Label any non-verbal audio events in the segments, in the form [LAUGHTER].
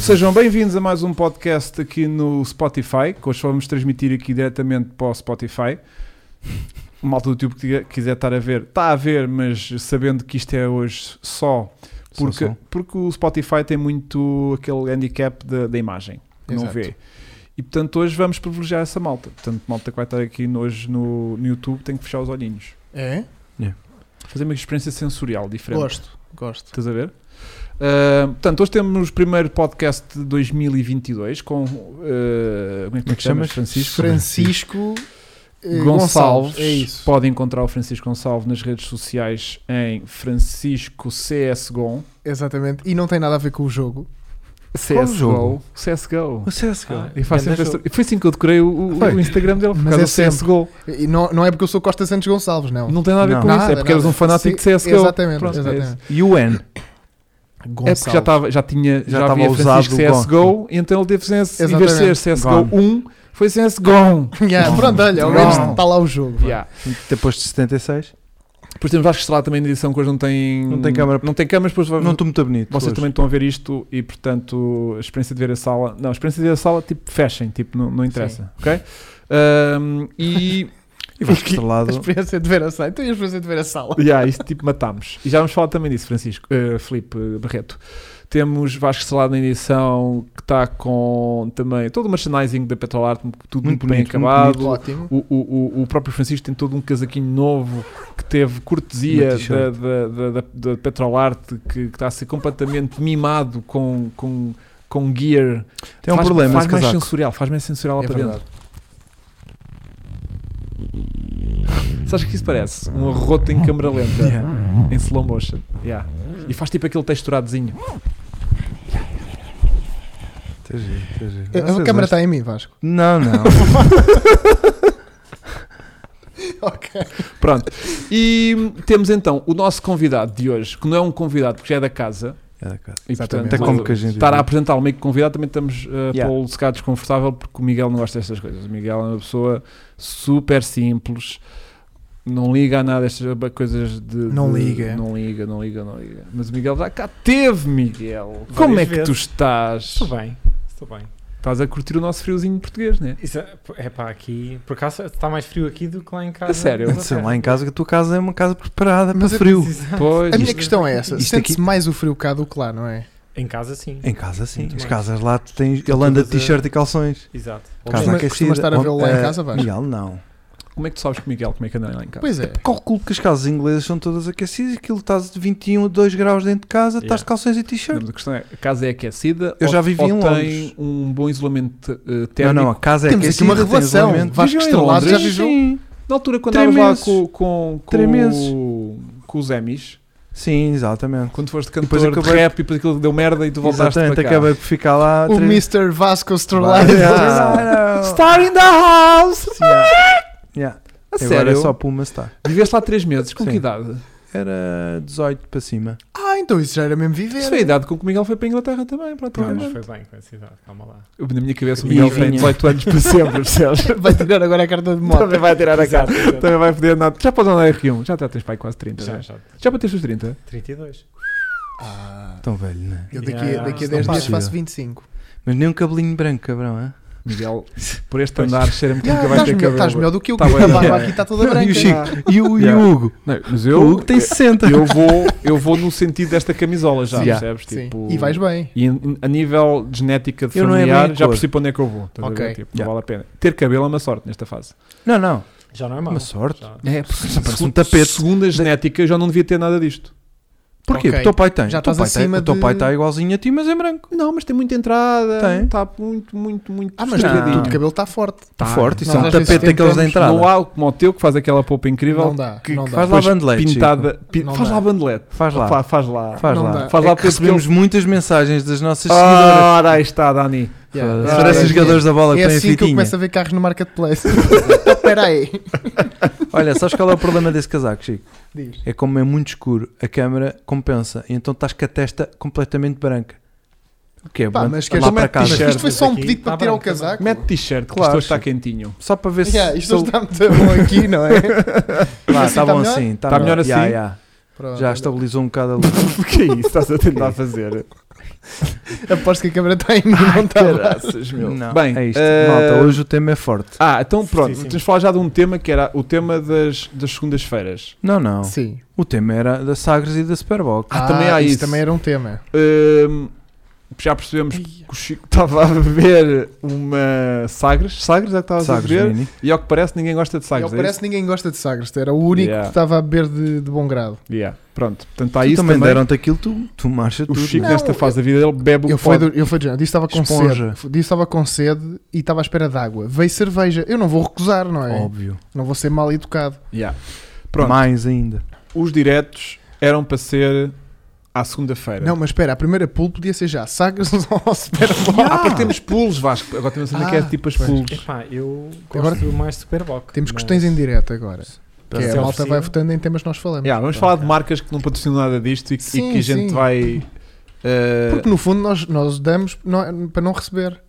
Sejam bem-vindos a mais um podcast aqui no Spotify, que hoje vamos transmitir aqui diretamente para o Spotify. O malta do YouTube que tiver- quiser estar a ver, está a ver, mas sabendo que isto é hoje só, porque, som. porque o Spotify tem muito aquele handicap da, da imagem, que não Exato. vê. E portanto hoje vamos privilegiar essa malta. Portanto, malta que vai estar aqui no- hoje no, no YouTube tem que fechar os olhinhos. É? Fazer uma experiência sensorial diferente. Gosto, gosto. Estás a ver? Ah, portanto, hoje temos o primeiro podcast de 2022 com. ah, como é que, te chamas? Francisco? é? Francisco eh, Gonçalves. É isso. Podem encontrar o Francisco Gonçalves nas redes sociais em Francisco CSGON. Exatamente. E não tem nada a ver com o jogo. CSGO. jogo? CSGO. O É CSGO. E faz sempre Ganda jogo. essa- Foi assim que eu decorei o, o- Foi. o Instagram dele, por Mas causa é do CSGO. E não, não é porque eu sou Costa Santos Gonçalves, não. Não tem nada a ver Não. com isso, é Nada, porque eras um nada. fanático Sim, de CSGO. exatamente, Pronto, é isso. exatamente. UN. É porque já, estava, já tinha já, Já estava havia Francisco usado o CSGO, então ele teve CS, em vez de Exatamente. ser CSGO 1, foi CSGO. [LAUGHS] Yeah, pronto, olha, ao menos Não. está lá o jogo. pá. um. Yeah. Depois de 76. Depois temos Vasco Estrada também na edição que hoje não tem. Não tem câmara. Não tem câmaras, depois vai- Não estou muito bonito. vocês hoje. também estão a ver isto e portanto a experiência de ver a sala. Não, a experiência de ver a sala, tipo, fechem, tipo, não, não interessa. Ok? Ahm, [LAUGHS] e. E vais estrelado. A experiência de ver a sala. Então e a experiência de ver a sala. yeah, isto tipo matámos. E já vamos falar também disso, Francisco, eh, Filipe eh, Barreto. Temos Vasco Salado na edição que está com também todo o merchandising da Petrolart, tudo muito, Muito bem bonito, muito acabado. Ótimo. O, o- o- o próprio Francisco tem todo um casaquinho novo que teve cortesia Uma da, t-shirt. da, da, da, da Petrolarte que, que está a ser completamente mimado com, com, com gear. Tem um Faz- problema Faz esse mais casaco. sensorial, faz mais sensorial lá É para verdade. dentro. Sabes o que isso parece? Um arroto em câmera lenta, Yeah. em slow motion. Yeah. E faz tipo aquele texturadozinho. Tá giro, tá giro. A- A, Vocês câmera acham- está em mim, [LAUGHS] Vasco. Não, não. Ok. Pronto. E temos então o nosso convidado de hoje, que não é um convidado, porque já é da casa. É da casa. E, Exatamente. portanto, Até como que a gente. estar a apresentar o meio que convidado também estamos a Yeah. pô-lo se calhar desconfortável porque o Miguel não gosta destas coisas. O Miguel é uma pessoa super simples, não liga a nada destas ba- coisas de. Não de- liga. Não liga, não liga, não liga. Mas o Miguel já cá teve, Miguel. Como é que tu estás? Estou bem, estou bem. Estás a curtir o nosso friozinho português, né? Isso é, é pá, aqui. Por acaso está mais frio aqui do que lá em casa. A sério? Inglaterra. Sei lá em casa que a tua casa é uma casa preparada Mas é para eu- frio. Exato. Pois. A minha questão é essa. isto Sente-se aqui- mais o frio cá do que lá, não é? Em casa, sim. Em casa sim. Muito As bem. casas lá tu tens. Ele todas anda a- de t-shirt e calções. Exato. Casa Costuma- aquecida. costumas estar a vê-lo lá em Eh, casa, Vasco? Miguel, não. Como é que tu sabes que o Miguel como é que anda lá em casa? Pois é. Calculo que as casas inglesas são todas aquecidas. Aquilo estás de 21 a 2 graus dentro de casa, estás de Yeah. calções e t-shirt. Não, mas a questão é, a casa é aquecida Eu ou, já vivi ou em tem Londres. um bom isolamento eh, Não, térmico? não, a casa é Temos aqui aquecida. uma revelação. Tem isolamento. Vasco Viveu em Estrelado já Londres? viveu. Sim, Na altura, quando Três andavas lá meses. com, com, com, Três meses. com os Emmys, sim, exatamente. quando foste depois cantor de acabei- rap e depois aquilo deu merda e tu voltaste Exatamente, para cá. acabei por ficar lá. O três- Mr. Vasco Ah, Strolado. não. Star in the house! Yeah. A Agora é sério? só Puma Star. Viveste lá três meses, com que Sim. idade? Era 18 para cima. Ah, então isso já era mesmo Isso foi a viver. idade com que o Miguel foi para a Inglaterra também, Não, mas praticamente. foi bem com essa idade, calma lá. Eu, Na minha cabeça o E Miguel tem vinha. 18 anos para sempre, percebes? Vai tirar agora a carta de moto. Também vai tirar a cara. Exato, exato. Também vai poder andar. Já podes andar R1, já tens pai quase 30. Já, Já, já. é. já bateste os 30? 32. [LAUGHS] Ah, Tão velho, né? eu daqui, Yeah, daqui a isto 10 não dias passa. faço 25. Mas nem um cabelinho branco, cabrão, é? Miguel, por este andar, cheira-me que nunca Yeah, estás, vais ter melhor, cabelo. estás melhor do que eu, Tá que bem, a barba yeah. aqui está toda branca. E o Chico? E o, e o Yeah. é- Hugo? Não, mas O eu, Hugo tem 60. [LAUGHS] eu vou, eu vou no sentido desta camisola já, Sim. percebes? Sim. Tipo, E vais bem. E em- a nível de genética de Eu não é bem familiar, a já cor. percebi para onde é que eu vou. estás a Ok. ver? Tipo, Yeah. Não vale a pena. Ter cabelo é uma sorte nesta fase. Não, não. Já não é É mau. uma sorte. Já. É, parece um tapete. Segundo a genética, eu já não devia ter nada disto. Porquê? Ok. Porque o teu pai tem. Já o teu estás pai tem- acima O teu de- pai está igualzinho a ti, mas é branco. Não, mas tem muita entrada. Tem. Está muito, muito, muito. Ah, mas Não. tu, tu de cabelo está forte. Tá. Está forte. Isso Nós é um às vezes tapete daqueles da tentamos- entrada. Não há como o teu que faz aquela polpa incrível. Não dá, que- não que dá. faz Faz lá lá bandelete. Chico. pintada. pin- Não faz dá. lá bandelete. Faz lá. Pá, faz lá. Faz Não lá. dá. Faz lá É porque que- Recebemos muitas mensagens das nossas seguidoras. Ora, aí está, Dani. Yeah. Ah, Parece é- os jogadores da bola que É têm a assim que eu fitinha. começo a ver carros no marketplace. Espera aí. Olha, sabes qual é o problema desse casaco, Chico? Diz. É como é muito escuro, a câmara compensa. E então estás com a testa completamente branca. O que é? Pá, bom? mas Lá queres- para Mas casa. isto foi só um Aqui pedido para tá tirar o branco, tá casaco. Mete t-shirt, que Claro, isto hoje está Chico. quentinho. Só para ver se. Yeah, isto se- está muito bom aqui, não é? Lá, assim tá tá bom melhor? assim. Está Tá melhor assim? Já, já. Pronto, Já olha. estabilizou um bocado a luz. O que é isso? Estás a tentar fazer? Aposto que a câmera está em mim, não tá. está. Caraças, meu. Não, Bem, é isto. eh, Malta, hoje o tema é forte. Ah, então pronto, Fortíssimo. temos de falar já de um tema que era o tema das, das segundas-feiras. Não, não. Sim. O tema era da Sagres e da Superbox. Ah, também há isso. também era um tema. Hum, já percebemos que o Chico estava a beber uma Sagres. Sagres é que estavas a Sagres beber? Mini. E ao que parece, ninguém gosta de Sagres, Sagres. é parece que ninguém gosta de Sagres. Era o único Yeah. que estava a beber de, de bom grado. isso? Yeah. Pronto, portanto há Tu isso também, também. deram-te aquilo, tu, tu marcha O tudo. Chico, não é? nesta Não, fase da vida, ele bebe o Eu que fui, pode. do, eu fui do género. Disse que estava com Esponja. sede. Disse que estava com sede e estava à espera de água. Veio cerveja. Eu não vou recusar, não é? Óbvio. Não vou ser mal educado. Yeah. Pronto, Mais ainda. os diretos eram para ser à segunda-feira. Não, mas espera, a primeira pool podia ser já Sagres [LAUGHS] ou Superbox. Ah, porque temos pulos, Vasco. Agora temos ainda que é Ah, tipo as pois. pulos. Epá, eu gosto Agora- mais de Superboc. Temos mas- questões em direto agora. Que é, Parece a malta oferecido. vai votando em temas que nós falamos. Yeah, vamos falar de marcas que não patrocinam nada disto e, que- e Sim, que a gente sim. vai. eh, Porque no fundo nós, nós damos não- é, para não receber.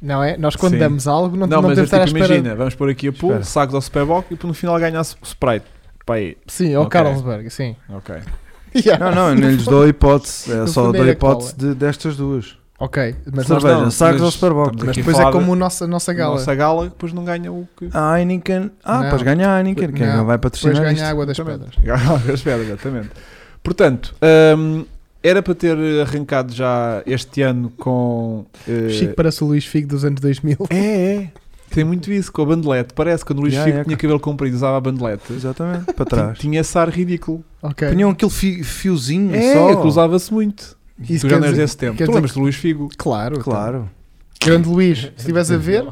Não é? Nós quando Sim. damos algo não, não, não mas devemos eu, estar à tipo, espera. imagina, vamos pôr aqui a pool, Espera. sacos ao Superbock e no final ganhar Sprite. Pá aí, Sim, é ao Ok. Carlsberg, sim. ok. [LAUGHS] Yeah. Não, não, eu nem lhes dou a hipótese. É No só fundo dou a era hipótese de- destas duas. Ok, mas, Cerveja. nós- Sagres ao Superboc. estamos mas aqui a depois falar é como a nossa, a nossa da gala. Nossa gala, que depois não ganha o que. A Heineken. Ah, Não. pois ganha a Heineken. Quem é que Não, vai depois patrocinar ganha isto? a água das pedras. Exatamente. [LAUGHS] Gala das pedras, exatamente. Portanto, hum, era para ter arrancado já este ano com. eh, Chico para o Luís Figo dos anos 2000. É, é. Tem muito isso com a bandelete. Parece que quando o Luís Yeah, Chico yeah, tinha cabelo comprido e usava a bandelete, Exatamente, [LAUGHS] para trás. tinha esse ar ridículo. [LAUGHS] Ok. Tinham aquele fi- fiozinho É, só. que usava-se muito. Isso quer tu já não eras dizer- desse tempo. quer Tu dizer- lembras do Luís Figo? Claro. Claro. então. Grande Luís, se estivesse a ver,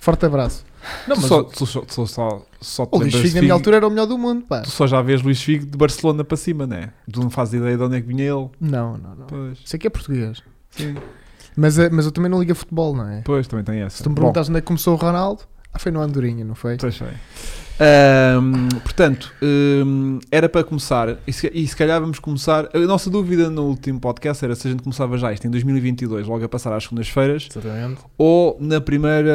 forte abraço. Não, tu mas só, o- tu só, tu só, só te o Luís lembras de Figo na minha altura era o melhor do mundo, pá. Tu só já vês Luís Figo de Barcelona para cima, né? Tu não fazes ideia de onde é que vinha ele. Não, não, não. Pois, Isso aqui é português. sim. Mas, eh, mas eu também não ligo a futebol, não é? Pois, também tem essa. Se tu me Bom, perguntas onde é que começou o Ronaldo, ah, foi no Andorinha, não foi? Pois bem. Ahm, portanto, ahm, era para começar, e se, e se calhar vamos começar. A nossa dúvida no último podcast era se a gente começava já isto em 2022, logo a passar às segundas-feiras, Exatamente. ou na primeira.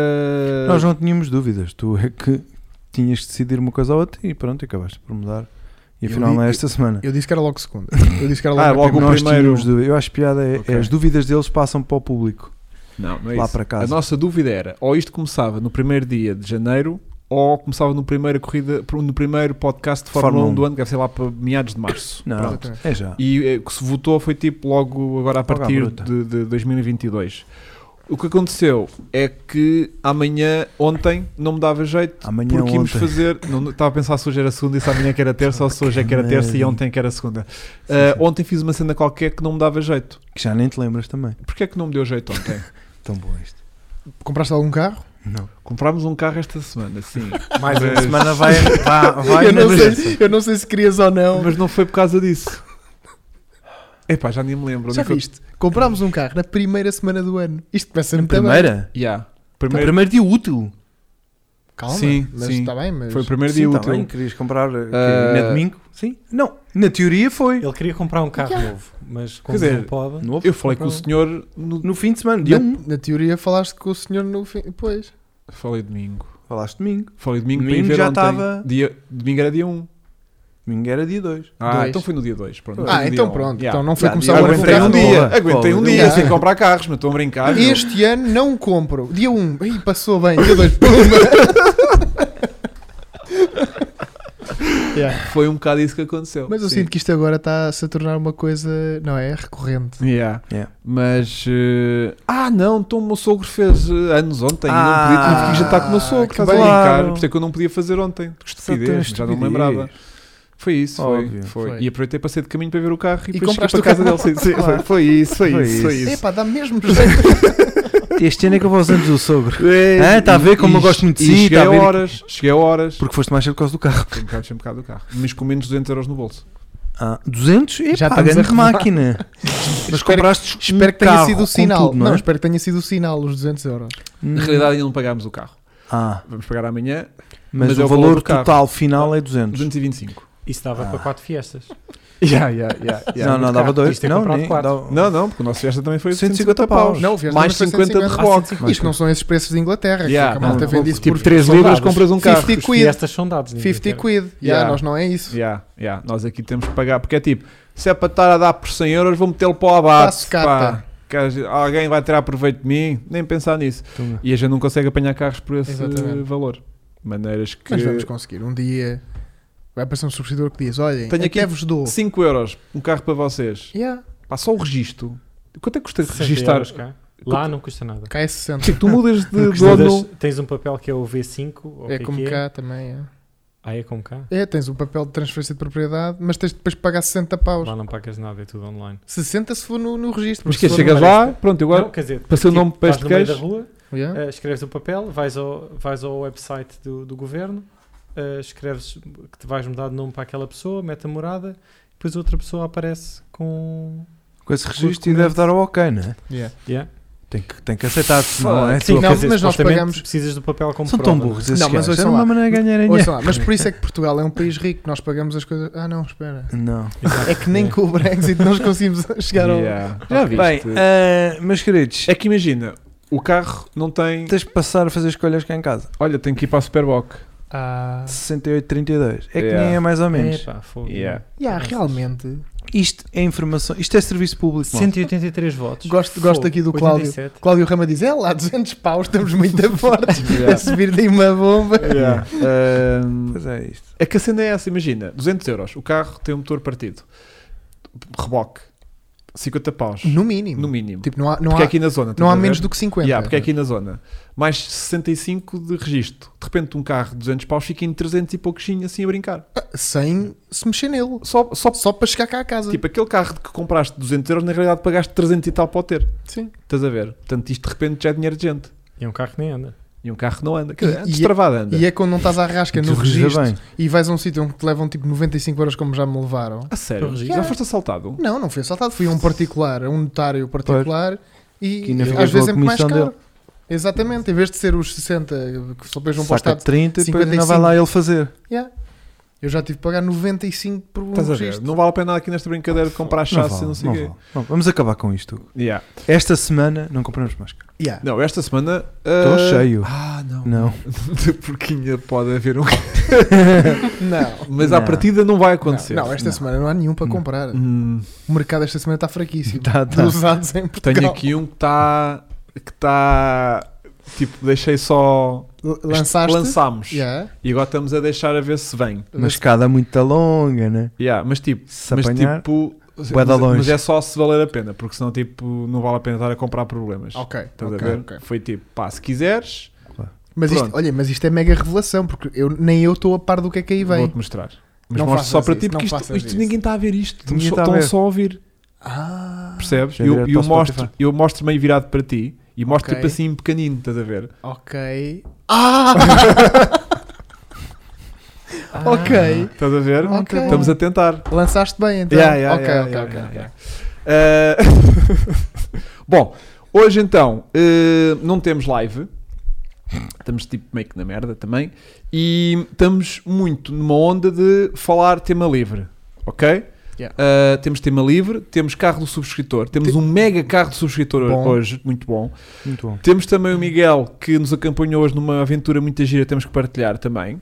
Nós não tínhamos dúvidas. Tu é que tinhas que decidir uma coisa ou outra e pronto, e acabaste por mudar. E Eu afinal di- não é esta semana. Eu disse que era logo [LAUGHS] segunda. Eu disse que era logo Ah, na logo primeira. o Nós primeiro- tínhamos dúvidas. Eu acho que a piada é, é Ok. as dúvidas deles passam para o público. Não, não é Lá isso. para casa. A nossa dúvida era ou isto começava no primeiro dia de janeiro ou começava no primeiro, corrida, no primeiro podcast de Fórmula, Fórmula 1 1. do ano, que deve ser lá para meados de março. Não, Pronto. Exatamente. é já. E eh, o que se votou foi tipo logo agora a Logo à partir bruta. de, de 2022. O que aconteceu é que amanhã, ontem, não me dava jeito Amanhã porque íamos ontem. fazer. não- não- Estava a pensar se hoje era segunda e se amanhã que era terça, ou se hoje é que era terça e merda. ontem que era segunda. Ah, ontem fiz uma cena qualquer que não me dava jeito. Que já nem te lembras também. Porquê é que não me deu jeito [LAUGHS] ontem? Tão bom isto. Compraste algum carro? Não. Comprámos um carro esta semana, sim. Mais Mas- um. A semana vai, vai, [LAUGHS] vai [LAUGHS] eu, na não emergência. sei, eu não sei se querias ou não. Mas não foi por causa disso. Epá, já nem me lembro. onde Já é que eu- viste? Comprámos um carro na primeira semana do ano. Isto começa no Primeira? Então, Yeah. Primeiro, Primeiro, dia útil. Calma, Sim, mas sim. está bem, mas foi o primeiro dia Sim, tá útil. bem, querias comprar uh, Ah. na domingo? Sim. Não, na teoria foi. Ele queria comprar um carro novo, mas como dizer, não pode. Novo. Eu falei com o senhor no. No fim de semana, dia na, 1. na teoria falaste com o senhor no fim. Pois. Falei domingo. Falaste domingo. Falei domingo, Domingo para ir ver já ontem. estava- Dia... Domingo era dia 1. Domingo era dia 2. Ah, Dois. então foi no dia 2. Pronto, Ah, Foi no Ah, dia então um. pronto. Yeah. Então não foi Já, começar dia o ano Aguentei com um um novo. dia, Boa, aguentei um boa. dia Yeah. sem comprar carros, mas estão a brincar. carro. meu. Este ano não compro. Dia 1. Aí passou bem. Dia [LAUGHS] 2. Pumba. Yeah. Foi um bocado isso que aconteceu. Mas eu Sim. sinto que isto agora está-se a tornar uma coisa, não é? Recorrente. Yeah. Yeah. Mas. eh, Ah, não, então o meu sogro fez eh, anos ontem e não podia, Ah, tive que ir jantar com o meu sogro. que Estás a bem. brincar? Claro. Por isso é que eu não podia fazer ontem. Que Estupidez, já não me lembrava. Foi isso, foi, Óbvio. foi. Foi. E aproveitei para sair de caminho para ver o carro e, E depois cheguei compraste para o casa dele. carro. Sim, sim, Claro. Foi isso, foi, Foi isso, foi isso. Epá, dá mesmo jeito. Este ano é que eu vou aos anos do sogro. É, Ah, tá a ver como eu gosto muito de si, Cheguei tá a a ver que- horas, cheguei a horas. Porque foste mais cedo por causa do carro. Foi um bocado, foi um bocado do carro. Mas com menos 200 euros no bolso. Ah, 200? Epá, Já Já estamos a grande arrumar. máquina. [LAUGHS] Mas Espero- um compraste um Espero que tenha sido o sinal. não, não, é? espero que tenha sido o sinal, os 200 euros. Na realidade ainda não pagámos o carro. Ah, Vamos pagar amanhã mas, Mas é o o valor valor do carro. total final é 200. 225. Isso dava Ah. para quatro fiestas. Yeah, yeah, yeah, yeah. não, não, muito dava caro. dois. Isto é Não, comprado nem, quatro. dava- Não, não, porque o nosso Fiesta também foi de 150 paus. Não, o Fiesta mais também foi 50 de 150. Ah, reboque. Isto não são esses preços de Inglaterra. que Yeah, é que a malta não, vende não, isso tipo por 3 libras soldados. compras um carro. 50 E quid. estas são dados. ninguém 50 quer. quid. Yeah, Yeah. Nós não é isso. Yeah, yeah. Nós aqui temos que pagar, porque é tipo, se é para estar a dar por 100 euros, vou metê-lo para o abate. Passo cata. pá. Que a gente- alguém vai tirar proveito de mim, nem pensar nisso. Então, Tunga. E a gente não consegue apanhar carros por esse Exatamente. valor. Maneiras que. Mas vamos conseguir. Um dia vai aparecer um subscritor que diz: Olhem, Tenho até aqui vos dou. 5 euros, um carro para vocês. Yeah. Pá, só o registro. Quanto é que custa 60 registar? euros cá. Lá não custa nada. Cá é 60. Tipo, tu mudas [LAUGHS] de Custa dono. das- tens um papel que é o V5. ou o É que como que é. cá também. É. Ah, é como cá? É, tens o papel de transferência de propriedade, mas tens de depois de pagar 60 paus. Lá não pagas nada, é tudo online. 60 se for no, no registro. Mas porque que se for chegas no- lá, pronto, eu agora não, quer dizer, tipo, passei o nome para estás este no meio da queijo. rua, Yeah. eh, escreves o papel, vais ao, vais ao website do, do governo, eh, escreves que te vais mudar de nome para aquela pessoa, mete a morada, depois outra pessoa aparece com. Com esse registro e deve dar o ok, não é? Yeah. Yeah. Tem que, tem que aceitar, senão é a Sim, tua não, fazer. mas nós supostamente pagamos- Precisas do papel como São prova, tão não é? burros esses Não, mas gajos. ouçam Era uma lá. maneira de ganhar dinheiro. Ouçam lá, mas por isso é que Portugal é um país rico, nós pagamos as coisas. Ah, não, espera. Não. Exato. É que nem Yeah. com o Brexit nós conseguimos [LAUGHS] chegar ao. Yeah. Já viste? Bem, ah, meus queridos, É que imagina, o carro não tem. tens de passar a fazer escolhas cá em casa. Olha, tem que ir para a Superboc. Ah, 68,32. É que Yeah. nem é mais ou menos. Epá, fogo. Yeah. yeah, realmente. Isto é informação, isto é serviço público. malta. 183 votos. Gosto- gosto Fogo. aqui do 87. Cláudio Rama diz: é lá, 200 paus, estamos muito a fortes. a [LAUGHS] Yeah. subir daí uma bomba. Yeah. Ahm, Pois é isto. é que a cena é essa, imagina, 200 euros, o carro tem um motor partido, reboque, 50 paus, No mínimo. no mínimo. Tipo, não há, não porque é há, aqui na zona. não estás há a ver? menos do que 50. Yeah, porque é aqui na zona. Mais 65 de registro. De repente um carro de 200 paus fica em 300 e pouquinho assim a brincar. Sem se mexer nele. Só, só Só para chegar cá a casa. tipo aquele carro que compraste 200 euros, na realidade pagaste 300 e tal para o ter. Sim. Estás a ver? Portanto, isto de repente já é dinheiro de gente. É um carro que nem anda. E um carro não anda. E- Quer dizer, e- destravado anda. E é quando não estás à rasca no Tu registra registro bem. e vais a um sítio onde te levam tipo 95 euros, como já me levaram. A sério? Tu Já registra? foste assaltado? Não, não fui assaltado. Fui a um particular, a um notário particular Que e ainda ficas às vezes com a é muito mais comissão caro. Exatamente. Em vez de ser os 60 que só beijam para o Saca Estado, 30 e depois ainda vai 55. lá ele fazer. eu já tive que pagar 95 por um Estás a ver? registro. Não vale a pena aqui nesta brincadeira de comprar Não chassi e vale, não sei o não quê. vale. Não, vamos acabar com isto. Hugo. Yeah. Esta semana não compramos máscara. Yeah. Não, esta semana. Estou ah, cheio. Ah, não. Não. [LAUGHS] De porquinha pode [LAUGHS] haver um. [LAUGHS] Não. Mas à Não. partida não vai Não, acontecer. não, é- esta Não. semana não há nenhum para Não. comprar. Hum, O mercado esta semana está fraquíssimo. Tá, De tá. usados em Portugal. tenho aqui um que está. Que está. Tipo, deixei só. L- Lançaste. Lançámos. Yeah. E agora estamos a deixar a ver se vem. Uma escada muito longa, né? Yeah, mas tipo. Se mas apanhar. tipo. bué Mas, de longe. mas é só se valer a pena, porque senão tipo, não vale a pena estar a comprar problemas. Ok, Estás ok, a ver? ok. Foi tipo, pá, se quiseres, Mas isto, Pronto. olha, mas isto é mega revelação, porque eu, nem eu estou a par do que é que aí vem. vou-te mostrar. Mas Não mostro só faças para isso, ti, porque não isto, faças isto isso. ninguém está a ver isto. Estão Ninguém só, está a estão ver. só a ouvir, Ah, percebes? Já Eu, direto eu, ao mostro, Spotify. eu mostro meio virado para ti e mostro Ok. tipo assim pequenino, estás a ver? ok. Ah! [LAUGHS] ok. Estás a ver? Então, Ok. Estamos a tentar. Lançaste bem então. Ah. Yeah, yeah, ok, yeah, ok, yeah, ok. yeah, yeah. Eh, [LAUGHS] Bom, hoje então eh, não temos live. Estamos tipo meio que na merda também. E estamos muito numa onda de falar tema livre. Ok? Yeah. Eh, temos tema livre, temos carro do subscritor, temos um mega carro do subscritor Bom. hoje, muito bom. Muito bom. Temos também o Miguel que nos acompanhou hoje numa aventura muito gira, temos que partilhar também.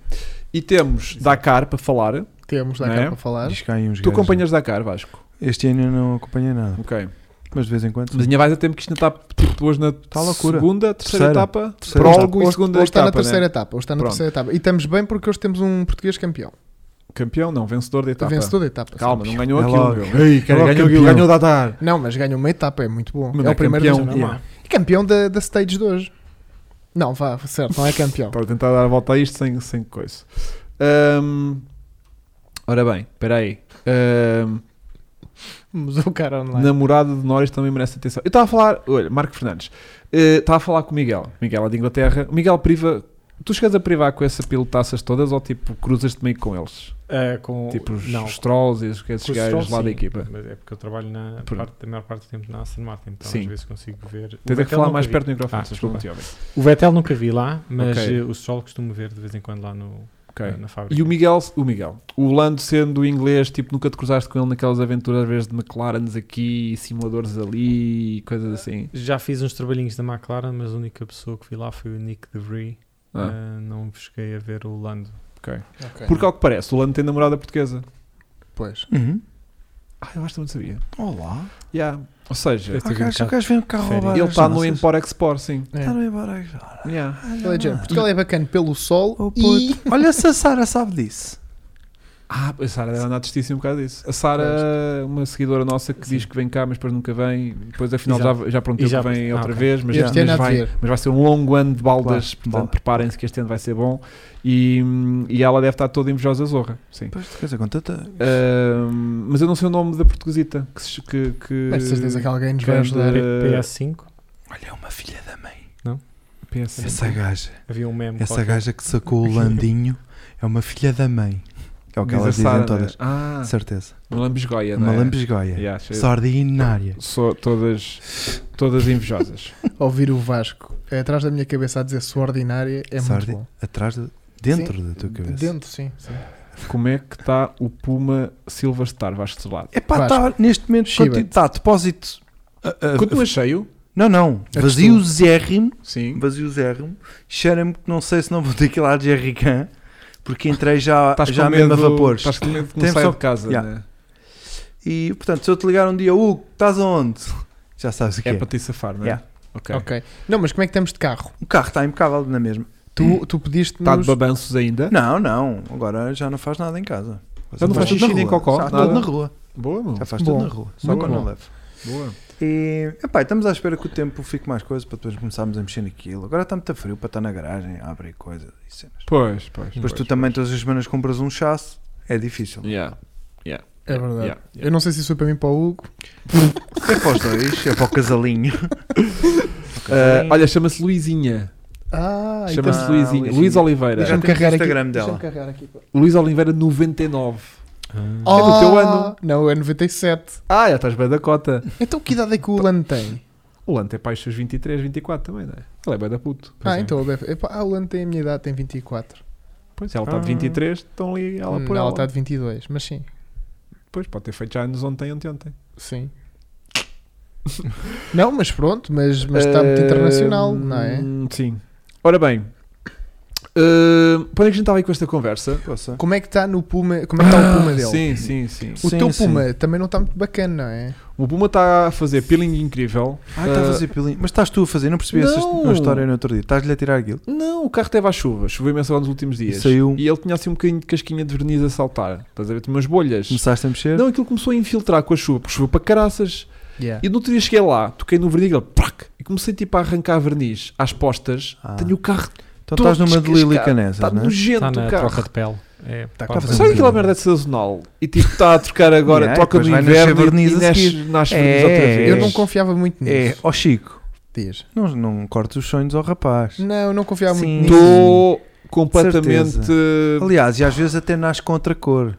E temos Dakar para falar. Temos dá Não cá é? para falar. Diz cá aí uns Tu gajos. acompanhas Dakar, Vasco? Este ano eu não acompanhei nada, Ok. mas de vez em quando. Mas ainda vais a tempo que isto ainda está tipo, hoje na loucura. segunda, terceira, Terceira. etapa, Terceira prólogo hoje, e é segunda hoje está etapa. na terceira né? etapa. Hoje está na Pronto. terceira etapa. E estamos bem porque hoje temos um português campeão. Campeão, não, vencedor da etapa. Vence toda a etapa. Calma, não ganhou É logo. aquilo. Meu. Ei, cara, ganhou logo um aquilo, campeão. ganhou o Datar. Não, mas ganha uma etapa, é muito bom. Mas é não o primeiro campeão. campeão. um Yeah. campeão da, da stage de hoje. Não, vá, certo, não é campeão. Estava a tentar dar a volta a isto sem, sem coisa. Ahm, ora bem, espera aí. Ahm, Mas o cara online. namorada de Norris também merece atenção. Eu estava a falar, olha, Marco Fernandes, eh, estava a falar com o Miguel. Miguel é de Inglaterra. O Miguel priva. Tu chegas a privar com essa pilotaças todas ou tipo cruzas-te meio com eles? Ah, com, Tipo os, não, os trolls e os, esses Com o gajos Stroll, lá da sim, equipa. Mas é porque eu trabalho na Pronto. parte, a maior parte do tempo na Aston Martin, então Sim. às vezes consigo ver. O Tens é que Vettel falar nunca mais vi. perto do microfone, Ah, se desculpa. desculpa. O Vettel nunca vi lá, mas Ok. eh, o Stroll costumo ver de vez em quando lá no, Ok. eh, na fábrica. E o Miguel, o Miguel, o Lando sendo inglês, tipo, nunca te cruzaste com ele naquelas aventuras, às vezes de McLarens aqui, simuladores ali, coisas assim. Já fiz uns trabalhinhos da McLaren, mas a única pessoa que vi lá foi o Nick DeVry. Ah, Eh, não cheguei a ver o Lando. Porque, ao que parece, o Lando tem namorada portuguesa. Pois. Uhum. Ah, eu acho que não sabia. Olá. Yeah. Ou seja, Este Ah, é gajo- um o gajo vem no carro Sério? roubar ele as está no nossas. import-export, sim. É. Está no embora. Yeah. Ele é de género, Portugal é bacana pelo sol Oh, e. puto. Olha se a Sara sabe disso. Ah, a Sara deve andar tristíssima por causa disso. A Sara, uma seguidora nossa que diz que vem cá, mas depois nunca vem. Depois, afinal, Exato. já, já prometeu E já- que vem Ah, outra ok. vez. Mas, Este ano mas há de vai, ver. mas vai ser um longo ano de baldas. Claro, portanto, baldas. preparem-se que este ano vai ser bom. E, hum, e ela deve estar toda invejosa, Zorra. Sim. Pois, de coisa com tanta- Ahm, mas eu não sei o nome da portuguesita. Que, se- que, que Mas de certeza que alguém nos vai grande- ajudar. Eh, PS5, Olha, é uma filha da mãe. pensa. Essa gaja. havia um meme Essa qualquer. gaja que sacou o Landinho é uma filha da mãe. É o que Diz a elas Sara, dizem né? todas. Ah, De Certeza. uma lambisgoia, não Uma é? lambisgoia. Yeah, achei- Extraordinária. Sou todas, todas invejosas. Ouvir o Vasco é atrás da minha cabeça a dizer suordinária é Sordi- muito bom. Atrás, de- dentro Sim, da tua cabeça. Dentro, sim. sim. Como é que está o Puma Silver Star Vasco Selado? É pá, está neste momento Shiba. conti- tá, depósito. a- a- Continua cheio? não, não. A Vazio zérrimo. Sim. Vazio zérrimo. Cheira-me que não sei se não vou ter que ir lá de jerrycan. Porque entrei já, Estás já com mesmo medo, a vapores. Estás com medo de Tem começar só- de casa, Yeah. né? E portanto, se eu te ligar um dia, Hugo, estás aonde? [LAUGHS] Já sabes o que é? é. para te safar, não é? Yeah. Ok. Ok. Não, mas como é que estamos de carro? O carro está impecável na mesma. Tu, tu pediste-nos. Está Hum. Tá de babanços ainda? Não, não. Agora já não faz nada em casa. Já não faz tudo xixi na nem rua. cocó, Já nada? tudo na rua. Boa, meu. Já faz Bom. tudo na rua. Só Muito quando não bom. levo. Boa. E epá, estamos à espera que o tempo fique mais coisa para depois começarmos a mexer naquilo. Agora está muito frio para estar na garagem, a abrir coisas e cenas. Pois, pois. Depois tu também todas as semanas compras um chasso, é difícil. Yeah. É verdade. Yeah. Eu não sei se isso foi para mim ou para o Hugo. É para os dois, é para o casalinho. Ah, olha, chama-se Luizinha. Ah, então chama-se Ah, Luizinha. Luizinha. Luís Oliveira. Já Deixa-me temos o carregar aqui. Instagram dela. Deixa-me carregar aqui. pá. Luís Oliveira 99. Ah. É do teu ano. Não, é 97. Ah, já estás bem da cota. Então que idade é que o Lano tem? O Lante é pai dos seus 23, 24 também, não é? Ele é bem da puto. Pois ah, é. então ele deve- epá, ah, o Lano tem a minha idade, tem 24. Pois, ela está de Ah. 23, estão ali ela Hum, por ela. está tá de 22, mas sim. Pois, pode ter feito já anos ontem, ontem, ontem. Sim. não, mas pronto, mas, mas está muito Eh, Ehm, internacional, não é? Sim. Ora bem, eh, para onde é que a gente estava aí com esta conversa? Poça. Como é que está no Puma? Como é que está o Puma dele? Sim, sim, sim. O Ah, Sim, teu sim. Puma também não está muito bacana, não é? O Puma está a fazer peeling incrível. Ah, está a fazer pilinho. Mas estás tu a fazer, não percebi essa Não. uma história no outro dia. Estás-lhe a tirar aquilo. Não, o carro teve à chuva. Choveu imenso agora nos últimos dias. E saiu. E ele tinha assim um bocadinho de casquinha de verniz a saltar. Estás a ver? Tinha umas bolhas. Começaste a mexer? Não, aquilo começou a infiltrar com a chuva, porque choveu para caraças. Yeah. E no outro dia cheguei lá, toquei no verniz e ele, prac, e comecei tipo a arrancar verniz às postas. Ah. Tenho o carro, então estás todo numa de Lili descascado. Canessas, está não é? nojento Tá Está o na carro. troca de pele. É, Está pá, cá a fazer Sabe Sim. aquela merda de sazonal? E tipo, está a trocar agora, Yeah, troca É, depois no vai nascer inverno verniz e a nasce, seguir. nasce É, verniz outra vez. Eu não É. confiava muito É, nisso. ó Chico, Dias. não, não cortes os sonhos ao rapaz. Não, eu não confiava Sim. muito nisso. Estou completamente. Aliás, e às vezes até nasce com outra cor.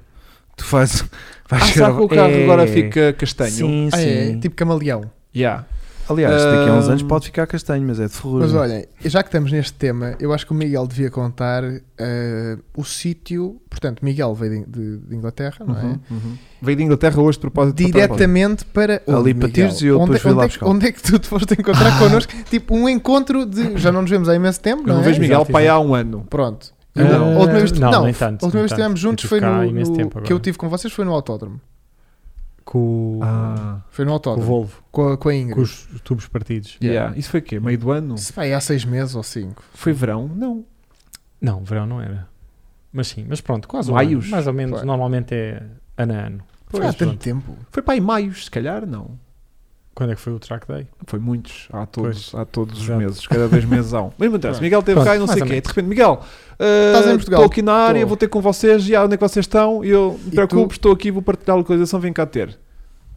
Tu fazes. Ah, [LAUGHS] Vais será gravar- que o carro É. agora fica castanho? Sim, Ah, é, sim. tipo camaleão. Yeah. Aliás, daqui a uns Ahm. anos pode ficar castanho, mas é de ferrugem. Mas olhem, já que estamos neste tema, eu acho que o Miguel devia contar eh, o sítio. Portanto, Miguel veio de, de- de Inglaterra, não é? Uhum, uhum. Veio da Inglaterra hoje de propósito. para estar lá. Diretamente para. Ali onde, para Miguel? Tires e eu Onde- depois fui onde lá é que- buscar. Ah. Onde é que tu te foste encontrar connosco? Tipo, um encontro de. Já não nos vemos há imenso tempo, Eu não, não é? vejo Miguel Exato, pai há um ano. Pronto. Ah, Eu Eh, não. A última vez, não, não, nem tanto, a última vez nem que tanto. estivemos Eu juntos tive foi cá há no, imenso no- tempo que eu agora. tive com vocês foi no autódromo. Com o, Ah. Foi no com o autódromo. Volvo, Com a, com a Ingrid. com os tubos partidos. Yeah. Isso foi o quê? Meio do ano? Se vai há seis meses ou cinco. Foi verão? Não. Não, verão não era. Mas sim, mas pronto, quase um Maios. ano. Mais ou menos, Claro. normalmente é ano a ano. foi há Pois, tanto pronto. tempo. Foi para aí maios, se calhar, não. Quando é que foi o track day? Foi muitos, há todos, há todos os Exato. meses, cada dois meses há um. Mas não interessa, Pronto. Miguel teve Pronto, cá e não sei o mais quê. ou De repente, Miguel, eh, Estás em Portugal? estou aqui na área, Estou. vou ter com vocês, e ah, onde é que vocês estão? E eu, não E te preocupes, tu? estou aqui, vou partilhar a localização, vem cá ter.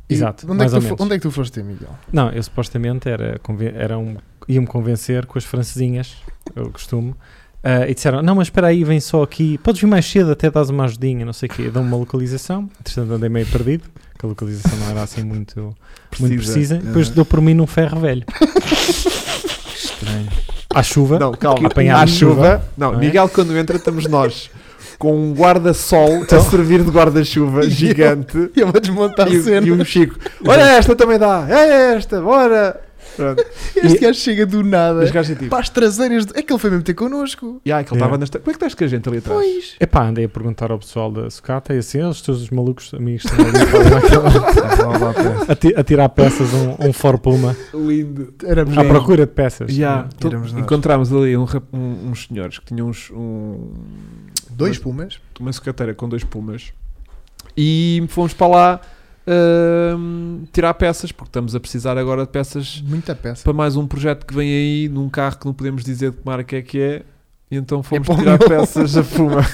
E Exato, Onde é, mais que ou tu, fo- menos. onde é que tu foste ter, Miguel? [LAUGHS] Não, eu supostamente era, conven- era um, ia-me convencer com as francesinhas, eu costumo. ah, e disseram, não, mas espera aí, vem só aqui, podes vir mais cedo, até dás uma ajudinha, não sei o quê. Dão-me uma localização, entretanto andei meio perdido, que a localização não era assim muito, muito precisa. eh. Depois deu por mim num ferro [LAUGHS] velho. Estranho. À chuva, Não, calma, Apanhar à a chuva. Não, não é? Miguel, quando entra, estamos nós. com um guarda-sol a servir de guarda-chuva E eu- gigante E eu vou desmontar e, a cena. o- e um Chico. Olha esta também dá, é esta, bora! Pronto. [LAUGHS] este gajo chega do nada. Os gajos é tipo, Para as traseiras. De... É que ele foi mesmo ter connosco. "Ya, que ele estava nas tra- Como é que estás com a gente ali atrás? Pois. Epá, andei a perguntar ao pessoal da sucata e assim, eles todos os malucos amigos estão ali a falar naquela- [LAUGHS] Vá lá, pá. a, ti- a tirar peças, um, um for pluma, Lindo. Éramos à procura de peças. Ya, tu- Tiramos nós. encontramos ali um rap- um- uns senhores que tinham uns, um- dois pumas. uma sucateira com dois pumas e fomos para lá ahm, tirar peças, porque estamos a precisar agora de peças Muita peça. para mais um projeto que vem aí num carro que não podemos dizer de que marca é que é. E então fomos para o tirar meu. peças [LAUGHS] a Puma.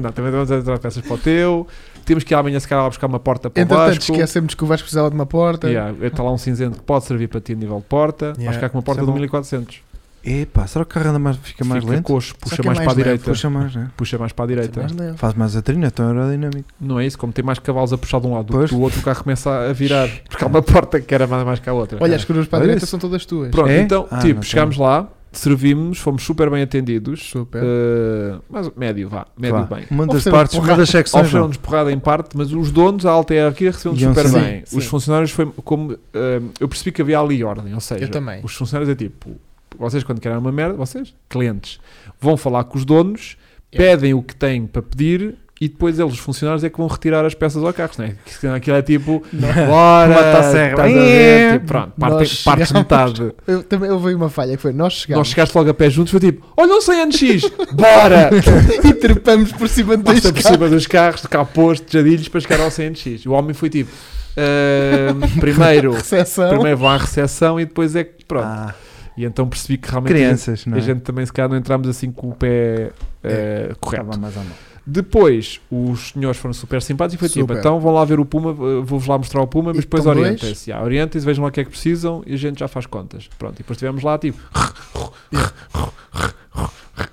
não, também vamos tirar peças para o teu. Temos que ir amanhã se calhar lá buscar uma porta para o Entretanto, Vasco. esquecemos que o Vasco precisava de uma porta. Yeah, está lá um cinzento que pode servir para ti a nível de porta. Vais Yeah, ficar com uma isso porta é de bom. 1400. Epá, será que o carro anda mais, fica mais Fica lento? coxo, Só que puxa é mais, mais para a leve, direita. Puxa. Puxa mais, né? mais para a Mas direita. leve. Faz mais a trilha, é tão aerodinâmico. Não é isso? Como tem mais cavalos a puxar de um lado do Pois. que do outro, o carro começa a virar. Porque há uma porta que era mais mais que a outra. Olha, as curvas para a Olha direita isso. são todas tuas. Pronto, É? então, Ah, tipo, não chegámos lá, servimos, fomos super bem atendidos. Super. Eh, mas médio, vá, médio Vá. bem. Uma Ofereceram-nos das partes, uma das secções. não. Ofereceram-nos porrada em parte, mas os donos, a alta hierarquia, receberam Iam super sim. bem. Sim, Os sim. funcionários foi como. eh, eu percebi que havia ali ordem, ou seja, Eu também. os funcionários é tipo, vocês quando querem uma merda, vocês, clientes, vão falar com os donos, Yeah. pedem o que têm para pedir. E depois eles, os funcionários, é que vão retirar as peças ao carro, não é? Que senão Aquilo é tipo, bora, Mata a estás serra. a ver, É. tipo, pronto, parte- Nós partes chegámos. metade. Eu, também houve uma falha que foi: nós Nós chegámos chegaste logo a pé juntos, foi tipo, olha um 100 NX, bora! [LAUGHS] e trepamos por cima de dois Passa por carros. cima dos carros, de capôs, de jadilhos para chegar ao CNX. O homem foi tipo: "Ahm, primeiro, Recepção. primeiro vão à recepção e depois é que pronto. Ah, E então percebi que realmente crianças, a, gente, não é? a gente também, se calhar, não entramos assim com o pé eh, É, tá correto. Estava mais à mão. Depois os senhores foram super simpáticos e foi tipo: Super. então vão lá ver o Puma, eh, vou-vos lá mostrar o Puma, mas E depois estão dois? orientem-se. Yeah, orientem-se, vejam lá o que é que precisam e a gente já faz contas. Pronto, e depois estivemos lá tipo. [LAUGHS]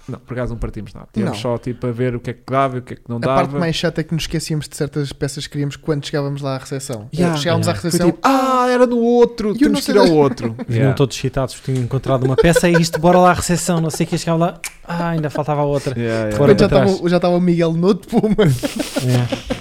Não, por acaso não partimos nada. Tivemos Não. só tipo a ver o que é que dava e o que é que não A dava. parte mais chata é que nos esquecíamos de certas peças que queríamos quando chegávamos lá à recepção. Yeah. Chegávamos Yeah. à Foi recepção, tipo, ah, era no outro, E eu temos não que sei ir ao da- outro. Vinham todos excitados porque tinham encontrado uma peça, é isto, bora lá à recepção, não sei o que, chegava lá, ah, ainda faltava outra. Yeah, yeah. Fora- já, para trás. estava, já estava o Miguel no outro puma. É.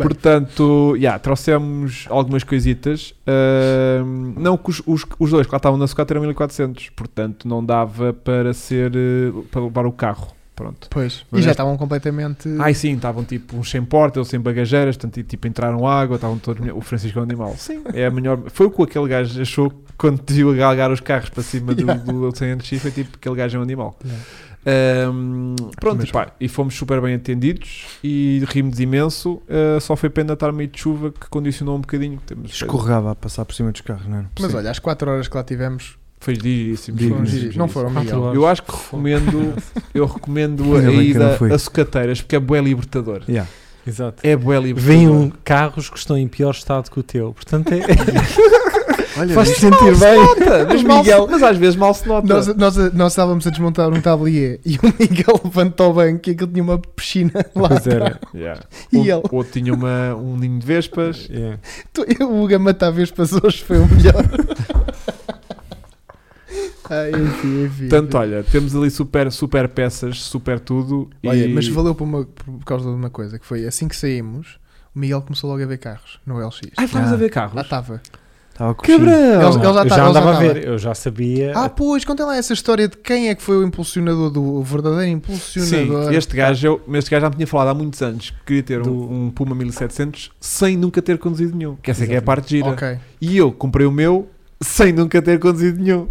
Portanto, yeah, trouxemos algumas coisitas. ahm, não que os, os, os dois que lá estavam na sucata eram 1400, portanto não dava para ser eh, para levar o carro. Pronto. Pois. E Mas- já estavam completamente. Ai sim, estavam tipo uns sem porta, eles sem bagageiras, portanto, e, tipo entraram água, estavam todos. O Francisco é um animal. Sim, é a melhor. Foi o que aquele gajo achou quando te viu a galgar os carros para cima do, Yeah. do, do 100 foi tipo aquele gajo é um animal. Yeah. Ahm, pronto, e, pá, e fomos super bem atendidos e rimos imenso. ah, só foi pena estar meio de chuva que condicionou um bocadinho. Temos, Escorregava a passar por cima dos carros, não é? era? Mas olha, às 4 horas que lá tivemos, Foi giríssimo. Digno, foram Dignos, giros. não foram, Quatro Miguel. horas. Eu acho que recomendo, eu recomendo Ainda a bem que eu não ida fui. a sucateiras porque é bué libertador. Yeah. Exato. É bué libertador. um Vêm um carros que estão em pior estado que o teu, portanto [LAUGHS] é, Olha, faz-te isto- sentir bem. Nota, mas, mal se- mas às vezes mal se nota. Nós, nós, nós estávamos a desmontar um tablier e o Miguel [LAUGHS] levantou o banco e aquilo tinha uma piscina lá. Pois era. Yeah. E O- ele? o outro tinha uma, um ninho de vespas. É. Tu- O Hugo a matar vespas hoje foi o [LAUGHS] melhor. Ai, enfim, enfim. Portanto, olha, temos ali super, super peças, super tudo. Olha, e- mas valeu por, uma- por causa de uma coisa, que foi assim que saímos, o Miguel começou logo a ver carros no LX. Ai, vamos Ah. a ver Lá carros. estava. Estava com Eles- eles Não, já eu tá- já eles já andava a tava. ver, eu já sabia. Ah, pois, contem lá essa história de quem é que foi o impulsionador do o verdadeiro impulsionador. Sim, este gajo, eu, mas este gajo já me tinha falado há muitos anos que queria ter um- Do- um, Puma 1700 sem nunca ter conduzido nenhum. Que essa é que é a Exatamente. parte gira. Ok. E eu comprei o meu sem nunca ter conduzido nenhum.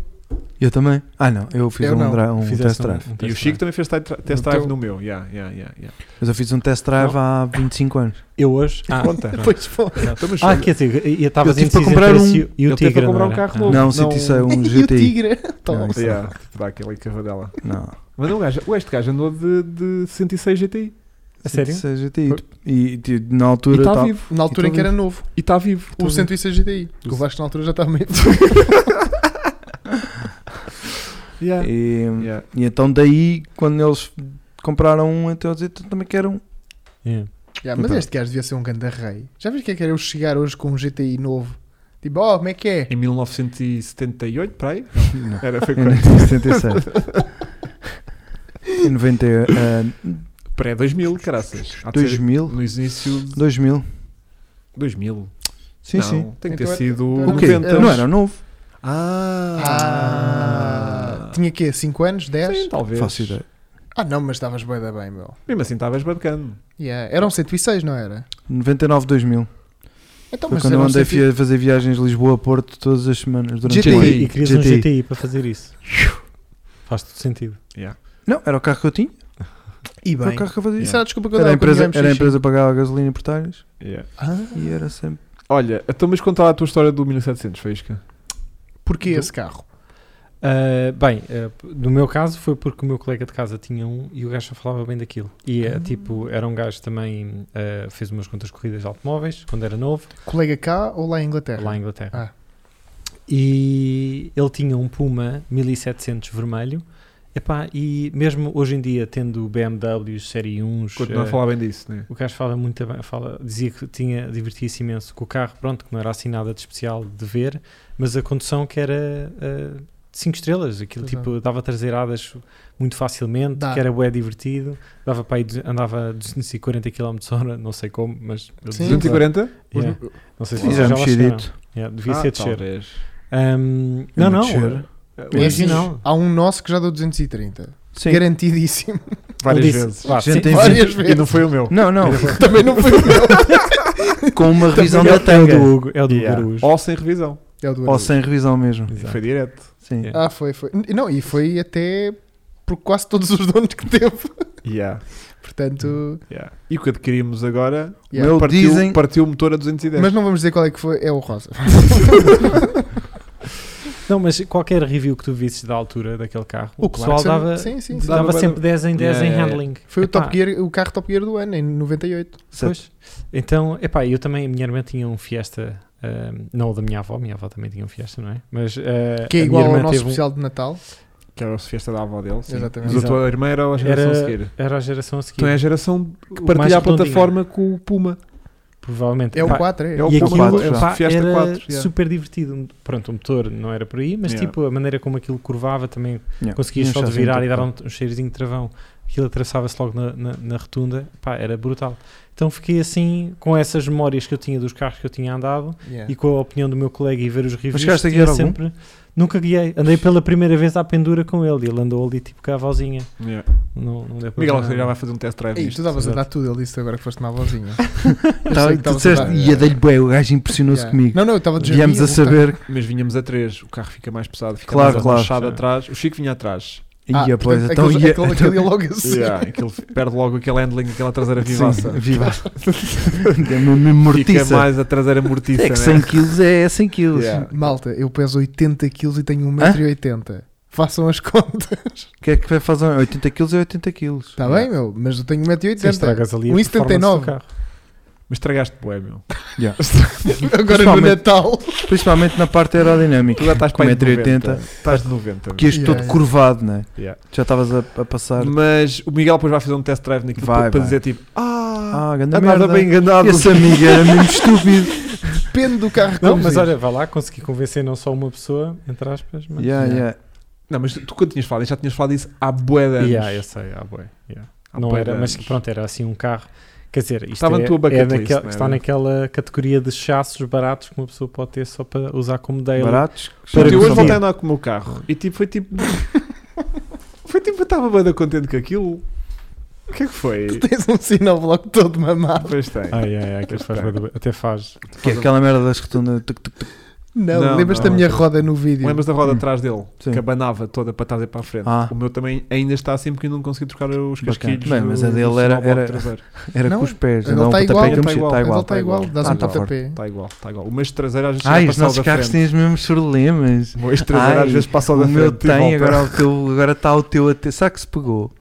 Eu também. Ah, não, eu fiz Eu um, não. dra- um fizeste test um- drive. um e o test Chico drive. também fez ti- tra- test No drive teu- no meu. Yeah, yeah, yeah, yeah. Mas eu fiz um test drive há 25 anos. Eu hoje. Ah, Conta. Pois foi. Então, mas- ah quer dizer, e- e Eu estavas tive indeciso para comprar entre um- esse e o eu tive para Tigre, comprar não um era? carro Ah. novo. Não, não- o City é um [LAUGHS] E o GTI. tigre. É Tom. Não, isso- Yeah, tipo, dá aquele cavadela. Não. Mas não, o gajo, este gajo andou de, de 106 GTI A sério? City GTI. tipo, E, e tá na e altura. está tava- vivo. Na altura em que era novo, E está vivo. o é 106 GTI. que O Vasco na altura já [LAUGHS] estava meio. Yeah. E, Yeah. e então, daí, quando eles compraram um, então eu dizia, "Tu também quero um. Yeah. Yeah, mas Então. este gajo devia ser um grande rei. Já viste o que é que era eu chegar hoje com um GTI novo? Tipo, oh, como é que é? Em 1978, para aí? Não. Era, foi [LAUGHS] Em quando? 1977. em 90, eh, Pré-2000, caraças. Há de ser 2000? No início de 2000. 2000. Sim, não, sim. Tem que Então ter era- sido então O era- quê? 90. Não era novo. Ah. Ah, tinha quê? 5 anos? 10? Sim, talvez. Faço ideia. Ah, não, mas estavas bué da bem, meu. Mesmo assim, estavas bacana. Yeah. um Eram 106, não era? 99, 2000. Então, Foi mas quando eu eram andei 100 a fazer viagens Lisboa-Porto todas as semanas durante GTI. um ano. E, e querias um GTI para fazer isso. Faz todo sentido. Não, era o carro que eu tinha. E Era bem. o carro que eu fazia. Isso era a desculpa que eu Era a dava empresa, quando era a íamos xixi. empresa que pagava a gasolina e portagens. Ah, E era sempre. Olha, então, mas conta lá a tua história do 1700, Faísca. Porquê Do- esse carro? Ah, bem, ah, no meu caso foi porque o meu colega de casa tinha um e o gajo só falava bem daquilo. E é, tipo, era um gajo também, ah, fez umas quantas corridas de automóveis quando era novo, Colega cá ou lá em Inglaterra? lá em Inglaterra. Ah. E ele tinha um Puma 1700 vermelho. Epá, e mesmo hoje em dia, tendo BMWs, Série 1s, Continua a ah, falar bem disso, né? O gajo fala muito bem, fala, dizia que tinha, divertia-se imenso com o carro, pronto, que não era assim nada de especial de ver, mas a condução que era ah, de 5 estrelas, aquilo Pois é. tipo, dava traseiradas muito facilmente, Dá. que era bué divertido, dava para aí, du- andava a 240 km hora, não sei como, mas... Sim. 240? Yeah, não sei se E vocês já lá chegaram. mexidito. Yeah, devia Ah, ser descer. talvez. Ahm, É muito não, não, cheiro. eh, É assim, original. há um nosso que já deu 230. Sim. Garantidíssimo. Várias Ele disse, vezes. "Vá, Gente, sim, tem olha, Várias E não vezes. foi o meu. Não, não. [LAUGHS] Também não foi o meu. [LAUGHS] Com uma revisão é da o- é o do tanga. Hugo, é o do Yeah. Garuz. Ou sem revisão. [LAUGHS] É o do Ou Aruz. sem revisão mesmo. Exato. Foi direto. Sim. Yeah. [LAUGHS] Ah, foi, foi. E Não, e foi até por quase todos os donos que teve. Yeah, Portanto, yeah. E o que adquirimos agora yeah. Meu partiu, dizem- partiu o motor a 210. mas não vamos dizer qual é que foi. É o Rosa. Não, mas qualquer review que tu visses da altura daquele carro, o, claro pessoal que sabe- dava, Sim, sim, sim. dava Dava bem- sempre 10 em 10 Yeah, em yeah, handling. Foi o, Epá, top Gear, o carro Top Gear do ano, em 98. Certo. Pois. Então, epá, eu também, a minha irmã tinha um Fiesta, ahm, não o da minha avó, a minha avó também tinha um Fiesta, não é? Mas, ah, Que é a igual minha ao irmã nosso teve um- especial de Natal. Que era a festa da avó dele. sim. Exatamente. Mas a tua irmã era a geração Era- seguir. Era a geração a seguir. Então é a geração que O mais partilha a redondinho. plataforma com o Puma. Provavelmente. É o Epá, 4, é. É o e Puma aquilo 4, é o epá, Fiesta era 4, yeah. super divertido. Pronto, o motor não era por aí, mas Yeah. tipo a maneira como aquilo curvava também Yeah. conseguias Tinha um só de chazinho virar e todo. dar um, um cheirozinho de travão. Aquilo atravessava-se logo na, na, na rotunda, pá, era brutal. Então fiquei assim com essas memórias que eu tinha dos carros que eu tinha andado Yeah. e com a opinião do meu colega e ver os reviews. chegaste a tinha guiar algum? Nunca guiei. Andei pela primeira vez à pendura com ele e ele andou ali tipo com a vozinha. Não, não deu para Miguel fazer já nada. vai fazer um test drive Ei, disto. tu estavas a exato. Tá, dar tudo, ele disse agora que foste uma [LAUGHS] avózinha. Tava- tu disseste, e a dele bué, o gajo impressionou-se comigo. Não, não, eu um estava de Viemos a saber que Mas vinhamos a 3, o carro fica mais pesado, fica Claro, mais claro. amanchado Sim. atrás. O Chico vinha atrás. Ah, ia, pois, portanto, então aquele, ia. aquele, aquele ia [LAUGHS] logo a seguir. Yeah, aquele, perde logo aquele handling, aquela traseira Sim, vivaça. [LAUGHS] vivaça. É Deu-me uma mortiça. Fica mais a traseira mortiça, É que né? 100 kg é 100 kg. Yeah. Malta, eu peso 80 kg e tenho 1,80m. Façam as contas. O que é que vai fazer? 80 kg é 80 kg. Está Tá bem, meu? Mas eu tenho Sim, estragas 1,80m. ali a performance do 1,79m. carro. Mas estragaste bué, meu. [LAUGHS] Agora no Principalmente- Natal. Principalmente na parte aerodinâmica. Tu já estás Com para aí de 1,80. 90. Estás de 90. Que este Yeah, todo yeah. curvado, né? Yeah. Já estavas a, a passar. Mas o Miguel depois vai fazer um test drive naquilo Vai, para, para vai. dizer tipo, ah, Ah, grande merda. andava bem enganado. Esse amigo era mesmo [LAUGHS] estúpido. Depende do carro que Não, eu mas fiz. olha, vai lá, consegui convencer não só uma pessoa, entre aspas, mas. Yeah, yeah. Não, mas tu, tu quando tinhas falado, já tinhas falado isso há bué de anos. Yeah, eu sei, ah, bué, yeah. Há Não bué era, de mas anos. pronto, era assim um carro. Quer dizer, isto Estava é, na tua bucket é list, né, naquela- não está era? naquela categoria de chassos baratos que uma pessoa pode ter só para usar como Tá daily. Baratos. Para Puta, eu hoje consumir. voltei a andar com o meu carro e tipo, foi [LAUGHS] tipo. foi tipo, eu estava bem contente com aquilo. O que é que foi? Tu tens um sinal bloco todo mamado. Pois tem. Ai, ai, ai, Ah, aquilo faz Tá. bué- até faz. Que é aquela merda das rotundas. tuc, tuc, tuc. Não, Não, lembras-te não. da minha roda no vídeo? Lembras da roda atrás dele? Hum. Sim. Que abanava toda para trás e para a frente. Ah. O meu também ainda está assim porque eu não consegui trocar os Bacana. casquilhos. Bem, mas a dele do era- sinal bloco era- traseiro. Era Não, com os pés. ele Não, tá igual, um pontapé ele que eu tá mexi. igual, Está Mas igual. ele está tá igual, igual. dás Ah, um tá pontapé. Está igual, está igual. O meu traseiro às vezes Ai, já Ah, os passa ao nossos da carros têm frente. os mesmos problemas. O meu traseiro Ai, às vezes passa ao da O meu frente. e tem, volta. agora é o teu- agora está o teu a ter. Será que se pegou?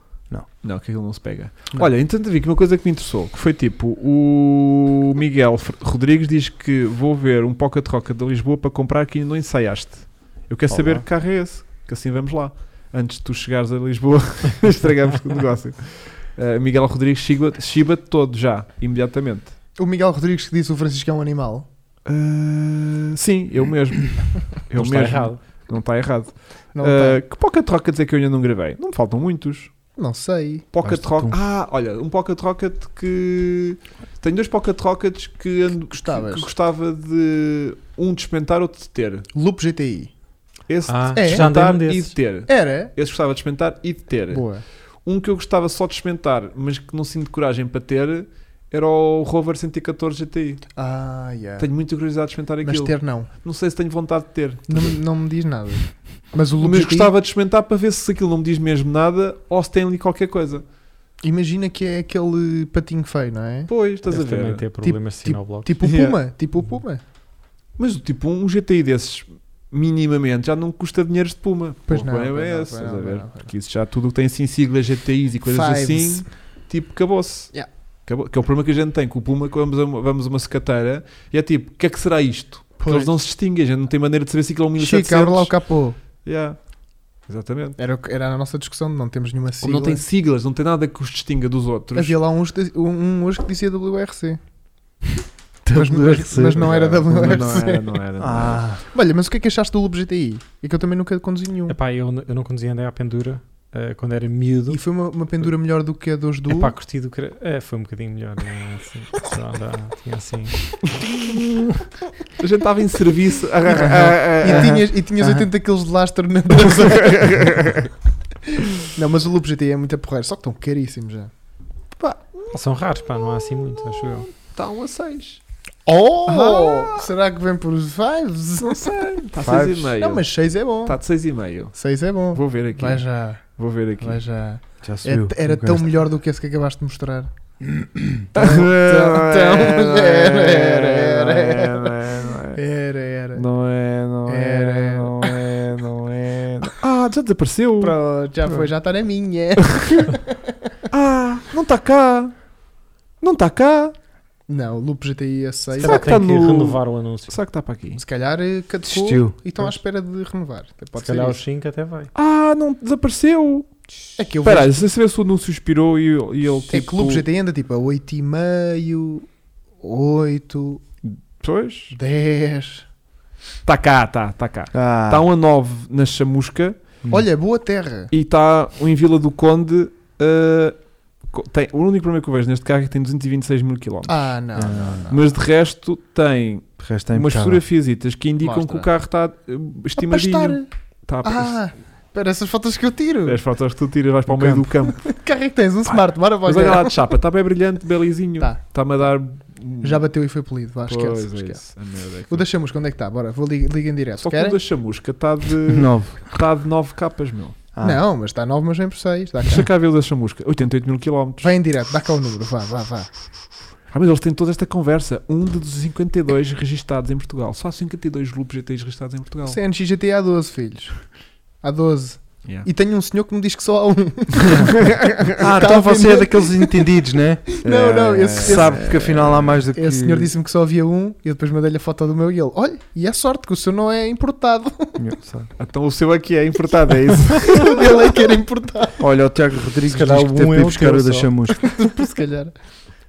Não, que aquilo não se pega. Não. Olha, entretanto vi que uma coisa que me interessou, que foi tipo, o Miguel Fer- Rodrigues diz que vou ver um Pocket Rocket de Lisboa para comprar que ainda não ensaiaste. Eu quero Olá. saber que carro é esse, que assim vamos lá. Antes de tu chegares a Lisboa, [LAUGHS] estragamos o negócio. Uh, Miguel Rodrigues chiba-te chiba todo já, imediatamente. O Miguel Rodrigues que disse o Francisco é um animal. Uh, sim, eu mesmo. eu não mesmo. está errado. Não está errado. Eh, Não Ah, Uh, que Pocket Rockets é que eu ainda não gravei? Não me faltam muitos. Não sei. Pocket Basta Rocket. tu. Ah, olha, um Pocket Rocket que. Tenho dois Pocket Rockets que, ando- gostavas? que gostava de. Um de experimentar, outro de ter. Loop GTI. Esse Ah, de É. já andei num experimentar e desses. de ter. Era? Esse gostava de experimentar e de ter. Boa. Um que eu gostava só de experimentar, mas que não sinto coragem para ter, era o Rover 114 GTI. Ah, yeah. Tenho muita curiosidade de experimentar Mas aquilo. ter não. Não sei se tenho vontade de ter. não. Não me diz nada. Mas o Loop Mas GTI, gostava de experimentar para ver se aquilo não me diz mesmo nada ou se tem ali qualquer coisa. imagina que é aquele patinho feio, não é? Pois, estás a Deve também ver. ter problemas de tipo- sinobloco. Tipo o Yeah. Puma. Tipo o Puma. Mas tipo, um GTI desses, minimamente, já não custa dinheiros de Puma. Pois O não, problema pois é não, esse, pois estás não, a pois ver? não, pois Porque isso já tudo o que tem assim siglas, GTIs e coisas Fives. assim, tipo, acabou-se. Yeah. Acabou- Que é o problema que a gente tem com o Puma, que vamos a uma, vamos a uma secateira e é tipo, o que é que será isto? Porque Pois. eles não se distinguem, a gente não tem maneira de saber se aquilo é um Chica, abre lá o 1700. capô. Yeah. Exatamente. Era, o que- era a nossa discussão de não temos nenhuma Como sigla. não tem siglas, não tem nada que os distinga dos outros. Havia lá um, hoje que- um hoje que dizia [LAUGHS] WRC. Mas, mas- mas não era Não era, WRC. não era. Não era. Ah, Olha, mas o que é que achaste do Loop GTI? É que eu também nunca conduzi tipo- nenhum. Epá, eu, n- eu não conduzia andei à pendura eh, quando era miúdo. E foi uma, uma pendura melhor do que a dos do. Epá, curti do cra... é, foi um bocadinho melhor. Né? Assim, só andava, tinha assim. A gente estava em serviço. Ah, ah, ah, ah, ah. e tinhas, e tinhas 80 kg de lastro [LAUGHS] na traseira. Não, mas o Loop GTI é muito a porreiro, só que estão caríssimos já. São raros, pá, não há assim muito, acho eu. Está um a 6. Oh! Será que vem por vibes? Não sei. Está a Fives. 6,5. Não, mas 6 é bom. Está Tá de 6,5. 6 é bom. Vou ver aqui. Vai já, Vou ver aqui. vai já. já É- subiu. era o tão gasto. melhor do que esse que acabaste de mostrar. Então, então, é, era, era, era. era. Era, era. Não é, não é, Era. não é, não é. Ah, já desapareceu. Pronto, já foi, já está na [LAUGHS] minha. Ah, não tá está cá. Não está cá. Não, o Loop GTI a 6. Se Será calhar que tem tá que no- renovar o anúncio. Será que está para aqui? Se calhar eh, caducou Desistiu. e estão à espera de renovar. Pode Se calhar ser os 5 até vai. Ah, não desapareceu. isso. É que eu Espera vejo- aí, deixa eu saber se o anúncio expirou e, e ele tipo... é que o Loop GTI anda tipo a 8,5, 8, Pois. 10. Está cá, está, está cá. Ah, Está um a 9 na chamusca. Olha, boa terra. e está em Vila do Conde. eh, co- tem, o único problema que eu vejo neste carro é que tem 226 mil km. Ah, não, Não, não, não. Mas de resto tem de resto é umas impecável. fotografias que indicam Mostra. que o carro está Ah, eh, para estar. estimadinho. Tá, Ah, espera, essas fotos que eu tiro. As fotos que tu tiras vais para o No meio do campo. Que carro é que tens? Um smart, bora Mas olha bora. lá de chapa, está bem brilhante, belizinho. Tá. Está-me a dar. Já bateu e foi polido. Vá, um- Pois, esquece, é esquece. isso. A merda é que- O da Chamusca, onde é que está? Bora, vou ligar liga em direto. Só que o Querem? da chamusca [LAUGHS] está de, Nove. tá de 9 capas, meu. Ah. Não, mas está 9, mas vem por 6. Dá [LAUGHS] Deixa cá. cá ver o da chamusca. 88 mil km. Vem em direto, dá cá o número. Vá, vá, vá. Ah, mas eles têm toda esta conversa. Um de 52 registados em Portugal. Só há 52 grupos GTIs registados em Portugal. CNX GT há 12, filhos. Há 12. Yeah. E tenho um senhor que me diz que só [LAUGHS] há um. Ah, Tá a então você é vender. daqueles entendidos, né? Não, não, É, esse- sabe que afinal há mais do que. [LAUGHS] Esse senhor disse-me que só havia um e eu depois mandei-lhe a foto do meu e ele, olha, e é sorte que o seu não é importado. [LAUGHS] Sabe? Então o seu aqui é importado, é isso? ele é que era importado, Olha, o Tiago Rodrigues Se diz que calhar teve um que é ir o buscar teu o da só. chamusca. se calhar.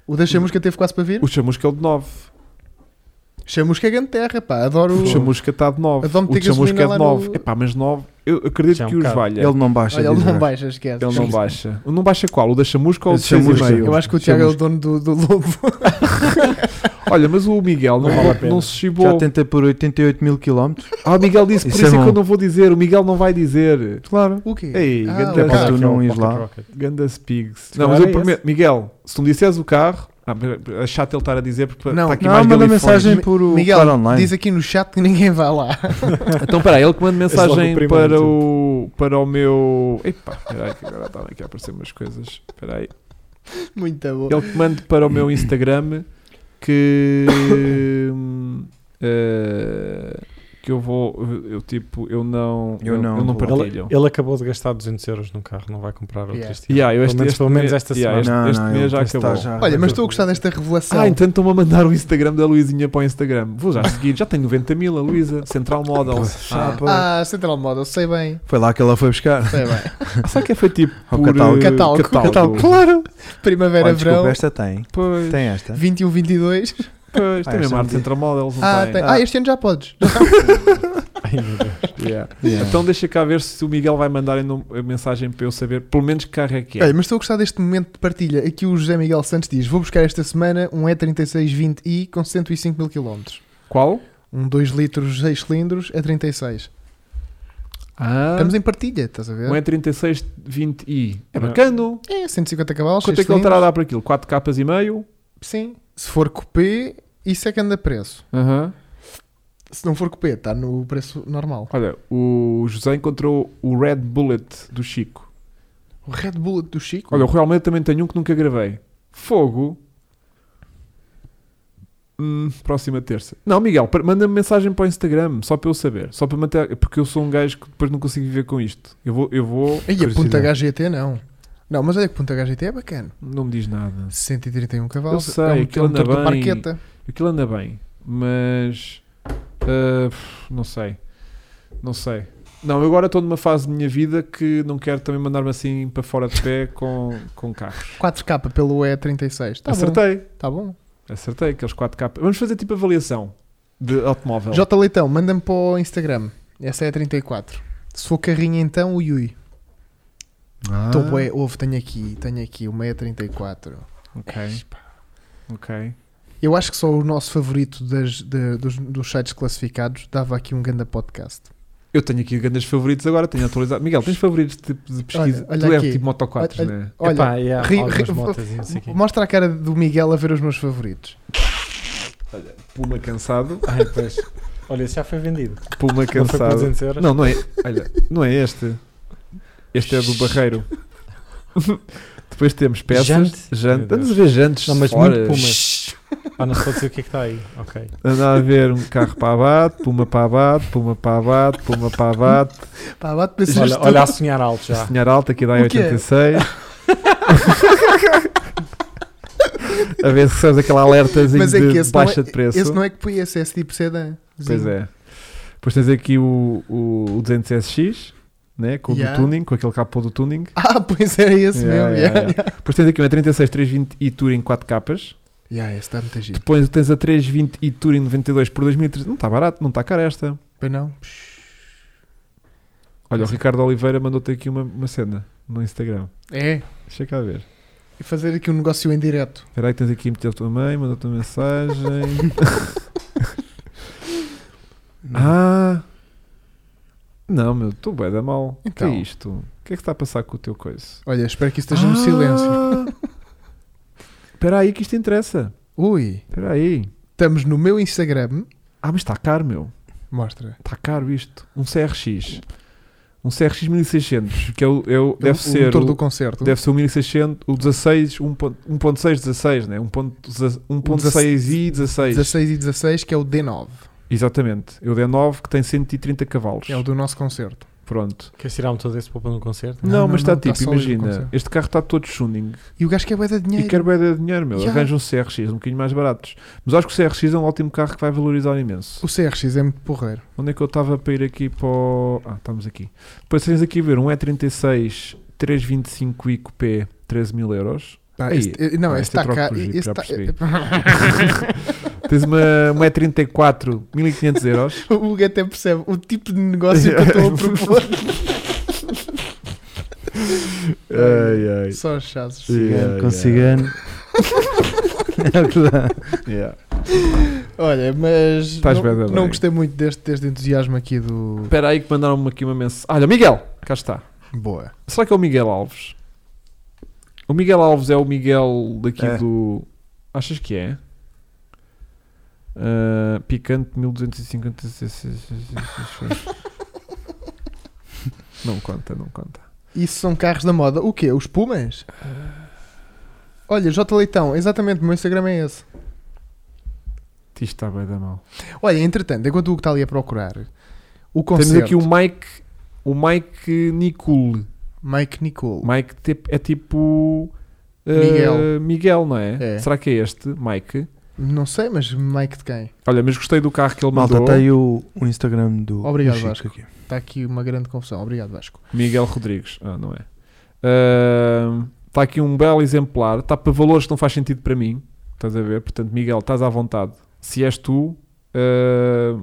O da Chamusca teve quase para vir. o chamusca é o de 9. Chamusca é grande terra, pá, adoro... O o- Então, chamusca está de 9. Eu dou-me O ter chamusca é gasolina de lá 9. no- Epá, mas 9. Eu acredito Já é um que os bocado. valha. Ele não baixa. Olha, diz ele o não gajo. baixa, esquece. Ele não baixa. Não baixa qual? O da chamusca ou o de Esse chamusca. 6,5? Eu acho que o Tiago é o dono do, do lobo. Olha, mas o Miguel não, Não vale a pena. não se Já chibou. tentei por 88 mil quilómetros. Ah, o Miguel disse, por Isso isso, é é que bom. eu não vou dizer. O Miguel não vai dizer. Claro. O quê? Ei, Ah, grande o Mas Aquele carro. tu não que é o ias lá. Pocket Rocket. Gandas Pigs. Se Não, mas calhar eu é prometo, Miguel, se tu me disseres o carro. Ah, é chato ele estar a dizer porque Não, está aqui Não, mais manda galifões. mensagem por o Miguel, Claro online. diz aqui no chat que ninguém vai lá. [LAUGHS] [LAUGHS] Então, peraí, ele que manda És logo o mensagem primeiro para de o, para o meu. Epá, peraí, que agora estão aqui a aparecer umas coisas. Peraí. Muito bom. Ele que manda para o meu Instagram que. [COUGHS] hum, eh, que eu vou. Eu, eu tipo, eu não. Eu não vou. partilho. Ele, ele acabou de gastar 200 euros num carro, não vai comprar outro Yeah. este ano. Yeah, eu Pelo este- menos- este pelo menos mês- esta yeah, este- Não, este não, mês ele já está acabou. já- Olha, mas estou a gostar desta revelação. Ah, então estão-me a mandar o Instagram da Luizinha para o Instagram. Vou já seguir, já tem 90 mil a Luísa, Central Models. Ah, Ah, pô. Ah, Central Model, sei bem. Foi lá que ela foi buscar. Sei bem. [LAUGHS] será que é feito tipo Ao por, catálogo. eh, Catálogo. catálogo? Claro. Primavera, Olha, verão, desculpa, esta tem. Pois, Tem esta. 21, 22. pois, Ah, tem esta mesmo é arte um dia. Central Models, não Ah, tem? tem- Ah. ah, este ano já podes. Ai, meu Deus. Yeah. Yeah. Então deixa cá ver se o Miguel vai mandar ainda uma mensagem para eu saber, pelo menos que carro é que é. Olha, mas estou a gostar deste momento de partilha. Aqui o José Miguel Santos diz: Vou buscar esta semana um E3620i com 105 mil km. Qual? Um 2 litros, 6 cilindros, é E36. Ah, Estamos em partilha, estás a ver? um E3620i. É Não. bacano. É, 150 cavalos. Quanto é seis que ele terá a cilindros. dar para aquilo? 4 capas e meio? Sim. Se for coupé, isso é que anda preço. Aham. Se não for coupé, está no preço normal. Olha, o José encontrou o Red Bullet do Chico. O Red Bull do Chico. Olha, eu realmente também tenho um que nunca gravei. Fogo. Hum, próxima terça. Não, Miguel, pa- manda-me mensagem para o Instagram, só para eu saber. Só para manter. Porque eu sou um gajo que depois não consigo viver com isto. Eu vou. Eu vou E a Punta Curiosidade. HGT não. Não, mas olha que Punta HGT é bacana. não me diz nada. 131 cavalos. Eu sei, é um, é aquilo um anda motor da bem. marqueta. Aquilo anda bem, mas ah, pff, não sei, não sei. Não, eu agora estou numa fase da minha vida que não quero também mandar-me assim para fora de pé com, com carros. 4K pelo E36. Está bom. acertei, Tá bom. acertei aqueles 4K. Vamos fazer tipo avaliação de automóvel. J Leitão, manda-me para o Instagram. Essa é a 34. Se for carrinho então, o Yui. Ah. Estou bué, houve, tenho aqui, tenho aqui o 634. Ok, ok. Eu acho que só o nosso favorito das- de- dos, dos sites classificados dava aqui um ganda podcast. Eu tenho aqui grandes favoritos agora, tenho atualizado. Miguel, tens favoritos de, tipo de pesquisa? Olha, olha tu aqui. és tipo Moto 4, Olha, né? [LAUGHS] Olha, Epá, e há ri- algumas ri- motas e não sei o quê. mostra a cara do Miguel a ver os meus favoritos. Puma cansado, Ai, pois. Olha, esse já foi vendido. Puma Não foi por cansado. 200 euros. Não, não é. Olha, não é este. Este é do Barreiro. [LAUGHS] Depois temos peças. Jante. Jante. Meu Deus. Vamos ver jantes. Não, mas fora. muito pumas. Ah, não se pode dizer o que é que está aí. [LAUGHS] Ok. Anda a ver um carro para abate, puma para abate, puma para abate, puma para abate. Pá, bate para esses Olha, estudos. olha a sonhar alto já. Senhor alta que dá em Tá. O que é? 86. [LAUGHS] a ver se recebes aquele alertazinho Mas é que de esse não é- baixa de preço. Esse não é que põe esse, é esse tipo sedã. Pois é. Depois tens aqui o, o, o 200SX, né? com Yeah. o do tuning, com aquele capô do tuning. Ah, pois era esse mesmo. Yeah, yeah, Yeah, yeah. yeah. Depois tens aqui uma 36 320 e Touring 4 capas. Yeah, esse está muito giro. Depois tens a 320 e Touring 92 por 2003. Não está barato, não está cara esta. Pois não? Olha, o Ricardo Oliveira mandou-te aqui uma, uma cena no Instagram. É. Deixa cá ver. E fazer aqui um negócio em direto. Espera aí que tens aqui meteu a tua mãe, mandou-te [LAUGHS] uma mensagem. ah! Não, meu, tu bué da mal. O que é Então. isto? O que é que está a passar com o teu coice? Ah! Olha, espero que isso esteja no silêncio. Espera aí que isto interessa. Ui, Espera aí. estamos no meu Instagram. Ah, mas está caro, meu. Mostra. Está caro isto. Um CRX. Um CRX 1600, que é o, é o- deve, o, o ser motor do o, concerto. deve ser o 1600, o 16, 1.616, né? 1.6 e 16. 16 e 16, que é o D9. Exatamente. É o D9 que tem 130 cavalos. É o do nosso concerto. Pronto. Queres tirar um todo esse para pôr no concerto? Não, Não, não, mas está não, tá tipo, sólido, imagina, consigo. este carro está todo tuning E o gajo quer bué de e dinheiro. quer bem de dinheiro, meu. Yeah. Arranja um CRX, um bocadinho mais baratos. Mas acho que o CRX é um ótimo carro que vai valorizar imenso. O CRX é muito porreiro. Onde é que eu estava para ir aqui para o... Ah, estamos aqui. Depois tens aqui a ver um E36 325i Coupé 13 mil euros. Pá, Aí, este- eh, não, ah, este este eu está troco cá. por Jeep, este já tá- [LAUGHS] [LAUGHS] Tens uma, uma E34 1500 [LAUGHS] euros. o Hugo até percebe o tipo de negócio que eu [LAUGHS] estou a propor. ai, [LAUGHS] ai. Só os chassos. Yeah, com yeah. cigano. é o que dá. Yeah. Olha, mas é. Estás bué não, da não bem. gostei muito deste, deste entusiasmo aqui do. Espera aí que mandaram-me aqui uma mensagem. Olha, Miguel, cá está. Boa. Será que é o Miguel Alves? O Miguel Alves é o Miguel daqui É. do... Achas que é? Ah, picante 1256. não conta, não conta. Isso são carros da moda. O quê? Os Pumas? Olha, J Leitão, exatamente, o meu Instagram é esse. Isto está bem da mal. Olha, entretanto, enquanto o Hugo está ali a procurar, o Temos concerto. aqui um- o Mike, o Mike Nicole. Mike Nicole. Mike te- é tipo eh, Miguel. Miguel, não é? É. Será que é este, Mike? Não sei, mas Mike de quem? Olha, mas gostei do carro que ele Malta, mandou. está aí o, o Instagram do. Obrigado, do Chico Vasco. aqui. Está aqui uma grande confusão. Obrigado, Vasco. Miguel Rodrigues. Ah, não é? Ah, Está aqui um belo exemplar. Está para valores que não faz sentido para mim. Estás a ver? Portanto, Miguel, estás à vontade. Se és tu, ah,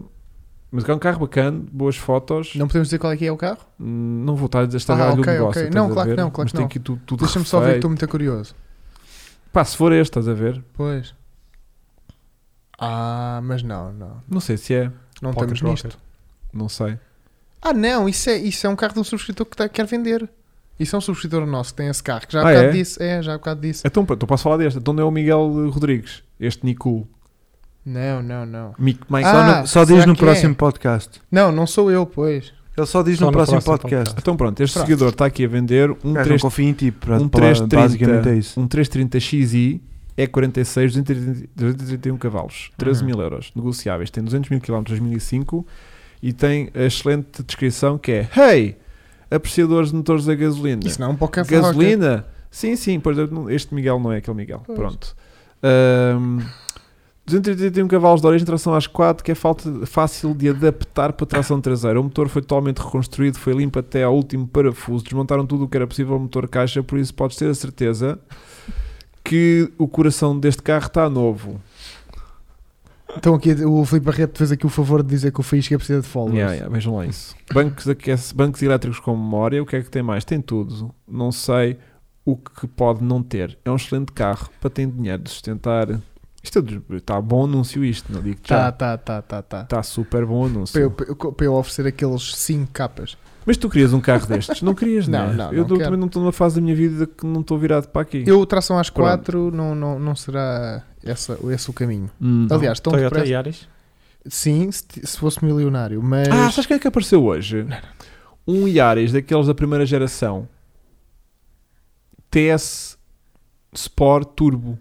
Mas é um carro bacana, boas fotos. Não podemos dizer qual é que é o carro? Hum, Não vou estar a destacar Ah, lhe o ok, negócio. ok. estás Não, a claro que ver? não, claro Mas que tem não. aqui tudo, tudo Deixa-me só ver que refeito. estou muito curioso. Pá, se for este, estás a ver? Pois. Ah, mas não, não. Não sei se é, Não Pocket estamos Rocket. nisto. não sei. Ah, não, isso é, isso é um carro de um subscritor que tá- quer vender. Isso é um subscritor nosso que tem esse carro. Que já há Ah, bocado é? disse. É, já há bocado disse. Então, pronto, eu posso falar deste. Então não é o Miguel eh, Rodrigues, este Nicole. Não, não, não. Mic Mike. Ah, só no- só diz será no que é? próximo podcast. Não, não sou eu, pois. Ele só diz Só no, no próximo, próximo podcast. Então pronto, este Pronto. seguidor está aqui a vender um Gajo, 3 não confia em ti, tipo, para, um para- 330. basicamente é isso. um 330XI é 46, 230 231 cavalos, 13 mil euros, negociáveis. Tem 200 mil km 2005 e tem a excelente descrição que é Hey, apreciadores de motores a gasolina. Isso não é um Pocket Rocket. gasolina? Sim, sim, pois eu- este Miguel não é aquele Miguel. Pois. Pronto. Ahm, 231 cavalos de origem, tração às 4, que é falta, fácil de adaptar para tração traseira. O motor foi totalmente reconstruído, foi limpo até ao último parafuso, desmontaram tudo o que era possível ao motor caixa, por isso podes ter a certeza que o coração deste carro está novo. Então aqui o Filipe Barreto fez aqui o favor de dizer que o Faísca precisa de followers. Yeah, yeah, vejam lá isso. Bancos, aquece, bancos elétricos com memória, o que é que tem mais? Tem tudo. Não sei o que pode não ter. É um excelente carro para ter dinheiro de sustentar. Isto é está bom anúncio isto, não digo Tá, já. tá, tá, tá, tá. Está super bom anúncio. Para eu, para eu- para eu oferecer aqueles 5 capas. Mas tu querias um carro destes? [LAUGHS] Não querias, Não, né? não, Eu não dou- quero. também não estou numa fase da minha vida que não estou virado para aqui. Eu tração às Pronto. 4 não, não, não será essa, esse o caminho. Hum. Aliás, tão Toyota depressa. Yaris. Sim, se, ti- se fosse milionário, mas. Ah, sabes quem é que apareceu hoje? Um Yaris daqueles da primeira geração. TS Sport Turbo.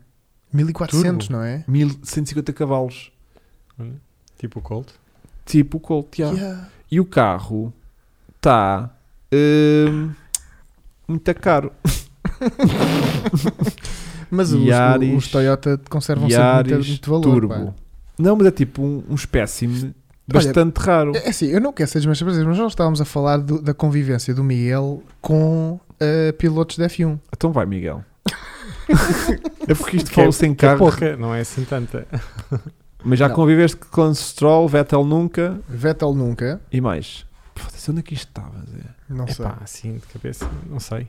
1400, não é? 1150 cavalos. Tipo o Colt. Tipo o Colt, já. Yeah. E o carro está muito caro. Mas os, Yaris- os Toyota conservam sempre muito, Yaris muito valor. Turbo. pá. Não, mas é tipo um, um espécime bastante raro. É é assim, eu não quero ser desmascarador, mas nós estávamos a falar do- da convivência do Miguel com ah, pilotos de F1. Então [LAUGHS] vai, Miguel. é porque isto Que é- falou sem Que é carro. pouca, não é assim tanta. mas já Não. conviveste com Lance Stroll, Vettel nunca Vettel nunca, e mais. Foda-se, onde é que isto estava? Zé? não sei. Epá, assim de cabeça, não sei.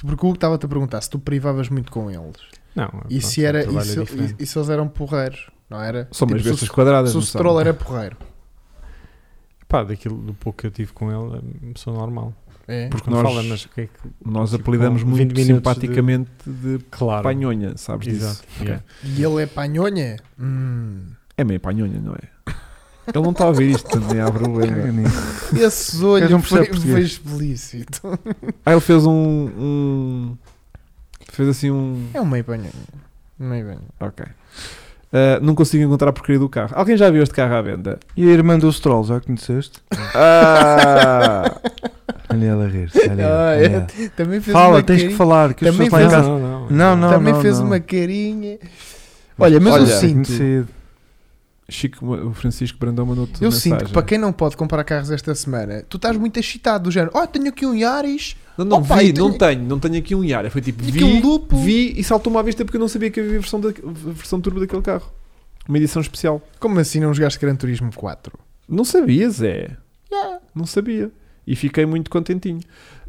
Porque o que estava-te a perguntar se tu privavas muito com eles Não, e pronto, se, era, é um e, trabalho se, diferente. e- e se eles eram porreiros, não era? Só umas Tipo, bestas se, o- quadradas. se o não são? Stroll era porreiro. Pá, daquilo do pouco que eu tive com ele, é uma pessoa normal. É. Porque Nós- não fala, mas o que é que. Nós Tipo, apelidamos 20 muito minutos de- simpaticamente de, Claro. panhonha, sabes disso? Exato. yeah. E ele é panhonha? [LAUGHS] Hum. É meio panhonha, não é? Ele não está a ouvir isto, portanto, nem há Caga problema. nisso. Esse Eu um não olho percebo foi, português. foi explícito. Ah, ele fez um. um- fez assim um. É um meio banho. Um Meio banho. Ok. Ah, não consigo encontrar a porcaria do carro. Alguém já viu este carro à venda? [LAUGHS] E a irmã do Stroll, já conheceste? [LAUGHS] Ah, Olha ela a rir-se. olha ela, Ah, olha é. ela. Também fez Fala, uma tens carinha. que falar, que as Também pessoas lá em Não, fez- casa. não, não. Não, não, também não, fez não. uma carinha. Olha, mas Olha, eu [LAUGHS] sinto. Conhecido. [LAUGHS] Chico, o Francisco Brandão mandou-te Eu mensagem. sinto que para quem não pode comprar carros esta semana, tu estás muito excitado do género. Oh, tenho aqui um Yaris, Não, não, Opa, vi, eu tenho- não tenho, não tenho aqui um Yara. Foi tipo, tenho aqui um vi, lupo. vi e saltou-me à vista porque eu não sabia que havia versão, da, versão turbo daquele carro. Uma edição especial. Como assim não jogaste Gran Turismo 4? Não é. sabia, Zé. Não sabia. E fiquei muito contentinho.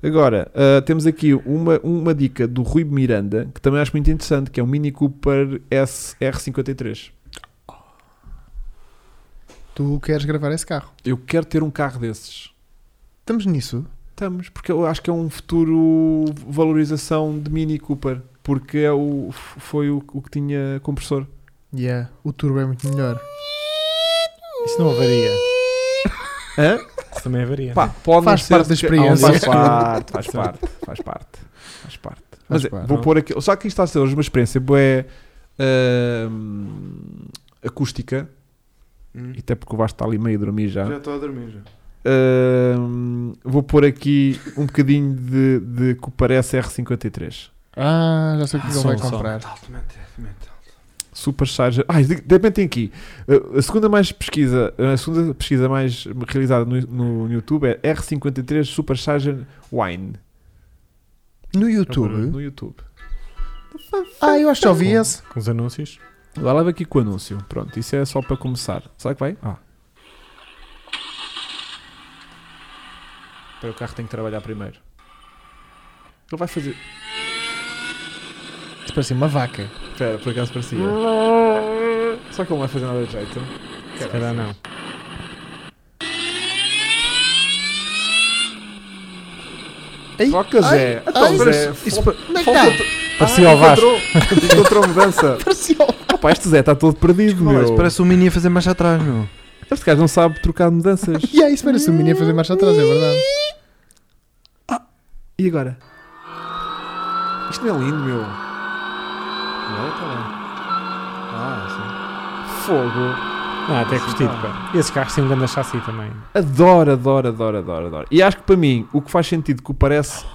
Agora, ah, temos aqui uma, uma dica do Rui Miranda, que também acho muito interessante, que é um Mini Cooper SR53. Tu queres gravar esse carro? Eu quero ter um carro desses. Estamos nisso. Estamos, porque eu acho que é um futuro valorização de Mini Cooper, porque é o, f- foi o, o que tinha compressor. Yeah, o turbo é muito melhor. Isso não varia. Hã? Isso também varia. Pá, pode Faz não ser parte da que- experiência. Faz parte, faz parte, faz parte, faz parte. Mas é, parte. vou pôr aqui. Só que isto está a ser hoje uma experiência bué ahm, acústica, e até porque o Vasco está ali meio a dormir já. estou a dormir. Hum. Já. Ahm, vou pôr aqui um bocadinho de, de Cooper SR53. Ah, já sei o que Ah, ele vai som, som. comprar. Supercharger. Ai, de, de repente tem aqui. Uh, A segunda mais pesquisa, a segunda pesquisa mais realizada no, no- no YouTube é R53 Supercharger Wine No YouTube. no YouTube. Ah, eu acho que já ouvi Com- esse. Com os anúncios. Agora leva aqui com o anúncio. Pronto, isso é só para começar. Será que vai? Ah. Para o carro tem que trabalhar primeiro. Ele vai fazer. Isto parecia uma vaca. Espera, por acaso parecia. Só que ele não vai fazer nada de jeito. Se calhar não. Ei, Troca Zé. ai, Então, ai, Zé. isso- fal- Onde é que falta- está? Parecia Ah, o Vasco. encontrou- Encontrou [LAUGHS] mudança. Parecia Pá, este Zé está todo perdido, Não, meu. isso parece um mini a fazer marcha atrás, meu. Este gajo não sabe trocar mudanças. E aí, isso parece um menino a fazer marcha atrás, é verdade. E agora? Isto não é lindo, meu. Agora está bem. Ah, Fogo. Ah, até tá curtido, pá. Esses carros têm um grande chassi também. Adoro, adoro, adoro, adoro, adoro. E acho que para mim, o que faz sentido que o parece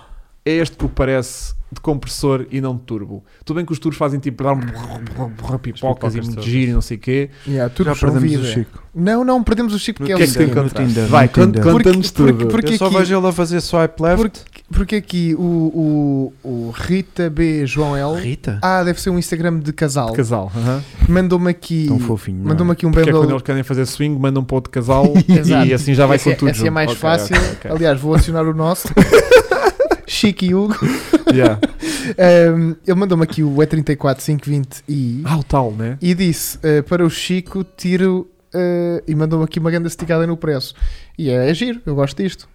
é este que o parece de compressor e não de turbo. Tudo bem que os turbos fazem tipo brrr, brrr, brrr, brrr, pipocas e muito todas. giro e não sei o é quê. Yeah, sim. tudo Já são perdemos o vida. Chico. Não, não, perdemos o Chico No porque é o que é que Zé. tem Tinder, no encontraste? Tinder, no Vai, Tinder. conta- Conta-nos porque- tudo. porque- Eu só aqui- vejo ele a fazer swipe left. Porque aqui o, o, o Rita B. João L. Rita? Ah, deve ser um Instagram de casal. Casal. aham. Mandou-me aqui. Tão fofinho. não é? Mandou-me aqui um Porque é quando BMW. eles querem fazer swing, mandam para outro casal [LAUGHS] Exato. e assim já vai Essa com é- tudo. essa é mais junto. Ok, fácil. [LAUGHS] ok, ok. Aliás, vou acionar o nosso. Chico e Hugo. Yeah. Ahm, ele mandou-me aqui o E34520i Ah, o tal, né? e disse ah, para o Chico tiro. ah, e mandou-me aqui uma grande esticada no preço. E é, é giro, eu gosto disto.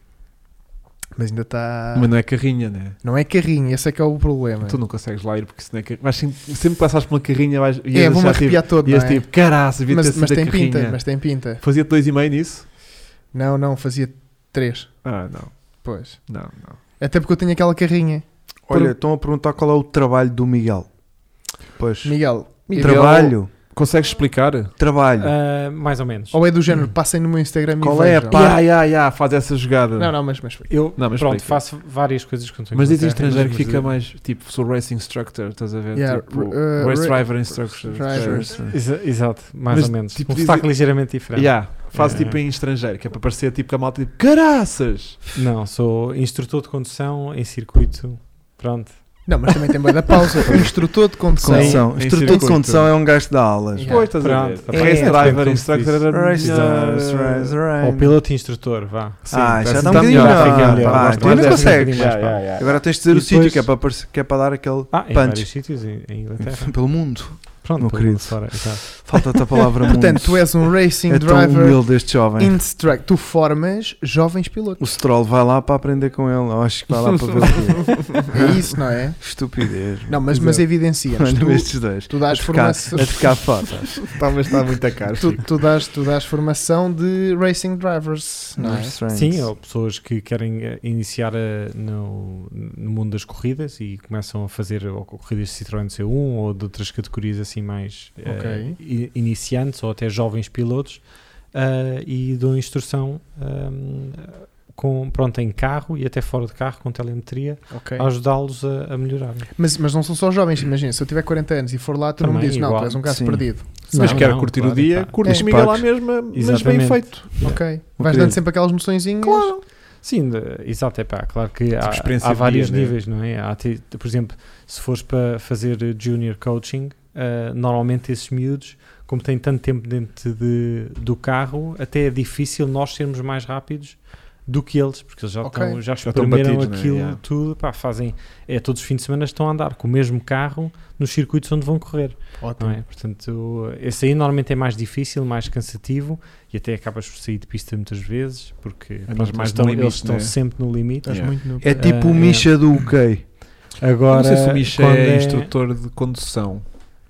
Mas ainda tá- está. Mas não é carrinha, né? Não é carrinho, esse é que Ah. é o problema. Tu não consegues lá ir porque se não é carrinha. Vais sempre, sempre que passares pela carrinha vais, e É, vou-me arrepiar todo, E não é? tipo, caraças, devia ter mas sido mas a tem carrinha. pinta, mas tem pinta. Fazia dois e meio nisso? Não, não, fazia três. Ah, não. Pois. Não, não. Até porque eu tenho aquela carrinha. Olha, estão a perguntar qual é o trabalho do Miguel. Pois. Miguel, Miguel- Trabalho. Consegues explicar? Ya, Trabalho. Ah, mais ou menos. ou é do Hum. género, passem no meu Instagram Qual e é a vejam. pá- ya, ya, faz essa jogada. Não, não, mas, mas Eu, Não, mas pronto, explica. faço várias coisas que não tenho Mas que diz em fazer, estrangeiro que mas fica brasileiro. mais tipo, sou racing instructor, estás a ver? Yeah, tipo, r- uh, race ra- driver instructor. driver. Exa- exato, mais Mas, ou menos. tipo, um diz- sotaque ligeiramente diferente. Yeah, faz É. tipo em estrangeiro, que é para parecer tipo que a malta tipo, caraças! Não, sou instrutor de condução em circuito. Pronto. Não, mas também tem boa da pausa. [LAUGHS] Instrutor de condução. Condução. Em Instrutor de circuito. condução é um gajo de aulas. Yeah. Pois, estás a ver? Pronto. Race É, depende driver como se instructor diz. era Race, melhor. race, race, Ou race. piloto instrutor, vá. Ah, já parece está um que bocadinho melhor, melhor. fica melhor. Pá, Gosto tu mais ainda dessa, consegues. um bocadinho mais, pá. Agora tens de dizer E o sítio depois- que é para parece- que é para dar aquele Ah, em vários punch sítios em, em Inglaterra. [LAUGHS] pelo mundo. Pronto, Meu pelo querido. mundo fora, exato. Falta-te [LAUGHS] a palavra mundo. Portanto, tu és um racing é tão driver humilde este é. jovem. instructor. Tu formas jovens [LAUGHS] pilotos. O Stroll vai lá para aprender com ele. Eu acho que vai lá para ver o [LAUGHS] quê? É isso, não é? um Estupidez. Não, mas, mas evidencia-nos. Olha Tu, estes dois. tu dás a trocar, formação. a trocar fotos. [LAUGHS] Tá, mas está muito a cara. Tu, tu dás, tu dás formação de racing drivers, não é? Strange. Sim, ou pessoas que querem eh, iniciar eh, no, no mundo das corridas e começam a fazer ou co- corridas de Citroën C1 ou de outras categorias assim mais eh, i- iniciantes ou até jovens pilotos eh, e dão instrução ehm, com, pronto, em carro e até fora de carro com telemetria Ok. a ajudá-los a, a melhorar. Mas, mas não são só jovens, imagina. Se eu tiver 40 anos e for lá, tu não me Também, dizes, não, igual. tu és um caso Sim. perdido. mas Não, quero não, curtir claro, o dia, pá. curtes É. comigo lá Parques. mesmo, mas bem Exatamente. feito. Ok. Vou Vais querer. dando sempre aquelas noçõezinhas. Claro. Sim, de- exato, é pá, claro que há, Tipo experiência há de vários vida, né? níveis, não é? Há, ti- por exemplo, se fores para fazer eh, junior coaching, eh, normalmente esses miúdos, como têm tanto tempo dentro de, do carro, até é difícil nós sermos mais rápidos do que eles, porque eles já, Ok. estão, já Já estão exprimeram batidos, né? aquilo Yeah. tudo, pá, fazem, é todos os fins de semana estão a andar com o mesmo carro nos circuitos onde vão correr, não Ótimo. é? Portanto, esse aí normalmente é mais difícil, mais cansativo e até acabas por sair de pista muitas vezes, porque mais eles no estão, limite, eles estão né? sempre no limite. Estás Yeah. muito no... É tipo o Ah, Misha do UK. Agora, não sei se o Misha quando é, instrutor de condução.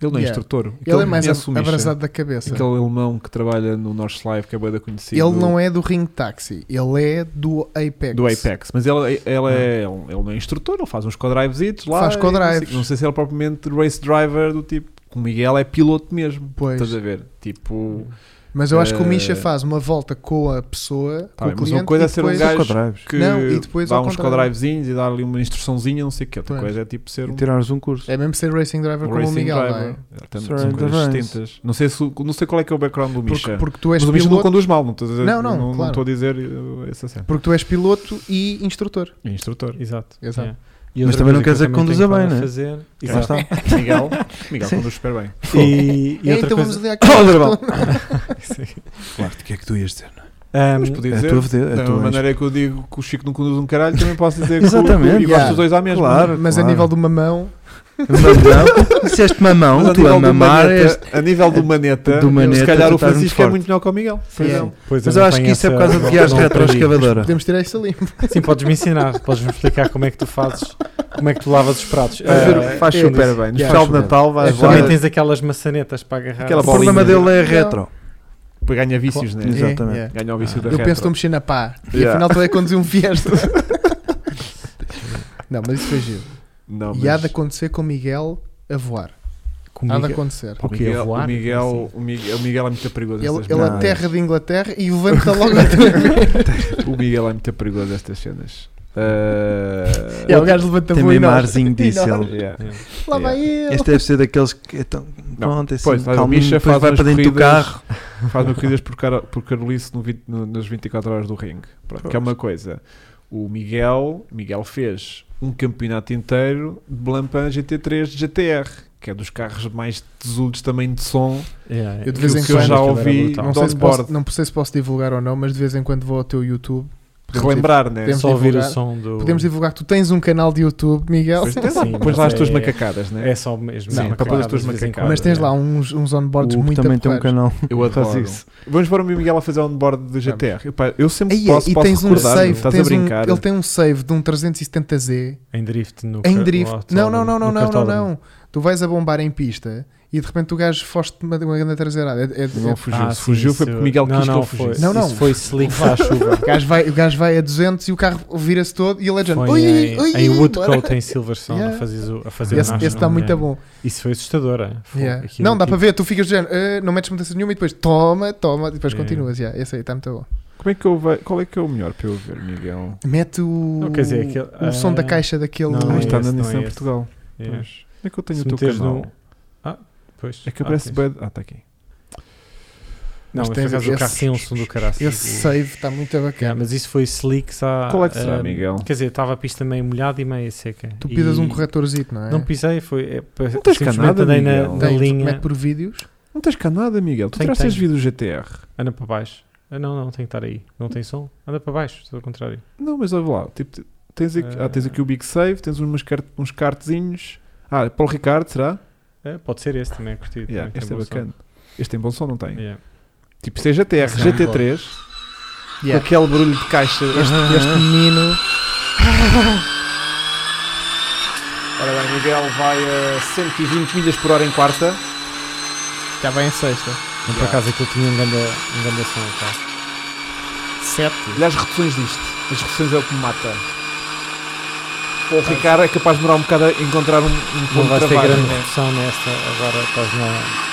Ele não é Yeah. instrutor. Ele Aquele- é mais conhece o Misha. abrasado da cabeça. Aquele alemão que trabalha no North Live, que é boa da conhecida. Ele não é do Ring Taxi, ele é do Apex. Do Apex, mas ele, ele, é, ele não é instrutor, ele faz uns co-drives lá. Faz e não sei- co-drives. Não sei se ele é propriamente race driver do tipo. O Miguel é piloto mesmo. Pois. Estás a ver? Tipo. Mas eu acho que o Misha Eh, faz uma volta com a pessoa, com Tá bem, o mas uma cliente, coisa e é ser um depois- gajo- Só quadrais. que Não, e depois dá ao uns contrário. co-drivezinhos e dar ali uma instruçãozinha, não sei o que. Outra Pois. coisa é tipo ser E um, tirares um curso. É mesmo ser racing driver um como o racing Miguel, não é? driver. Portanto, são Surround coisas the vans. distintas. Não sei, se, o- não sei qual é que é o background do Porque, Misha. porque tu és mas o Misha não piloto, conduz mal, não estou a dizer, Não, não, não, claro. estou a dizer uh, essa cena. porque tu és piloto e instrutor. É instrutor. Exato. Exato. é. Mas E outra também não coisa quer dizer que eu também conduza tenho bem, para né? Fazer, Lá É, exato. está. Miguel, Miguel conduz super bem. E, e É, [LAUGHS] outra então coisa. [LAUGHS] vamos ali àquela Olha, irmão. questão. [LAUGHS] Claro, o que é que tu ias dizer? Ahm, Mas podia É a dizer, tua vede- é a da tua mesma maneira que eu digo que o Chico não conduz um caralho, também posso dizer que Exatamente. o, e gosto Yeah. dos dois à mesma. Claro. Mas claro. a nível do mamão, Mamão? Disseste mamão, Mas a tu nível a do mamar maneta- és- a nível do maneta, do maneta, se calhar tu o estás muito Francisco é forte. muito melhor que o Miguel. Pois Yeah. não. [LAUGHS] pois Mas não eu acho tenho que isso é por essa- causa de não- guiares não aprendi. retroescavadora. podemos tirar isto ali. Sim, podes-me ensinar, podes-me explicar como é que tu fazes, como é que tu lavas os pratos. Vai ver, Ah, faz é super isso. bem. No Yeah. final de Faz super Natal vais É, lá Também Olha- tens aquelas maçanetas para agarrar. Aquela O problema bolinha. dele é retro. para ganhar vícios, né? Ah, Claro. Exatamente. É, é. Ganha o vício da Eu penso que estou retro. a mexer na pá. E Yeah. afinal tu é conduzir um [LAUGHS] Fiesta. não, mas isso foi giro. Não, E há mas- de acontecer com o Miguel a voar. Como Há de Miguel- acontecer. O O quê? Miguel, Voar? o, Miguel, Assim. o, Miguel, o Miguel é muito perigoso. Ele, estas ele merdas. aterra de Inglaterra e é levanta logo [LAUGHS] outra [LAUGHS] vez. O Miguel é muito perigoso estas cenas. Ah, E É, o gajo levanta Tem boa e mesmo nós- [LAUGHS] arzinho disso. nós- ele. yeah. Lá vai ele. Este deve ser daqueles que estão. Pronto, é assim, Pois, olha, o calminho, Misha depois faz vai umas para dentro do corridas- carro. Faz uma corridas por, Car por Carolice no vinte- no- nas 24 horas do ringue. Pronto, que é uma coisa. O Miguel, Miguel fez um campeonato inteiro de Blampan GT3 de GTR, que é dos carros mais tesudos também de som. Yeah, Eu de que vez o em que eu quando- já Aquilo ouvi, era brutal. Não não Dom sei, se posso, Borde. não sei se posso divulgar ou não, mas de vez em quando vou ao teu YouTube. Podemos Relembrar, né? sei, Podemos só ouvir o divulgar. som do. div- Podemos divulgar que tu tens um canal de YouTube, Miguel. Pois tens lá- Sim, pões mas lá as tuas é- macacadas, né? É só mesmo. Sim, sim, para pôr as claro, tuas de vez em quando, macacadas. Mas tens é. lá uns, uns onboards O Hugo muito também tem um apetecíveis. canal. Eu Faz adoro. isso. Vamos para o meu Miguel a fazer um onboard de GTR. Epá, eu sempre Aí é, posso, e posso tens um recordar, save, estás a tens um- brincar. ele tem um save de um 370Z Em drift no em car- drift. no Não, não, não, não, no não, não, cartódromo. não. Tu vais a bombar em pista e de repente o gajo foste uma, uma grande traseirada. É- é- Não é- fugiu. Ah, Se fugiu sim, foi isso- porque o Miguel não, quis que não, ele foi- fugisse. Não, não. isso Foi slick para a chuva. o, gajo vai, o gajo vai a 200 e o carro vira-se todo e ele é de género, Foi "Ui, em, ui, ui, em ui, bora." Woodcote, em Silverstone, Yeah. a fazer, o- a fazer o Esse National, está muito yeah. bom. Isso foi assustador. é? Foi Yeah. aquilo Não, dá que- para ver, tu ficas de género, "Ah, não metes mudança nenhuma e depois toma, toma, e depois Yeah. continuas. Yeah, esse aí está muito bom. Como é que eu vai... Qual é que é o melhor para eu ver, Miguel? Mete o, Não, quer dizer, aquele- o som da ah, caixa daquele. Não, ah, é está esse, na não é Nissan esse. Portugal. Yeah. Pois. Onde é que eu tenho Se o teu meteres canal? no- Pois. É que Ah, aparece ok. bué de- Ah, está aqui. Não, Mas mas por tem- acaso o esse- carro tem um som do caralho. Esse save está muito bacana. mas isso foi slick. Sá, Qual é que será, ah, Miguel? Quer dizer, estava a pista meio molhada e meio seca. Tu pisas E um corretorzito, não é? Não pisei, foi. É, não tens canada, andei na, Miguel. na Tem, tu linha. Mete por vídeos. Não tens cá nada, Miguel. Tu Tenho, trazes tenho. vídeo do GTR. Anda para baixo. Ah, não, não, tem que estar aí. Não tem som? Anda para baixo, estou ao contrário. Não, mas olha lá. Tipo, tens, aqui... Ah, tens Ah. aqui o Big Save, tens umas cart... uns cartezinhos. Ah, Paulo Ricardo, será? É, pode ser esse também, curti. Yeah, também, tem este é bom som. bacana. Este tem bom som, não tem? Yeah. Tipo, se é GTR, Sim. GT3, Yeah. com aquele barulho de caixa. Este, este menino. Ora bem, Miguel vai a 120 milhas por hora em quarta. Já vai Tá em sexta. Mas, Por acaso aquilo tinha um grande, um grande som no carro. Sete. Olha as reduções disto. As reduções é o que me mata. O Ricardo é capaz de demorar um bocado a encontrar um, um Não ponto vais de ter travagem. grande né? redução né? nesta, agora estás na,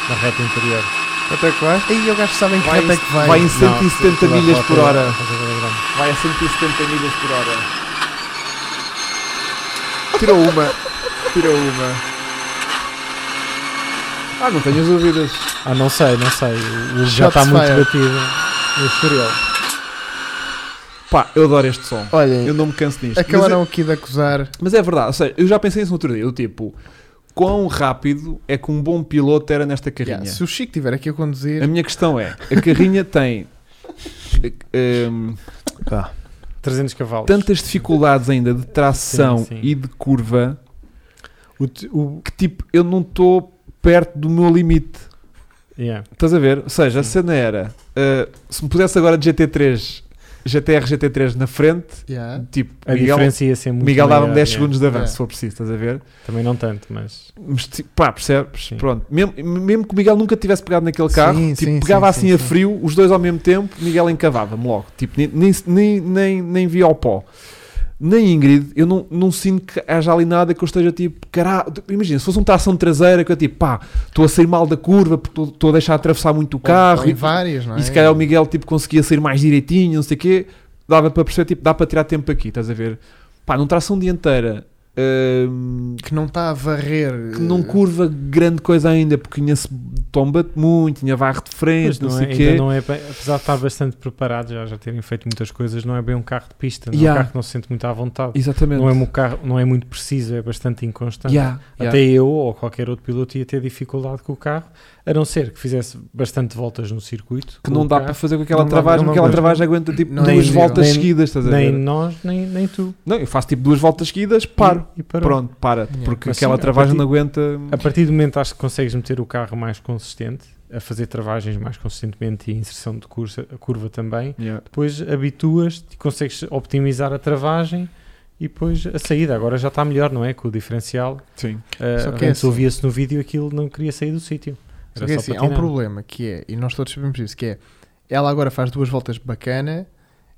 na reta interior. Até que vai? Aí o gajo sabe em que Vai reta é em- que vai. vai em- Não, 170 aquilo vai milhas para por a- hora. para a grande. Vai a 170 milhas por hora. Tirou uma. Tirou uma. Ah, não tenhas dúvidas. Ah, não sei, não sei. O- O já Shots está muito fired. batido no historial. Pá, eu adoro este som. Eu Olhem, não me canso disto. Mas é- acabaram aqui de acusar. Mas é verdade, ou seja, eu já pensei isso no outro dia. Eu tipo, quão rápido é que um bom piloto era nesta carrinha? Yeah, se o Chico estiver aqui a A conduzir. minha questão é: a carrinha tem eh, hum, 300 cavalos. tantas dificuldades ainda de tração Sim, sim. e de curva O, t- o, que tipo, eu não estou perto do meu limite. yeah. Estás a ver? Ou seja, a Sim. cena era: eh, se me pudesse agora de GT3, GTR, GT3 na frente, Yeah. tipo, A Miguel, diferença ia ser muito Miguel dava-me maior, é. 10 yeah. segundos de avanço Yeah. se for preciso, estás a ver? Também não tanto, mas. Mas, tipo, pá, percebes? Sim. Pronto. Mesmo, mesmo que o Miguel nunca tivesse pegado naquele carro, Sim, tipo, sim, pegava sim, assim sim, a sim. frio, os dois ao mesmo tempo, Miguel encavava-me logo. Tipo, nem, nem, nem, nem, nem via ao pó. Na Ingrid, eu não, não sinto que haja ali nada que eu esteja tipo, caralho, imagina, se fosse um tração de traseira que eu tipo, pá, estou a sair mal da curva porque estou- estou a deixar atravessar muito o carro Ou em e, várias, não é? e se calhar o Miguel tipo, conseguia sair mais direitinho, não sei o quê, dava para perceber, tipo, dá para tirar tempo aqui, estás a ver? Pá, num tração dianteira, hum, Que não está a varrer. eh, que não curva grande coisa ainda, porque tinha se tomba-te muito, tinha varre de frente, Mas não, não sei é, o ainda quê. não é bem, apesar de estar bastante preparado, já, já terem feito muitas coisas, não é bem um carro de pista, não Yeah. é um carro que não se sente muito à vontade. Exatamente. Não é, um carro, não é muito preciso, é bastante inconstante. Yeah, yeah. Até eu ou qualquer outro piloto ia ter dificuldade com o carro, A não ser que fizesse bastante voltas no circuito. Que com não o dá carro. para fazer com aquela Não dá- travagem, não porque aquela dá. travagem aguenta tipo Não é duas possível. voltas Nem- seguidas, estás a Nem ver? nós, nem, nem tu. Não, eu faço tipo duas voltas seguidas, paro. E, e parou. Pronto, para. Yeah. Porque Mas sim, aquela a travagem partir- não aguenta. A partir do momento acho que consegues meter o carro mais consistente, a fazer travagens mais consistentemente e inserção de cursa- curva também, Yeah. depois habituas-te e consegues optimizar a travagem e depois a saída. Agora já está melhor, não é? Com o diferencial. Sim. Ah, Só que é antes assim. ouvia-se no vídeo aquilo não queria sair do sítio. Era é Porque assim, só há um patinar. problema que é, e nós todos sabemos isso, que é ela agora faz duas voltas bacana,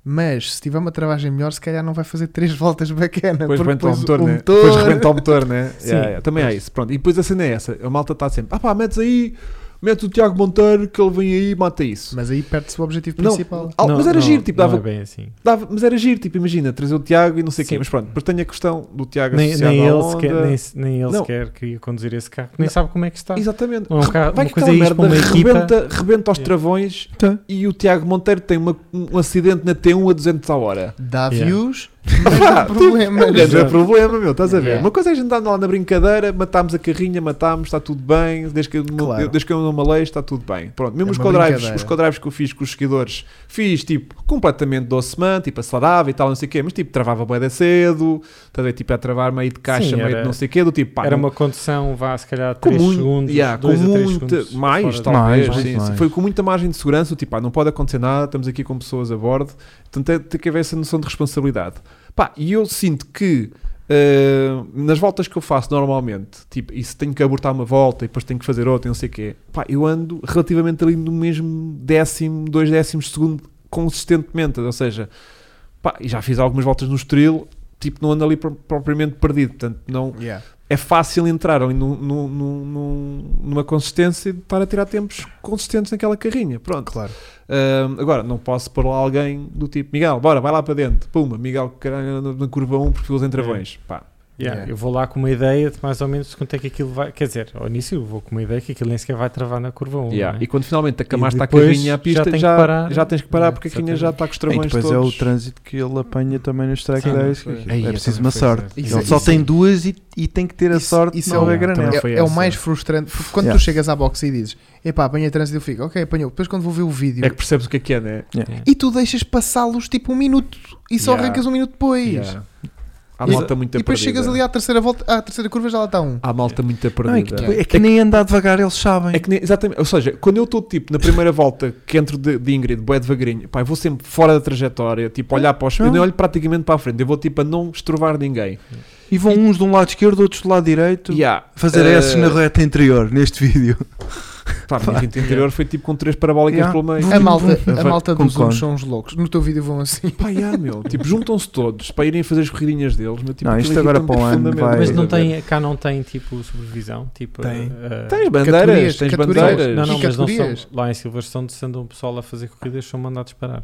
mas se tiver uma travagem melhor, se calhar não vai fazer três [LAUGHS] voltas bacana. Depois porque rebenta o depois motor, o né? motor- Depois rebenta o motor, [LAUGHS] né? Sim. Yeah, yeah, Também há isso. Pronto. E depois a cena é essa. A malta está sempre, ah pá, metes aí, metes o Tiago Monteiro, que ele vem aí e mata isso. Mas aí perde-se o objetivo Não, principal. ah, mas era não, giro, tipo, não dava, é bem assim. dava- mas era giro, tipo, imagina, trazer o Tiago e não sei o quê, Sim. mas pronto, depois tem a questão do Tiago Nem, associado nem à ele onda. sequer, nem, se- nem ele Não. sequer queria conduzir esse carro, nem sabe como é que está. Exatamente. Não é um carro- Vai uma que coisa aquela é isto para merda, uma equipa. É. rebenta, rebenta aos Yeah. travões Tá. e o Tiago Monteiro tem uma- um acidente na T1 a 200 a hora. Dá Yeah. [LAUGHS] views, mas dá problemas. Não é problema, meu, estás a ver? Yeah. Uma coisa é a gente andar lá na brincadeira, matámos a carrinha, matámos, está tudo bem, desde que eu, não- Claro. eu- desde que eu não malei, está tudo bem. Pronto, mesmo É os uma co-drives, brincadeira. os co-drives que eu fiz com os seguidores, fiz tipo completamente doce man, tipo acelerava e tal, não sei o quê, mas tipo travava bué da cedo, estás a ver? Tipo a travar meio de caixa, Sim, meio era- de não sei o quê, do tipo pá, era não- uma condução, vá, se calhar, com 3 muito- segundos, yeah, 2 com a 3 muita- segundos. fora mais da- talvez, Mais, sim, mais. sim. foi com muita margem de segurança, tipo, ah, não pode acontecer nada, estamos aqui com pessoas a bordo, portanto tem- tem que haver essa noção de responsabilidade. Pá, e eu sinto que eh, nas voltas que eu faço normalmente, tipo, e se tenho que abortar uma volta e depois tenho que fazer outra e não sei o quê, pá, eu ando relativamente ali no mesmo décimo, dois décimos de segundo consistentemente, ou seja, pá, e já fiz algumas voltas no Estoril, tipo, não ando ali pro- propriamente perdido, portanto não, Yeah. é fácil entrar ali num- num- num- num- numa consistência e estar a tirar tempos consistentes naquela carrinha. Pronto. Claro. Ahm, agora, não posso pôr lá alguém do tipo Miguel, bora, vai lá para dentro. Puma, Miguel, caralho, na, na curva 1 porque ficou em travões. Pá, Yeah, Yeah. Eu vou lá com uma ideia de mais ou menos quanto é que aquilo vai. Quer dizer, ao início eu vou com uma ideia que aquilo nem sequer vai travar na curva é? 1. yeah. E quando finalmente acamaste a depois carrinha à já pista, tenho já, que já, parar. tens que parar Yeah, porque a carrinha já está com os E travões depois é o todos. trânsito que ele apanha também nos track Sim, days. pois. que Aí, É eu preciso também uma foi sorte. certo. Ele Isso- é só isso- tem duas e, e tem que ter a isso- sorte isso de não é haver um- granel. também É, foi é o essa. mais frustrante porque quando Yeah. tu chegas à boxe e dizes epá, apanhei trânsito, eu fico, ok, apanhou. Depois quando vou ver o vídeo É que percebes o que é que é, né? e tu deixas passá-los tipo um minuto e só Yeah. arrancas um minuto depois. Yeah. Há E- malta muito E depois perdida. chegas ali à terceira volta, à terceira curva já lá está um. Há malta muito perdida. Não, é, que, Yeah. é que nem andar devagar eles sabem. É que nem- exatamente, ou seja, quando eu estou tipo na primeira volta que entro de, de Ingrid, bué devagarinho, pá, eu vou sempre fora da trajetória, tipo olhar para os, eu Não. nem olho praticamente para a frente, eu vou tipo a não estrovar ninguém. E vão uns de um lado esquerdo, outros do lado direito. Yeah, Fazer eh, S na reta interior, neste vídeo. Pá, a minha gente interior foi tipo com três parabólicas Yeah. É pelo meio. A malta, a Vai, malta dos concordo. uns são os loucos. No teu vídeo vão assim. Pá, yeah, meu, tipo juntam-se todos para irem fazer as corridinhas deles, mas, tipo, Não, aquilo isto agora irrita-me para o ano profundamente. vai- Mas não Estás a ver? tem, cá não tem tipo supervisão? Tipo, Tem. ah, Tens bandeiras, Categorias, tens categorias. bandeiras. Não, não, é E mas não categorias? são, lá em Silverstone, se anda um pessoal a fazer corridas, são mandados parar. é,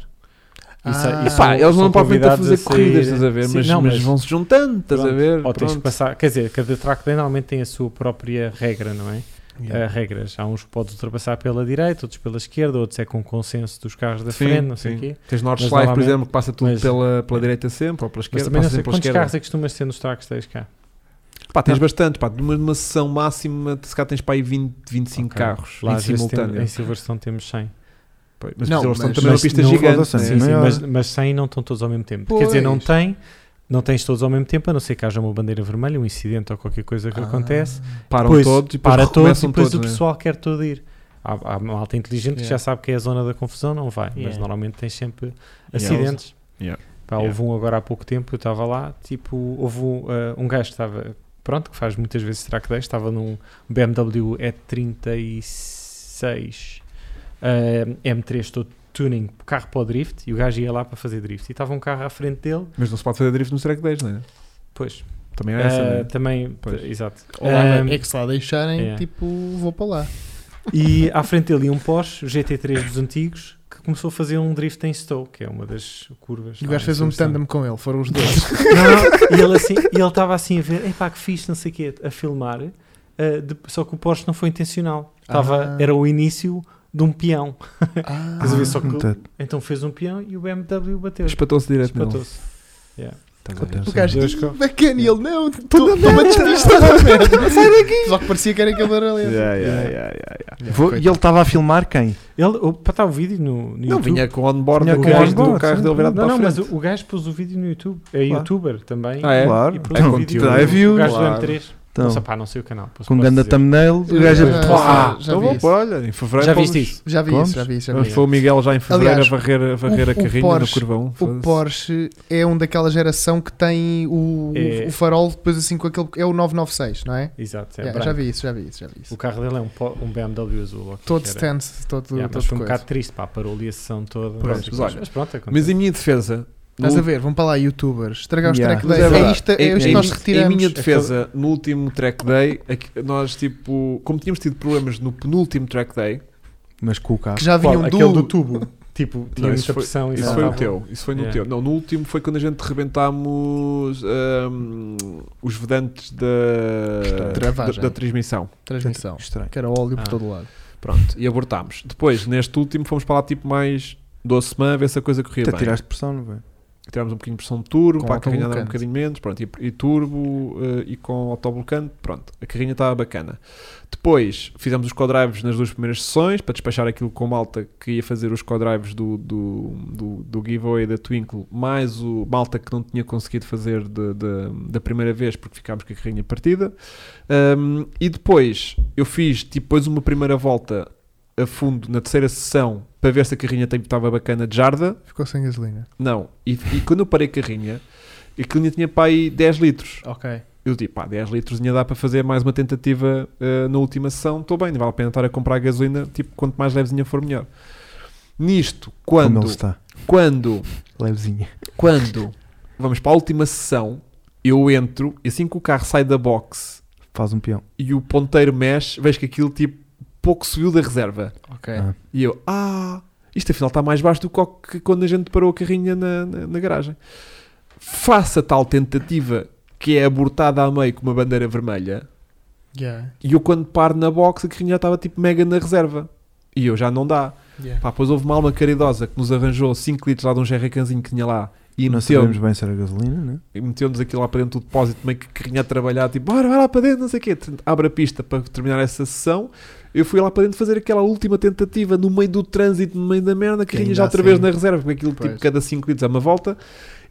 Ah. E pá, eles não podem um- convidados fazer sair. corridas, estás a ver? Sim, mas, não, mas vão-se juntando, estás a Pronto. ver? Ou tens Pronto. que passar, quer dizer, cada track day normalmente tem a sua própria regra, não é? Uh, regras. Há uns que podes ultrapassar pela direita, outros pela esquerda, outros é com consenso dos carros da Sim, frente, não sei o sim. quê. Tens North Mas Slide, por normalmente- exemplo, que passa tudo mas- pela, pela direita sempre, ou pela Mas esquerda, também passa não sei sempre pela quantos esquerda. carros é que costumas ter nos tracks 10 cá. Pá, tens bastante, pá, numa, numa sessão máxima, se calhar tens para aí 20, 25 Ok. carros Lá em às vezes tem- simultâneo. em Silverstone temos 100. Pois, Mas Não, não, eles estão mas- também uma mas pista não- gigante. Foda-se, né? assim, Sim, sim, maior. mas, mas 100 não estão todos ao mesmo tempo. Quer dizer, não é Pois. tem, não tens todos ao mesmo tempo, a não ser que haja uma bandeira vermelha, um incidente ou qualquer coisa que Ah. acontece. Param Depois todos e depois para todos e recomeçam depois todos. o né? pessoal quer todo ir. Há, há malta inteligente que Yeah. já sabe que é a zona da confusão, não vai. Mas Yeah. normalmente tens sempre Yeah. acidentes. Yeah. Pá, Yeah. Houve um agora há pouco tempo, eu estava lá, tipo, houve um, ah, um gajo que estava, pronto, que faz muitas vezes track 10, estava num BMW E36 ah, M3 todo tuning, carro para o drift, e o gajo ia lá para fazer drift. E estava um carro à frente dele, Mas não se pode fazer drift no track 10, não é? pois, Também é ah, essa, né? também, Pois. exato. Ou lá, Ah, é que se lá deixarem, yeah. tipo, vou para lá. E à frente dele ia um Porsche, o GT3 dos antigos, que começou a fazer um drift em Stowe, que é uma das curvas. E o lá gajo em fez um Silverstone. tandem com ele, foram os [LAUGHS] dois. Não, não, e ele assim, e ele estava assim a ver, epá, que fixe, não sei o quê, a filmar, ah, de- só que o Porsche não foi intencional. Ah. Tava, Era o início de um peão. Ah. Estás a ver só que- Então, Então fez um peão e o BMW bateu. Espatou-se direto nele. Espatou-se. Yeah. Estás a ver? O gajo, Deus, "Ih, co- bacana, e ele, não, toma despista da merda. Sai daqui. Só que parecia que era aquele da realeza. Yeah, yeah, Yeah. yeah, yeah, yeah. Yeah, Vou- e coitado. ele estava a filmar quem? Ele, o- pá, está o vídeo no, no Não, YouTube. vinha com onboard Vinha do com gajo do onboard, carro sim. dele virado não, para não, a mas frente. o, o gajo pôs o vídeo no YouTube. É Claro. youtuber também. Ah, é? E Claro. pôs É o vídeo. conteúdo. do- É view. O gajo Claro. do M3. Então, Não sei, pá, não sei o canal. posso- com um posso grande dizer. thumbnail, o Eu gajo é já- a- Pá, já então vi vou isso. pôr, olha, em fevereiro Já pomos- viste isso? Já vi Vamos? isso, já vi isso, já vi Mas isso. Foi o Miguel já em fevereiro Aliás, a varrer, a, varrer o- a o carrinha Porsche- no curvão. O Foda-se. Porsche é um daquela geração que tem o, É. o farol depois assim com aquele. É o 996, não é? Exato, é Yeah, já branco. vi isso, já vi isso, já vi isso. O carro dele é um, po- um BMW azul. ou o que Todo que era. stance, todo, Yeah, todo mas foi um coisa. bocado triste, pá, parou ali a sessão toda. Pois, mas, mas olha, pronto, acontece. Mas em minha defesa, Estás no- a ver? Vão para lá, youtubers. Estragar os Yeah. track Mas days. é É, verdade. isto, é Em- isto em que nós mi- retiramos. Em minha defesa, no último track day, aqui- nós tipo, como tínhamos tido problemas no penúltimo track day, Mas com o carro. Que já Qual? vinha um aquele do duplo. tubo. Tipo, tinha Não, isso muita foi- pressão. e isso não foi o dava. teu, isso foi no Yeah. teu. Não, no último foi quando a gente rebentámos ahm, os vedantes da, Travagem. da, da transmissão. Transmissão. Estranho. Que era óleo por Ah. todo lado. Pronto, e abortámos. Depois, neste último, fomos para lá tipo mais 12 semanas, a ver se a coisa corria Até bem. tiraste pressão, não foi? Tirámos um bocadinho de pressão de turbo, Com para a carrinha andar um autoblocante. bocadinho menos, pronto, e, e turbo eh, e com autoblocante, pronto, a carrinha estava bacana. Depois fizemos os co-drives nas duas primeiras sessões para despachar aquilo com malta que ia fazer os co-drives do, do, do, do giveaway da Twinkle, mais o malta que não tinha conseguido fazer de- de- da primeira vez porque ficámos com a carrinha partida. Um, e depois eu fiz tipo, depois uma primeira volta a fundo na terceira sessão para ver se a carrinha tem- estava bacana de jarda. Ficou sem gasolina. Não. E, e quando eu parei a carrinha, a carrinha tinha para aí 10 litros. Ok. Eu digo, pá, 10 litros ainda dá para fazer mais uma tentativa eh, na última sessão, estou bem, não vale a pena estar a comprar gasolina, tipo, quanto mais levezinha for melhor. Nisto, Como é quando, ele está. quando, Levezinha. quando vamos para a última sessão, eu entro e assim que o carro sai da box Faz um peão. e o ponteiro mexe, vejo que aquilo, tipo, pouco subiu da reserva. Ok. Ah. E eu, ah, isto afinal está mais baixo do que o que quando a gente parou a carrinha na, na, na garagem. Faça tal tentativa que é abortada a meio com uma bandeira vermelha. Yeah. E eu, quando paro na box, a carrinha já estava tipo mega na reserva. E eu já não dá. Yeah. Pá, pois houve uma alma caridosa que nos arranjou 5 litros lá de um jerrycanzinho que tinha lá e E não meteu-nos sabemos bem se era gasolina, né? e meteu-nos aquilo lá para dentro do depósito, meio que carrinha a trabalhar, tipo, bora, vai lá para dentro, não sei o quê. Abre a pista para terminar essa sessão. Eu fui lá para dentro fazer aquela última tentativa no meio do trânsito, no meio da merda, a carrinha ainda já outra vez assim- na reserva, porque aquilo, Pois. tipo, cada 5 litros é uma volta.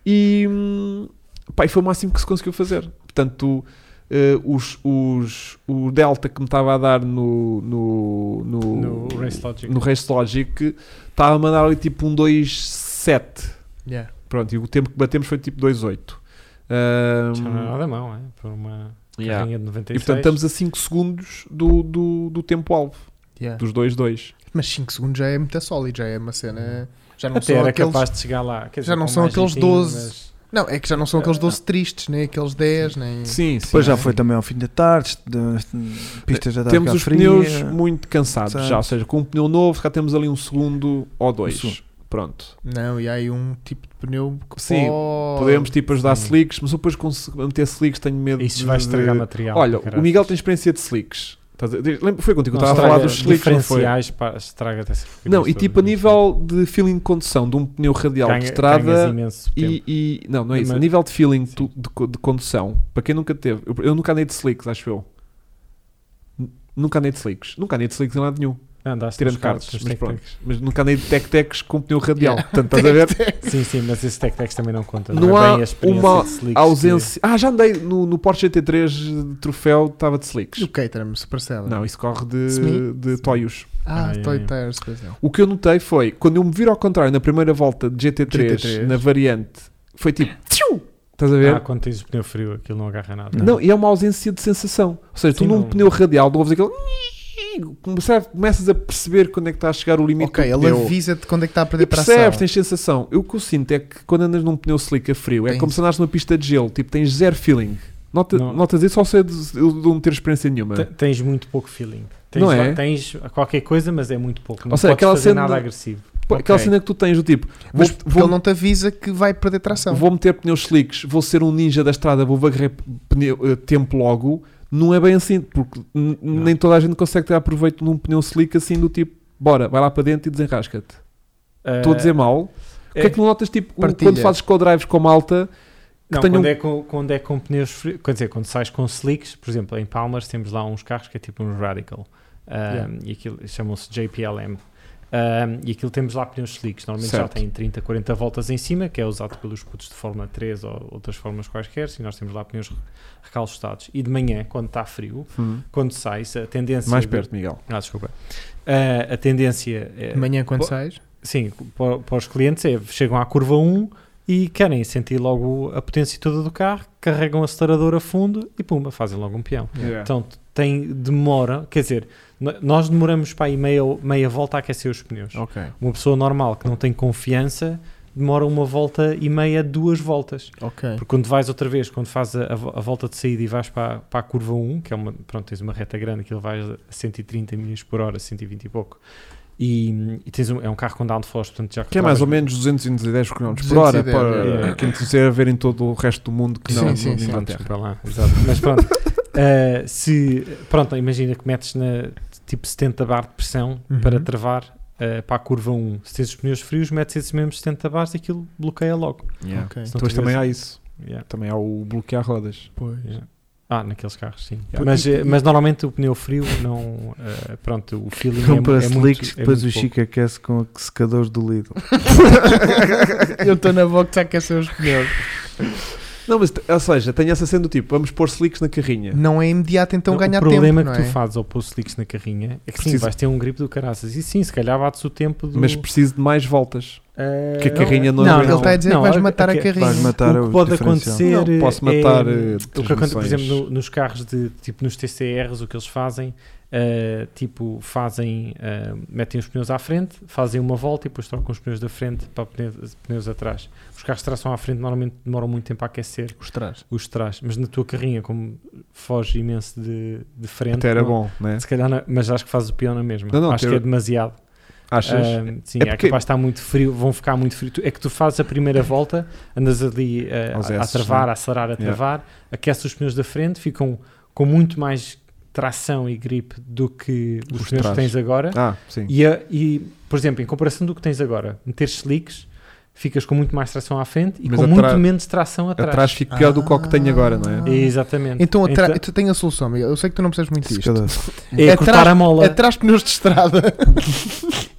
E, hum, pá, e foi o máximo que se conseguiu fazer. Portanto, eh, os, os, o delta que me estava a dar no... No, no, No Race Logic. no Race Logic, estava a mandar ali tipo um 2.7. Yeah. Pronto, e o tempo que batemos foi tipo 2.8. Já não é Ahm, nada mal, é? Por uma yeah. carrinha de E 96. portanto estamos a 5 segundos do, do, do tempo-alvo, Yeah. dos 2-2. Mas 5 segundos já é muito sólido, já é uma cena. Já não Até são é era aqueles. capaz de chegar lá. quer dizer, Já não com são mais aqueles jeitinho, 12. mas- Não, é que já não são aqueles 12 tristes, nem aqueles 10, nem. Sim, sim. Depois já sim. foi também ao fim da tarde, de- de- pistas já estavam Temos cá É os fria. pneus muito cansados Sabes? já, ou seja, com um pneu novo, já temos ali um segundo ou dois. Um segundo. Pronto. Não, e há aí um tipo de pneu que Sim, pode- [LAUGHS] Podemos tipo ajudar Sim. slicks, mas eu depois consigo meter slicks, tenho medo Isso vai de- estragar material. Olha, caralho. o Miguel tem experiência de slicks. Estás a- Lembra- Foi contigo que eu estava Não, a falar estraga dos slicks, não foi? diferenciais, pá, estraga-te essa Não, coisa e tipo a toda. nível de feeling de condução de um pneu radial Ganha- de estrada, ganhas imenso tempo. E, e- não, não é isso. Mas- A nível de feeling tu- de, co- de condução, para quem nunca teve, eu, eu nunca andei de slicks, acho eu. N- Nunca andei de slicks, nunca andei de slicks em lado nenhum, Não, andaste tirando nos carros, cartas, nos mas pronto. tec-tecs. Mas nunca andei de tec-tecs com pneu radial. Portanto, estás a ver? [LAUGHS] Sim, sim, mas esse tec-tecs também não conta. Não é há bem a experiência uma de slicks [LAUGHS] A que- ausência. Ah, já andei no, no Porsche GT3 de troféu, estava de slicks. Do Caterham, Super Seller. Não, isso corre de, Semi? de Toyos. Ah, Ah, Toy é. Tires, pois não. O que eu notei foi quando eu me viro ao contrário na primeira volta de GT3, GT3. na variante, foi tipo. tchiu! Estás a ver? Ah, quando tens o pneu frio, aquilo não agarra nada. Não, e é uma ausência de sensação. Ou seja, Sim, tu num não- pneu radial não ouves aquele. Começas, começas a perceber quando é que está a chegar o limite Ok, do ele pneu. avisa-te quando é que está a perder E para a percebes, tens sensação. Eu, o que eu sinto é que quando andas num pneu slick a frio, é Tens- como se andas numa pista de gelo, tipo, tens zero feeling. Nota, Não. Notas isso ou sei de, eu de não ter experiência nenhuma? Te- Tens muito pouco feeling. Tens, Não é? tens qualquer coisa, mas é muito pouco. Não Ou seja, podes aquela fazer cena nada de- agressivo. Pô, Aquela ok. cena que tu tens, do tipo, Mas vou- porque vou- ele não te avisa que vai perder tração. vou meter pneus slicks, vou ser um ninja da estrada, vou varrer pneu- eh, tempo logo, não é bem assim, porque n- Não. nem toda a gente consegue ter aproveito num pneu slick assim do tipo, bora, vai lá para dentro e desenrasca-te. Estou a dizer mal. O que é que não notas, tipo, o- Partilha. quando fazes co-drives com malta Não, tenham- um quando, é com, quando é com pneus frios, quer dizer, quando sais com slicks, por exemplo, em Palmas temos lá uns carros que é tipo uns Radical, ah, Yeah. e aquilo chamam-se JPLM. Ah, e aquilo temos lá pneus slicks, normalmente já Certo. têm 30, 40 voltas em cima, que é usado pelos putos de Fórmula 3 ou outras formas quaisquer, e nós temos lá pneus recalcitrados. E de manhã, quando está frio, Hum. quando sai, a tendência. Mais de- perto, Miguel. Ah, desculpa. Ah, a tendência. é- De manhã quando Bo- sais. Sim, para, para os clientes é, chegam à curva 1 e querem sentir logo a potência toda do carro, carregam o acelerador a fundo e pumba, fazem logo um peão. Yeah. Então tem, demora, quer dizer, no- nós demoramos para aí meia, meia volta a aquecer os pneus. Ok. Uma pessoa normal que não tem confiança demora uma volta e meia, duas voltas. Ok. Porque quando vais outra vez, quando fazes a, a vo- a volta de saída e vais para, a- para a curva 1, que é uma, pronto, tens uma reta grande, aquilo vais a 130 milhas por hora, 120 e pouco, e, e tens um, é um carro com downforce, portanto já Que é mais ou menos 210 km por 210, hora para yeah. quem quiser ver em todo o resto do mundo que não Sim, sim, não- sim. não- Pronto, para lá, exato. Mas pronto, [LAUGHS] uh, se, pronto, imagina que metes na tipo 70 bar de pressão Uhum. para travar uh, para a curva 1. Se tens os pneus frios, metes esses mesmos 70 bars e aquilo bloqueia logo. Yeah. Ok. [LAUGHS] Então, Se não Depois tiveres- também há isso. Yeah, Também há o bloquear rodas. Pois. yeah. Ah, naqueles carros, sim. Porque- Mas, tipo, eh, mas normalmente o pneu frio não. eh, pronto, o feeling é, mu- Compra é muito. um slicks é que depois muito o Chico aquece com secadores do Lidl. Eu estou na box a aquecer os pneus. Não, mas, ou seja, tem essa cena do tipo, vamos pôr slicks na carrinha. Não é imediato então Não, ganhar o problema tempo. que tu não é? fazes ao pôr os slicks na carrinha é que sim, Precisa- vais ter um grip do caraças. E sim, se calhar bates o tempo do. Mas preciso de mais voltas. eh, que a carrinha não é Ele Não, está a dizer não, que vais a- matar a, a- carrinha. Vais matar o o que pode diferencial. acontecer Não, posso é- matar, eh, o que acontece, por transmissões. exemplo, no- nos carros de tipo nos TCRs, o que eles fazem, eh, tipo, fazem, eh, metem os pneus à frente, fazem uma volta e depois trocam os pneus da frente para pneus, pneus atrás. Os carros de tração à frente normalmente demoram muito tempo a aquecer Os trás. os trás, mas na tua carrinha, como foge imenso de, de frente, Até era não- bom, né? Se calhar, não- é, mas acho que faz o peão na mesma. Não, não, acho ter- que é demasiado. Achas? Ah, sim, É é, porque- capaz de estar muito frio, vão ficar muito frio. Tu- É que tu fazes a primeira volta, andas ali ah, Aos a, a S's, travar, né? a acelerar, a Yeah. travar, aquece os pneus da frente, ficam com muito mais tração e gripe do que os, Os pneus trás. que tens agora. Ah, sim. E, a- e, por exemplo, em comparação do que tens agora, meter slicks, ficas com muito mais tração à frente e Mas com atra- muito menos tração atrás. Ah. Atrás fica pior do que o que tenho agora, não é? Exatamente. Então, atra... Então, tu tens a solução, Miguel. Eu sei que tu não precisas muito disto. Secador. é atrás- cortar a mola. Atrás pneus de estrada.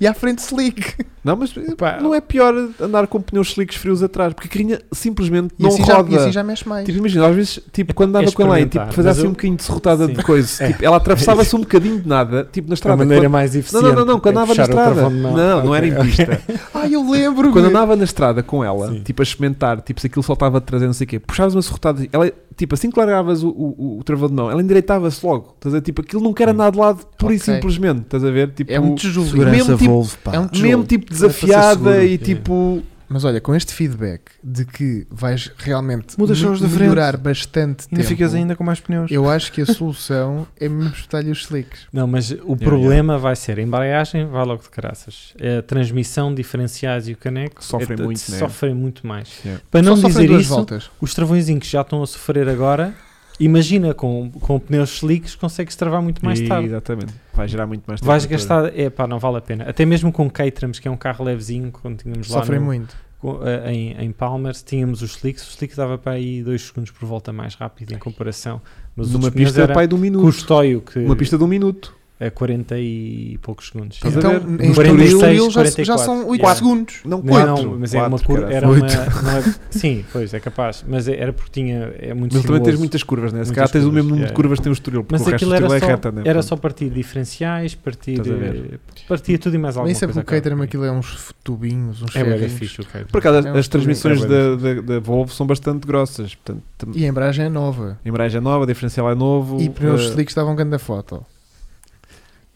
e à frente slick. Não, mas Pá, não é pior andar com pneus slicks frios atrás, porque a carrinha simplesmente E, não assim, roda. já, e assim já mexe mais. Tipo, imagina, às vezes, tipo, quando andava com ela e tipo, É experimentar, fazia mas assim eu- um bocadinho de serrotada Sim. É. de coisas, tipo, ela atravessava-se um bocadinho de nada, tipo, na a estrada. maneira Quando- mais eficiente. Não, não, não, não, quando é andava na puxar o estrada. travão de Não, mão. não era Ok, em ok. pista. Ah, eu Uhum. lembro. Quando meu. andava na estrada com ela, Sim. tipo, a experimentar, tipo, se aquilo soltava de trazer, não sei o quê, puxavas uma serrotada, e ela, tipo, assim que largavas o, o, o travão de mão, ela endireitava-se logo, estás a ver? Tipo, aquilo não quer andar de lado, pura e Ok. simplesmente, estás a ver? Tipo, É um tijolo. Segurança Mesmo tipo- Volvo, pá. É um tijolo. mesmo Não é tipo para ser desafiada seguro. e Yeah. tipo. Mas olha, com este feedback de que vais realmente Muda só me- os da frente. melhorar bastante Ainda tempo, ficas ainda com mais pneus. eu acho que a solução é mesmo botar-lhe os slicks. Não, mas o problema vai ser a embreagem, vai logo de caraças. A transmissão, diferenciais e o caneco Sofrem é- muito, né? sofrem muito mais. Yeah. Para não Só sofrem dizer duas isso, voltas. os travõezinhos que já estão a sofrer agora, imagina com, com pneus slicks consegues travar muito mais E- tarde. Exatamente. Vai gerar muito mais tempo. Vais doutora. gastar, é pá, não vale a pena. Até mesmo com Caterams, que é um carro levezinho, quando tínhamos lá Sofrem no- muito. com- eh, em, em Palmer, tínhamos os slicks, os slicks dava para aí 2 segundos por volta mais rápido em comparação. Mas Numa os pneus pista era pai de um minuto. com o estóio que Uma pista de um minuto. a 40 É e poucos segundos. Estás a então, ver? em 46, Estoril já, já 44. são 8 Yeah. segundos. Não, Não, quatro. não, mas é uma Quatro, curva. caralho. Era Oito. [LAUGHS] uma, não é- sim, pois, é capaz. Mas é- era porque tinha. É muito Mas também tens sinuoso. muitas curvas, né? Se Muitas calhar tens o curvas, mesmo número é. de curvas que tem o Estoril, porque Mas o resto aquilo do era, Estoril é só, reta, né? era Portanto, só partir diferenciais, partir. eh, Estás a ver? Partir tudo e mais alguma Mas isso é coisa. porque o acaba caterham por aí. aquilo é uns tubinhos, uns É bué da ferrinhos. fixe o catering. Por acaso, É as, um transmissões da, estúdio. da, da Volvo são bastante grossas. Portanto, tam- E a embreagem é nova. a embreagem é nova, o diferencial é novo. E pneus eh, slicks davam grande a foto.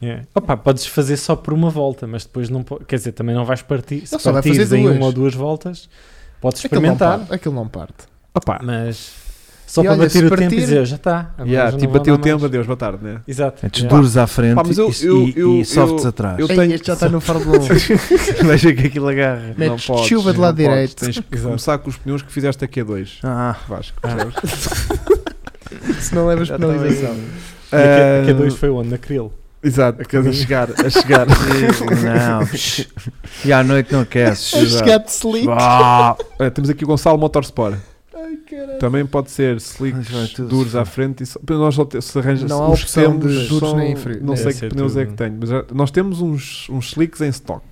É. Opa, podes fazer só por uma volta, mas depois não. po- Quer dizer, também não vais partir. Se Não, só vai partires fazer em duas. uma ou duas voltas, podes Aquilo não, experimentar. parte, aquilo não parte. opá, Mas só E para olha, bater se o tempo partir- e dizer, já está. agora yeah, já não tipo, vou bateu o andar mais." tempo, adeus, boa tarde, né? Exato. Antes yeah. duros à frente Pá, mas eu- e- eu- eu- e, eu- e softs atrás. Eu Ei, tenho- este já está no Fórmula 1. [LAUGHS] Veja que aquilo agarra. Não Metes podes, chuva de não lado podes. direito. Tens que Exato. começar com os pneus que fizeste aqui a dois. Ah, [LAUGHS] Vasco. [LAUGHS] se não levas Já está bem. penalização. E a Q- a Ah, Q2 foi onde? Na Krill. Exato, Aquele- a chegar, a [LAUGHS] chegar. não. e à noite não aqueces. Exato. Chegar de slick. Ah, Eh, Olha, temos aqui o Gonçalo Motorsport. Ai, caralho. Também pode ser slicks Mas vai tudo duros se à for. frente. E só, nós só te- se arranjas Não há os opção de temos duros são- nem frios. Não sei Deve que ser pneus é tudo. que tenho, mas já- nós temos uns, uns slicks em stock.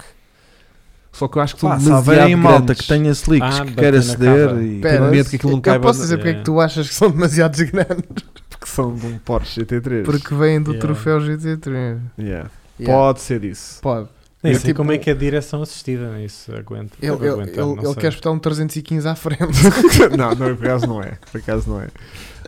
Só que eu acho que são Pá, se demasiado houver em grandes. malta que tenha slicks Ah, que bate queira na ceder cava. e. Tenho Pera, medo que aquilo não Eu caiba posso na- dizer porque é É. que tu achas que são demasiados [LAUGHS] grandes? que são de um Porsche GT3. Porque vêm do Yeah. troféu GT3. Yeah. Yeah, Pode ser isso. Pode. Nem Eu, sei tipo, como é que é a direção assistida né? Isso aguenta. Ele, Deve ele, aguentar, ele- não ele sei. quer espetar um 315 à [LAUGHS] frente. não, não, por acaso não é. Por acaso não é.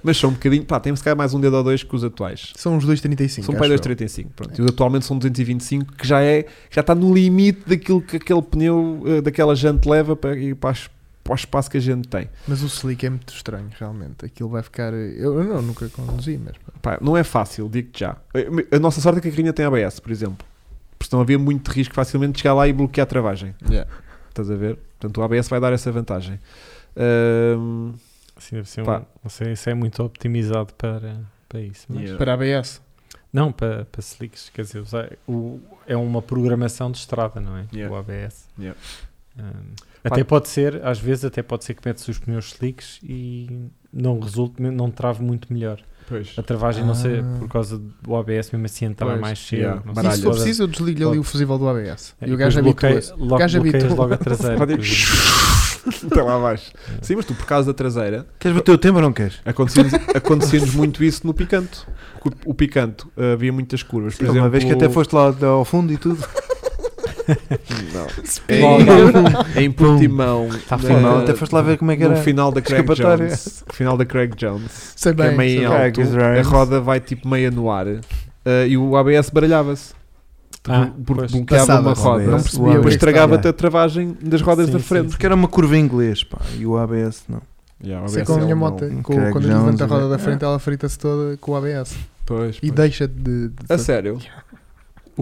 Mas são um bocadinho. Pá, tem-se cá mais um dedo ou dois que os atuais. São uns 235. são para aí acho É. 235. Pronto. E os atualmente são 225, que já, é, já está no limite daquilo que aquele pneu eh, daquela gente leva para, e para, as- para o espaço que a gente tem. eu. Mas o slick é muito estranho, realmente. Aquilo vai ficar. Eu, eu não, nunca conduzi, mas. pá. Pá, não é fácil, digo-te já. A nossa sorte é que a carrinha tem ABS, por exemplo. Porque não havia muito risco facilmente de chegar lá e bloquear a travagem. Estás a ver? Portanto, o ABS vai dar essa vantagem. Ahm, Assim, deve ser um- Pá. não sei se é muito optimizado para, para isso. mas- Yeah. Para a ABS. Não, para, para slicks. Quer dizer, usar- o- é uma programação de estrada, não é? Yeah. O ABS. Yeah. Hum, Pá. até pode ser, às vezes, até pode ser que metes os pneus slicks e não resulte, não trave muito melhor. A travagem, não sei, Ah. por causa do ABS, mesmo assim, entrar Pois, mais cedo. yeah, não sei E baralho. se se for toda- preciso, eu desligo ali o fusível do ABS. É, e o depois gajo bloqueia- habitua-se. Logo, gajo bloqueias habitua. logo a traseira. Vai dizer, depois- [LAUGHS] Até lá abaixo. Sim, mas tu, por causa da traseira, Queres bater o tempo ou não queres? [LAUGHS] acontecia-nos acontecia-nos muito isso no picanto. Porque O picanto ah, havia muitas curvas. Por exemplo, uma vez que até foste lá ao fundo e tudo. [LAUGHS] [LAUGHS] Não. Ei, Em, em Portimão, tá Não, até foste lá ver como é que era. no final da Craig escapatória. Jones. Final da Craig Jones. Sei que é bem. meio sei em bem. alto, Craig a Jones. roda vai tipo meio no ar ah, e o ABS baralhava-se. Ah, porque pois. bloqueava Passava uma com o roda. ABS. Não percebia o Depois ABS. estragava-te a travagem das rodas Sim, da sim. frente. Porque era uma curva em inglês, pá, e o ABS não. Yeah, o Sei ABS com a é minha um- moto. um- Com- Craig Quando eu levanto a Jones, roda da é. frente, ela frita-se toda com o ABS. Pois, E pois. deixa de. de- A sério, e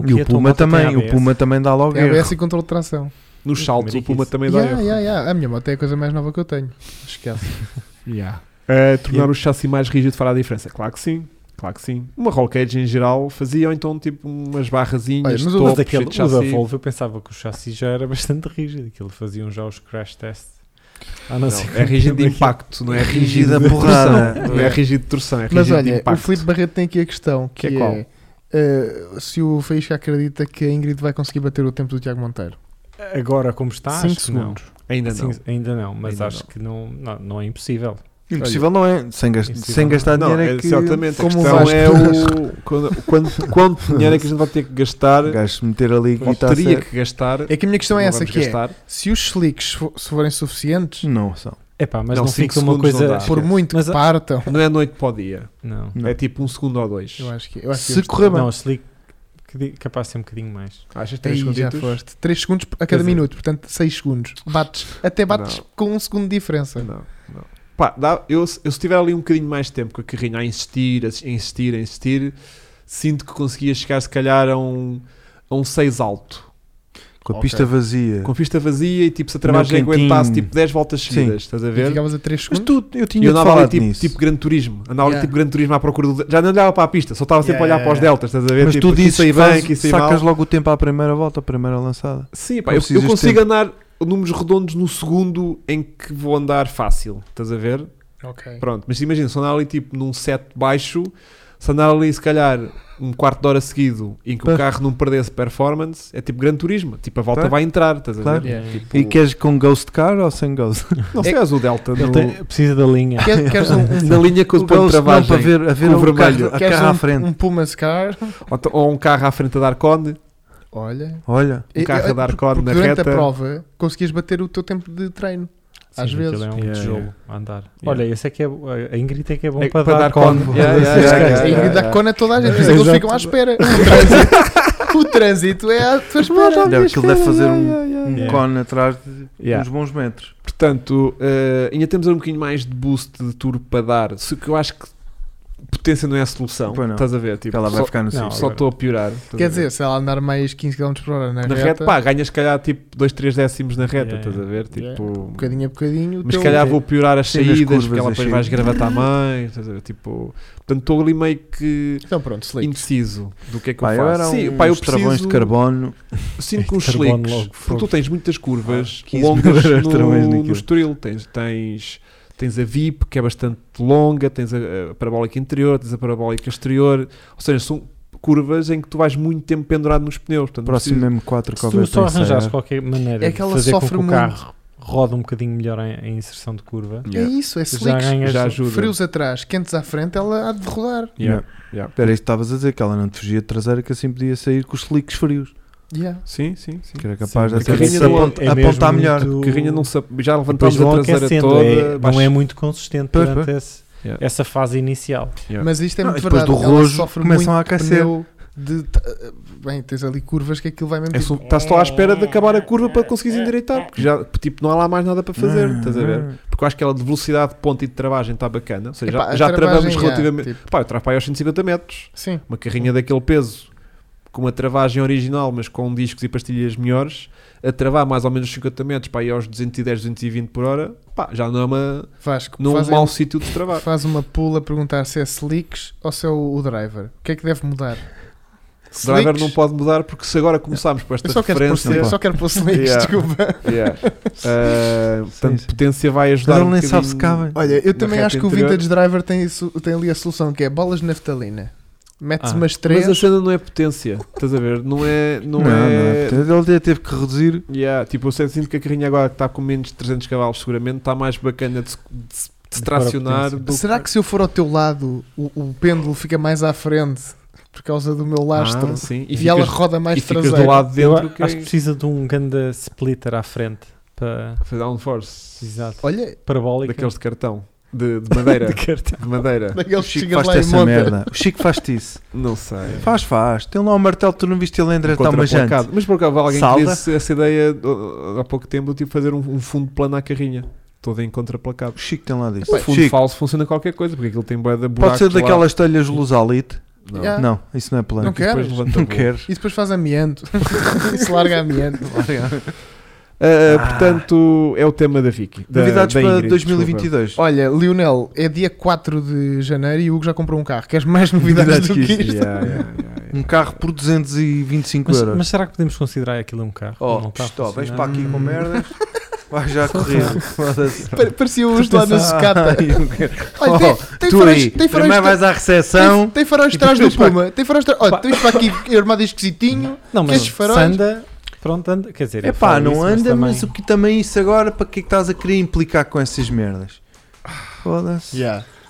que a o tua Puma moto tem também, o ABS? Puma também dá logo Tem erro. ABS e controle de tração. nos saltos o Mariquice. Puma também dá Yeah, erro. yeah, yeah. A minha moto é a coisa mais nova que eu tenho. Esquece. É, tornar o chassi mais rígido fará a diferença. Claro que sim. Claro que sim. Uma roll cage em geral fazia, ou então tipo umas Olha, barrazinhas, mas o- topos, Mas aquele, de o chassi. da Volvo eu pensava que o chassi já era bastante rígido, aquilo faziam já os crash tests. Ah, não, Não, assim, sei é quanto rígido [LAUGHS] de tempo aquilo- impacto, não é rígido Rígido de a porrada. torção. Não é rígido de torção, é rígido Mas de olha, o impacto. Filipe Barreto tem aqui a questão que, Que é é, qual? eh, se o Faísca acredita que a Ingrid vai conseguir bater o tempo do Tiago Monteiro. é. Agora como está, 5 acho que não. segundos. Ainda não. Sim, ainda não, mas Ainda acho não. que não, não, não é impossível. Impossível não é, sem, gas- Impossível sem não. gastar Não, dinheiro é, é que exatamente. A como questão vais é tu- o, quando, quanto, quanto dinheiro é que a gente vai ter [LAUGHS] que gastar, o gajo se meter ali ou e tá teria certo. que gastar. É que a minha questão é não essa, vamos que é, gastar. se os slicks fo- se forem suficientes, Não, são. Epá, mas Não, não, cinco fica uma segundos não coisa... dá. por esquece. muito Mas que a- partam, Não é noite para o dia. Não, Não. É tipo um segundo ou dois. eu acho que... Eu acho Se que correr bem. não, slick que di- capaz de ser um bocadinho mais. Achas três Aí já segunditos? foste. 3 segundos a cada dizer- minuto, portanto 6 segundos. Bates, até bates Não. com 1 um segundo de diferença. Não, não. Pá, dá- eu, se- eu se tiver ali um bocadinho mais de tempo com a carrinha a insistir, a insistir, a insistir, sinto que conseguia chegar se calhar a um, a um 6 alto. Com a Ok. pista vazia. Com a pista vazia e tipo se a Pneu travagem quentinho. aguentasse tipo 10 voltas seguidas, estás a E ver? ficavas a 3 Mas segundos. tu, eu E tinha eu andava ali falado tipo, nisso. tipo Gran Turismo, andava ali Yeah. tipo Gran Turismo à procura do. Já não olhava para a pista, só estava sempre Yeah, a olhar yeah, para os yeah. deltas, estás a ver? mas tipo, tu aqui dizes saí que bem, fazes- aqui saí mal. sacas logo o tempo à primeira volta, à primeira lançada. Sim, pá, Não eu, eu precisas consigo andar números redondos no segundo em que vou andar fácil, estás a ver? Ok. Pronto, mas imagina, se andar ali tipo num set baixo, se andar ali se calhar um quarto de hora seguido em que o Pá. carro não perdesse performance, é tipo grande turismo, tipo a volta Claro. vai entrar, estás a Claro. ver? Yeah. Tipo, E queres com Ghost Car ou sem Ghost? Não sei, É- és o Delta Ele no- tem- precisa da linha. Quer- Queres um, um- [LAUGHS] na linha com o ponto de não, para travagem ver, a ver com o vermelho. vermelho, a queres carro um, à frente. um Puma Scar? ou, t- ou um carro à frente a dar cone, Olha. Olha, um carro a dar cone Porque na durante reta. a prova conseguias bater o teu tempo de treino. [LAUGHS] Às aquilo vezes. é um Yeah, tijolo yeah. a andar. Olha, esse é que é... bo- A Ingrid é que é bom É para, para dar dar cone. cone. Yeah, yeah, Yeah, yeah. A yeah, Ingrid dá yeah. cona a toda a gente, por isso é que eles Exato. ficam à espera. O trânsito, o trânsito é à tua espera. deve, aquilo deve fazer um, um yeah. cone atrás de Yeah. uns bons metros. Portanto, eh, ainda temos um bocadinho mais de boost de turbo para dar, se que eu acho que potência não é a solução, Pois não. estás a ver? Tipo, Porque ela vai só- ficar no não, sítio. só estou a piorar. estás a Quer ver? dizer, se ela andar mais 15 km por hora na, Na reta, pá, ganhas se calhar tipo 2, 3 décimos na reta, Yeah, estás a ver? yeah. Tipo, bocadinho a bocadinho, o mas se teu- calhar vou piorar as Sim, nas saídas, curvas, porque ela Então, é, as depois vais saídas. gravatar mais, estás a ver? Tipo, portanto estou ali meio que Então pronto, slick. indeciso do que é que Pá, eu eu faço. era Sim, uns pá, eu travões preciso, de carbono. sinto [LAUGHS] que uns Carbono slicks, logo, porque tu tens muitas curvas 15 Ah, mil longas euros no, travões no naquilo. Estoril, tens, tens Tens a VIP, que é bastante longa, tens a, a parabólica interior, tens a parabólica exterior. Ou seja, são curvas em que tu vais muito tempo pendurado nos pneus. Portanto, Próximo mesmo 4 que Se tu houver só pensar. arranjares qualquer maneira É de que ela fazer com que sofre o muito. carro roda um bocadinho melhor em, em inserção de curva, É Yeah. isso, é já slicks. ganhas. já ajuda. Frios atrás, quentes à frente, ela há de rodar. Yeah, Yeah. yeah. Era isto que estavas a dizer, que ela não te fugia de traseira, que assim podia sair com os slicks frios. Yeah. Sim, sim, sim. Que era capaz de porque a até carrinha se do- apont- é mesmo apontar melhor. muito- A carrinha não se, já Depois levantámos a vão traseira aquecendo, toda. é- não baixo- é muito consistente Pois, durante esse- Yeah. essa fase inicial. Yeah. Mas isto é Não, e muito depois verdade. do ela rojo sofre começam a muito aquecer. pneu de, t- eh, bem, tens ali curvas que aquilo vai mesmo. É tipo, só- Estás só à espera de acabar a curva para conseguires É. endireitar, porque já tipo, não há lá mais nada para fazer, estás a ver? Porque eu acho que ela de velocidade, de ponta e de travagem está bacana. Ou seja, epá, já, a já travagem, travamos yeah, relativamente. tipo, Pá, eu travo para aí aos 150 metros. sim, Uma carrinha daquele peso, com uma travagem original, mas com discos e pastilhas melhores, a travar mais ou menos os 50 metros para aí aos 210, 220 por hora, pá, já não é uma, Vasco, não é um fazem- mau sítio [LAUGHS] de travar. faz uma pula a perguntar se é slicks ou se é o, o driver. O que é que deve mudar? O driver não Slicks? pode mudar, porque se agora começarmos por esta Eu só quero, pôr, referência. sli- só quero pôr slicks, [LAUGHS] [LAUGHS] Yeah. desculpa. Yeah. [LAUGHS] Ah, portanto, sim. potência vai Mas ajudar. ele um nem sabe se bocadinho cabe. Olha, eu na também reta acho que o interior. Vintage Driver tem, isso- tem ali a solução que é bolas de naftalina. Mete-se Ah, umas Mas a três. cena não é potência, estás a ver? Não é. Não, Não, não, é. Ele até teve que reduzir. Yeah, tipo, eu sinto que a carrinha agora que está com menos de 300 cavalos, seguramente está mais bacana de, se- de se- de se De tracionar. fora a potência. Do... Será que se eu for ao teu lado, o, o pêndulo fica mais à frente por causa do meu lastro? Ah, sim. E, E, ela ficas, roda mais e ficas traseiro. do lado de Eu dentro a- que é- acho que precisa de um ganda splitter à frente para fazer downforce. exato, Olha, parabólica Daqueles de cartão. De, de madeira. [LAUGHS] de cartão. de madeira. O daqueles é que Chico chegas faz lá e essa monta. merda. O Chico faz-te isso. Não sei. Faz, faz. Tem lá um martelo, tu não viste ele tá, entrar tão majante. Contraplacado. Mas por acaso houve alguém Salda. que disse essa ideia uh, há pouco tempo, tipo fazer um, um fundo plano à carrinha, todo em contraplacado. O Chico tem lá disso. O fundo Chico, falso funciona qualquer coisa, porque aquilo tem bué de pode buracos ser um lá. daquelas telhas lusalite? Não, Yeah. Ah. Não, isso não é plano. Não que depois queres? levanta Não voo. queres. E depois faz amianto. [LAUGHS] se larga amianto. Uh, Portanto, é o tema da Vicky. Da, Novidades da para Ingrid, 2022. Olha, Lionel, é dia 4 de janeiro e o Hugo já comprou um carro. Queres mais novidades Novidades do que que isto. isto? desculpa. Yeah, yeah, yeah, yeah. Um carro por 225 Mas, euros. mas será que podemos considerar aquilo um carro? Oh, Não está a Cristóvão, vens para funcionar. aqui com [LAUGHS] merdas, vai já correr. Foda-se. Pa- Parecia hoje lá na secata. Olha, Oh, tem, tem tu faróis, aí, tem faróis, primeiro vais à tem, recepção. tem faróis e atrás do depois vai- Puma. Tem faróis atrás. Olha, tens para aqui um armado esquisitinho. Não, mas Estes faróis- se anda, pronto, anda. Quer dizer, É eu pá, falo não isso, anda, também- mas o que também isso agora, para que é que estás a querer implicar com essas merdas? Foda-se.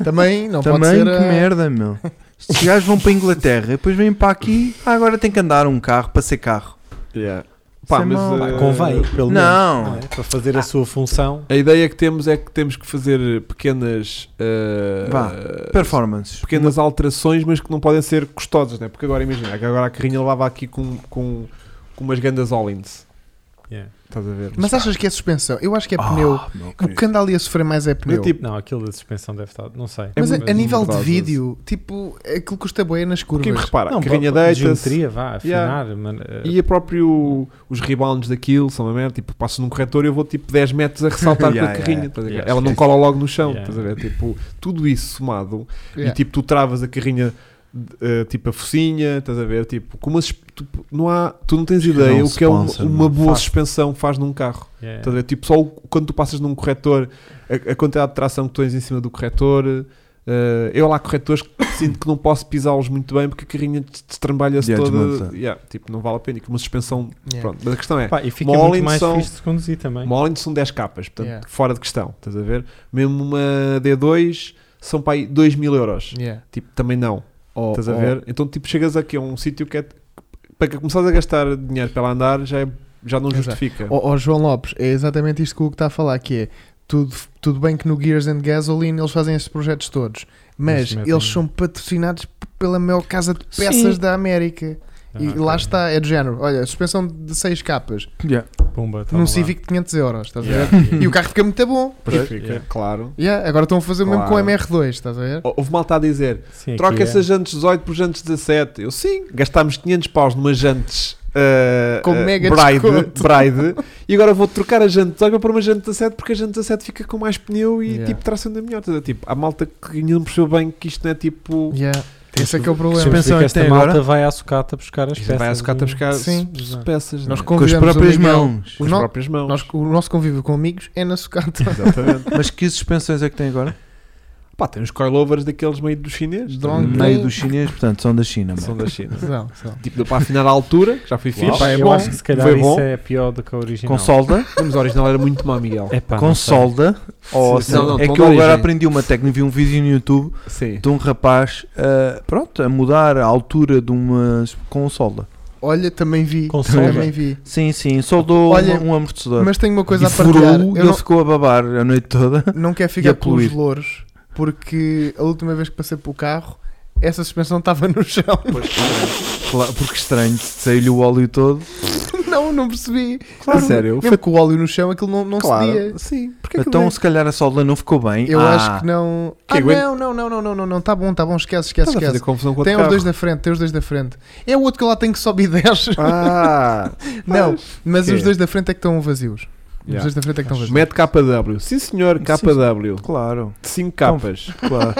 Também não pode Também ser. que ah, [LAUGHS] merda, meu. Estes gajos vão para a Inglaterra, depois vêm para aqui. Ah, agora tem que andar um carro para ser carro. Yeah. Pá, Isso é mas, mau. uh, Pá, convém, pelo Não. menos. é? Para fazer a sua função. A ideia que temos é que temos que fazer pequenas. uh, Vá, uh, Performances. pequenas alterações, mas que não podem ser custosas, né? Porque agora imagina, que agora a carrinha levava aqui com, com, com umas gandas all-ins. Yeah. Estás a ver? Mas achas que é suspensão? Eu acho que é pneu. Ah, meu O que anda ali a sofrer mais é pneu. Mas, tipo, Não, aquilo da suspensão deve estar, não sei. é mas a, muito a nível de um verdade, vídeo, tipo, aquilo custa boia nas porque curvas. repara, Não, a carrinha pá, pá, deita-se geometria, vá, afinar. man- eh, e a próprio, os rebounds daquilo são uma merda. Tipo, passo num corretor e eu vou tipo 10 metros a ressaltar Yeah, com a yeah, carrinha. yeah. estás a ver? Yeah. Ela não cola logo no chão. Yeah. Estás a ver? Tipo, tudo isso somado Yeah. E tipo, tu travas a carrinha de- eh, tipo a focinha, estás a ver? Tipo, com uma, sus- tu, não há, tu não tens não ideia é um o que é uma, sponsor, uma não. boa Faz. suspensão faz num carro. yeah. Estás a ver? Tipo, só o- quando tu passas num corretor, a, a quantidade de tração que tens em cima do corretor. eh, eu lá há corretores que [COUGHS] sinto que não posso pisá-los muito bem porque a carrinha te- te estrambalha-se Yeah, toda. desmonta. Yeah, tipo, não vale a pena. E com Uma suspensão. Yeah. Pronto, mas a questão é. Pá, e fica Uma muito all-in mais são- fixe de conduzir também. Uma Holland são 10 capas, portanto, Yeah. fora de questão, estás a ver? Mesmo uma D2 são para aí 2 mil euros. Yeah. Tipo, também não. Ou- Estás a ou- ver? Então, tipo, chegas aqui a um sítio que é. Para que começares a gastar dinheiro para lá andar, já, é- já Exato. não Oh, justifica. Ó ó, João Lopes, é exatamente isto que o Hugo está a falar, que é tudo, tudo bem que no Gears and Gasoline eles fazem estes projetos todos, mas Eles metem- eles são patrocinados p- pela maior casa de peças da América. Ah, e ok. lá está, é do género. Olha, suspensão de 6 capas Yeah. Pumba, toma num lá. Civic de 500 euros, estás a ver? Tá Yeah. E o carro fica muito bom. Pois, Fica. yeah, Claro. Yeah, agora estão a fazer o mesmo com o Claro. MR2, estás a ver? Hou- Houve malta a dizer: Sim, aqui troca é. essas jantes 18 por jantes 17. Eu sim, gastámos 500 paus numa jantes. ah, Com ah, mega bride, desconto. bride, e agora vou trocar a jante 18 para pôr uma jante 17 porque a jante 17 fica com mais pneu e Yeah. tá? tipo tração da melhor. Estás a ver? Tipo, há malta que ainda não percebeu bem que isto não é tipo Yeah. Esse é que é o problema. Pensam Significa que até esta malta agora? vai à sucata buscar as peças. Vai a sucata do- buscar Sim, su- exato. peças. Nós não é? Com as convidamos o próprias Miguel. mãos. Com as Não- próprias mãos. Nós, o nosso convívio com amigos é na [LAUGHS] sucata. Exatamente. Mas que suspensões é que tem agora? Pá, tem uns coilovers daqueles meio dos chineses. Donkey. Meio dos chineses, portanto, são da China. mano. São da China. Não, não. tipo, deu para afinar a altura, que já foi fixe. Epá, eu Bom, acho que se calhar foi isso bom. é pior do que a original. Com solda? Mas a original era muito má, Miguel. Epá, Ah, não Com sei. solda? Ou Sim, sim. Não, não, é tom de que eu agora origem. aprendi uma técnica, vi um vídeo no YouTube Sim. de um rapaz ah, pronto, a mudar a altura de uma. com um solda. Olha, também vi. Com também sombra. vi. Sim, sim, soldou Olha, um, um amortecedor. Mas tenho uma coisa e a partilhar. furou, Eu ele não, ficou a babar a noite toda. não quero e ficar a com os poluir. louros, porque a última vez que passei pelo carro, essa suspensão estava no chão. [LAUGHS] Claro, porque estranho, saiu-lhe o óleo todo. Não, não percebi. A sério. Mesmo com o óleo no chão, aquilo não, não Claro, se via. sim. Porquê que então, não- se calhar a solda não ficou bem. Eu Ah, acho que não. Que ah, aguenta- não, não, não, não, não, não, não. Tá bom, tá bom, esquece, esquece, Estás a fazer esquece. confusão com o Tem os outro dois da frente, tem os dois da frente. É o outro que lá tem que sobe e desce. carro. [LAUGHS] Ah, [LAUGHS] não, mas quê? os dois da frente é que estão vazios. Os Yeah. dois da frente é que estão vazios. mete KW. Sim, senhor, KW. Claro, 5 capas. [LAUGHS] claro.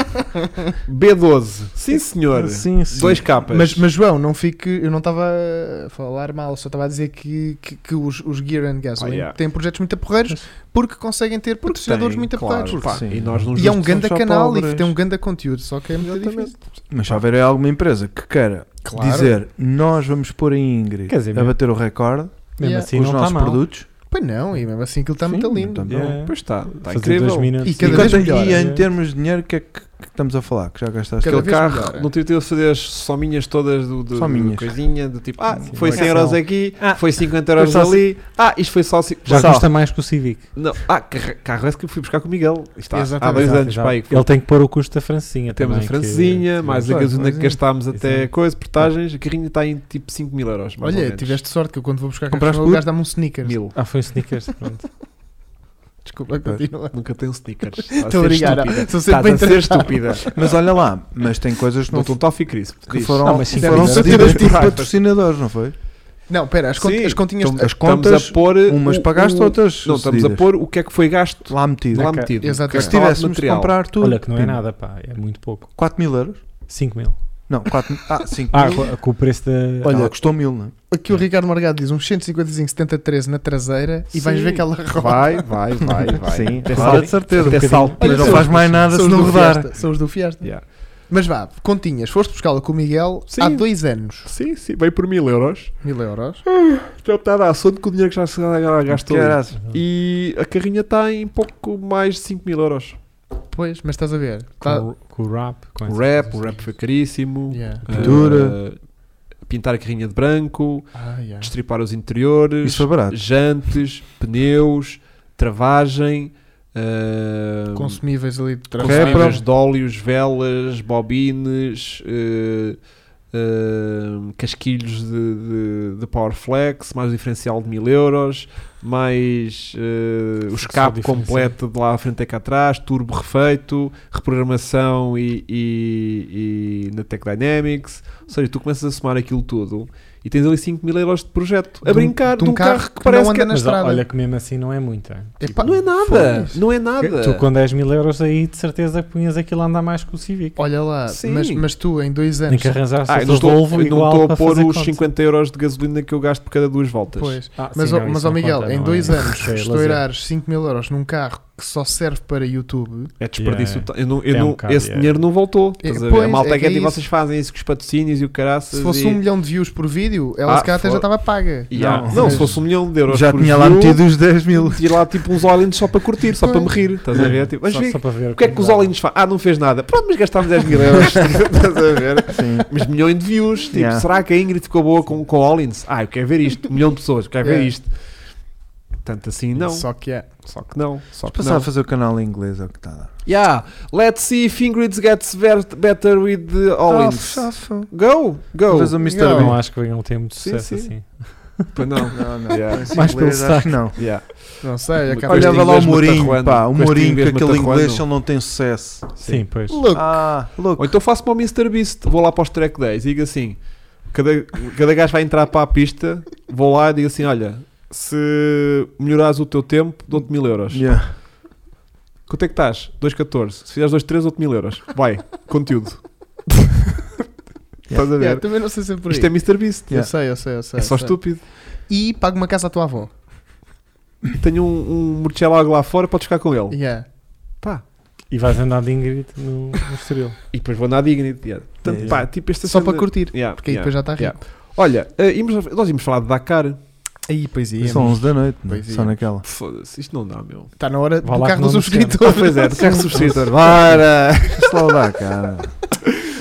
B12. Sim, senhor. sim, sim. 2 capas. Mas, mas João, não fique. Eu não estava a falar mal, só estava a dizer que, que, que os, os Gear and Gasoline Ah, yeah. têm projetos muito aporreiros porque conseguem ter patrocinadores muito aporreiros. claro, pá, sim. E nós não E é um justo- ganda só canal e pobres. tem um ganda conteúdo, só que é muito difícil. Mas se houver alguma empresa que queira Claro. dizer nós vamos pôr em Ingrid Quer dizer, a mesmo- bater o recorde Mesmo Yeah. assim, com os não está nossos mal. Tá produtos. Pois não, e mesmo assim aquilo está Sim, muito não lindo. está mal. Yeah. é um- Pois está, está Fazer dois incrível. minutos. E cada e, vez quanto- melhor. e em termos de dinheiro, o que é que, que estamos a falar? Que já gastaste? Cada Aquele vez carro, melhor, é. não tive de fazer as sominhas todas do, do, Sominhas. do coisinha, do tipo, ah, Sim, foi é sim. 100 euros aqui, Ah, foi 50 euros foi só ali, ah, isto foi só... ci- Já Só. custa mais que o Civic. Não, ah, carro, carro esse que fui buscar com o Miguel. Isto há- há Exatamente. dois Exato, anos, pai. Ele tem que pôr o custo da francesinha Temos também, a francesinha, que- é mais a Claro, gasolina que coisinha. gastámos até Exato. coisas, portagens, a carrinha está em tipo 5 mil euros, mais ou Olha, menos. tiveste sorte que eu quando vou buscar Compraste carros, o puto? gajo dá-me um sneaker. Mil. Ah, [LAUGHS] foi um sneakers, pronto. Desculpa, continua. Nunca tenho sneakers. Estou a brincar. Sou Estás sempre a bem ser tratado. estúpida. Mas olha lá, mas tem coisas que, não, Não estou toffee crisp. que diz. foram, Não, mas sim, foram sim, sim. cedidas Sim. por patrocinadores, não foi? Não, pera, as, Sim, cont- as continhas. estamos- as estamos contas, a pôr uh, Umas o- pagaste, o- outras Não, estamos a cedidas. pôr o que é que foi gasto lá metido. lá Ok. metido. Exatamente. o que é que Se está lá de tivéssemos de material. comprar tudo, Olha, que não é pina. nada, pá, é muito pouco. 4 mil euros? 5 mil. Não, 4 Ah, 5 Ah, mil. com, com o preço da. Olha, Ela- ela custou mil, não é? Aqui o Ricardo Margado diz um uns 155,73 na traseira e vais Sim. ver que ela roda. Vai, vai, vai, vai. [LAUGHS] Sim, Até claro. salto. de certeza. Até Olha, salto. Mas não são faz os- mais nada são se os não do rodar. Fiesta, São os do Fiesta. Yeah. Mas vá, continhas, foste buscá-la com o Miguel Sim. Hum. há dois anos. Sim, sim, veio por mil euros. Mil euros. Já está a dar assunto com o dinheiro que já se gastou. ali. Caraças. E a carrinha está em pouco mais de 5 mil euros. Pois, mas estás a ver. tá- com, o- com o rap. Com O essas rap, o coisas. assim. É. rap foi caríssimo. Yeah. Ah, Pintura. pintar a carrinha de branco, Ah, yeah. destripar os interiores, Isso foi barato. jantes, pneus, travagem, ah, Consumíveis ali de consumíveis trabalho. Consumíveis. Repro. de óleos, velas, bobines, eh, eh, casquilhos de, de, de Powerflex, mais o diferencial de 1000 euros, mais eh, o Só escape diferencial. completo de lá à frente e cá atrás, turbo refeito, reprogramação e, e- e na Tech Dynamics. Ou seja, tu começas a somar aquilo tudo e tens ali 5 mil euros de projeto a De um- brincar de um, carro, que não parece anda que é- na Mas estrada. olha que mesmo assim não é muito. é? Epá, não é nada, foda-se. não é nada. Tu com 10 mil euros aí, de certeza que punhas aquilo a andar mais que o Civic. Olha lá, Sim. mas, mas tu em dois Tem anos. que arranjar Ah, eu não o estou, Volvo eu não igual estou para a pôr fazer os conta. 50 euros de gasolina que eu gasto por cada duas voltas. Pois. Ah, sim, Mas, não, ó- isso mas ó não Miguel, conta, em não dois é- [LAUGHS] anos, é lazer. estourares 5 mil euros num carro que só serve para YouTube, É desperdício. Yeah. to- Eu não, eu É um não- bocado, esse yeah. dinheiro não voltou. É, Estás a ver? pois, a malta é é que é que e isso. vocês fazem isso com os patrocínios e o caraças. se fosse e... um milhão de views por vídeo, ela Ah, se calhar até fo- já estava paga. e há- Não, Não, mas- se fosse um milhão de euros Já por tinha lá view, metido os 10 [LAUGHS] mil. Tinha lá tipo uns all só para curtir, só para me rir. Estás a ver? Tipo, mas Só, vê, só para ver o que é que os dá. all fazem? Ah, não fez nada. Pronto, mas gastámos 10 mil euros. Estás a ver? Mas milhões de views. Tipo, Yeah. será que a Ingrid ficou boa com, com all Ah, eu quero ver isto. milhão de pessoas, eu quero ver Yeah. isto. Tanto assim, não. Só, Só que é. que não. Só que Passar não. a fazer o canal em inglês, é o que está a dar. Yeah, let's see if Ingrid gets ver- better with the Ah, Ollins. Ah, Go, go. Talvez o Mr. Não, B. acho que venham ter muito Sim, sucesso sim. assim. Pois não. Não, [LAUGHS] não. Yeah. Esse Mais pelo inglês, acho sotaque. que não. Yeah. Não sei, Muito acaba bem. de Olhava lá o inglês Mourinho, matarruano. pá. O Com este Mourinho com inglês aquele inglês matarruano. ele não tem sucesso. Sim, pois. Look, Ah, Ou louco. então faço para o Mr. Beast. Vou lá para os track days e digo assim: cada, cada gajo vai entrar para a pista. Vou lá e digo assim: olha, se melhorares o teu tempo, dou-te mil euros. Yeah. Quanto é que estás? 2,14. Se fizeres 2,13, dou-te mil euros. Vai, conteúdo. Estás a ver? Yeah, também não sei se é por aí. Isto é Mr. Beast. Eu sei, eu sei, eu sei. É só eu sei. estúpido. E pago uma casa à tua avó. Tenho um, um Murcielago lá fora, podes ficar com ele. Yeah. Pá. E vais andar de Ingrid no, no Estoril. E depois vou na Dignity. Yeah. Portanto, É, pá, tipo esta Só cena- para curtir. Yeah, Porque aí yeah. depois já está rico. Yeah. Olha, eh, íamos- nós íamos falar de Dakar. Aí, pois é. São 11 da noite, né? Pois é. só naquela. Foda-se, isto não dá, meu. Está Tá na hora Vá do lá carro que do não subscritor. pois é, de carro subscritor. Para! Saudar, cara.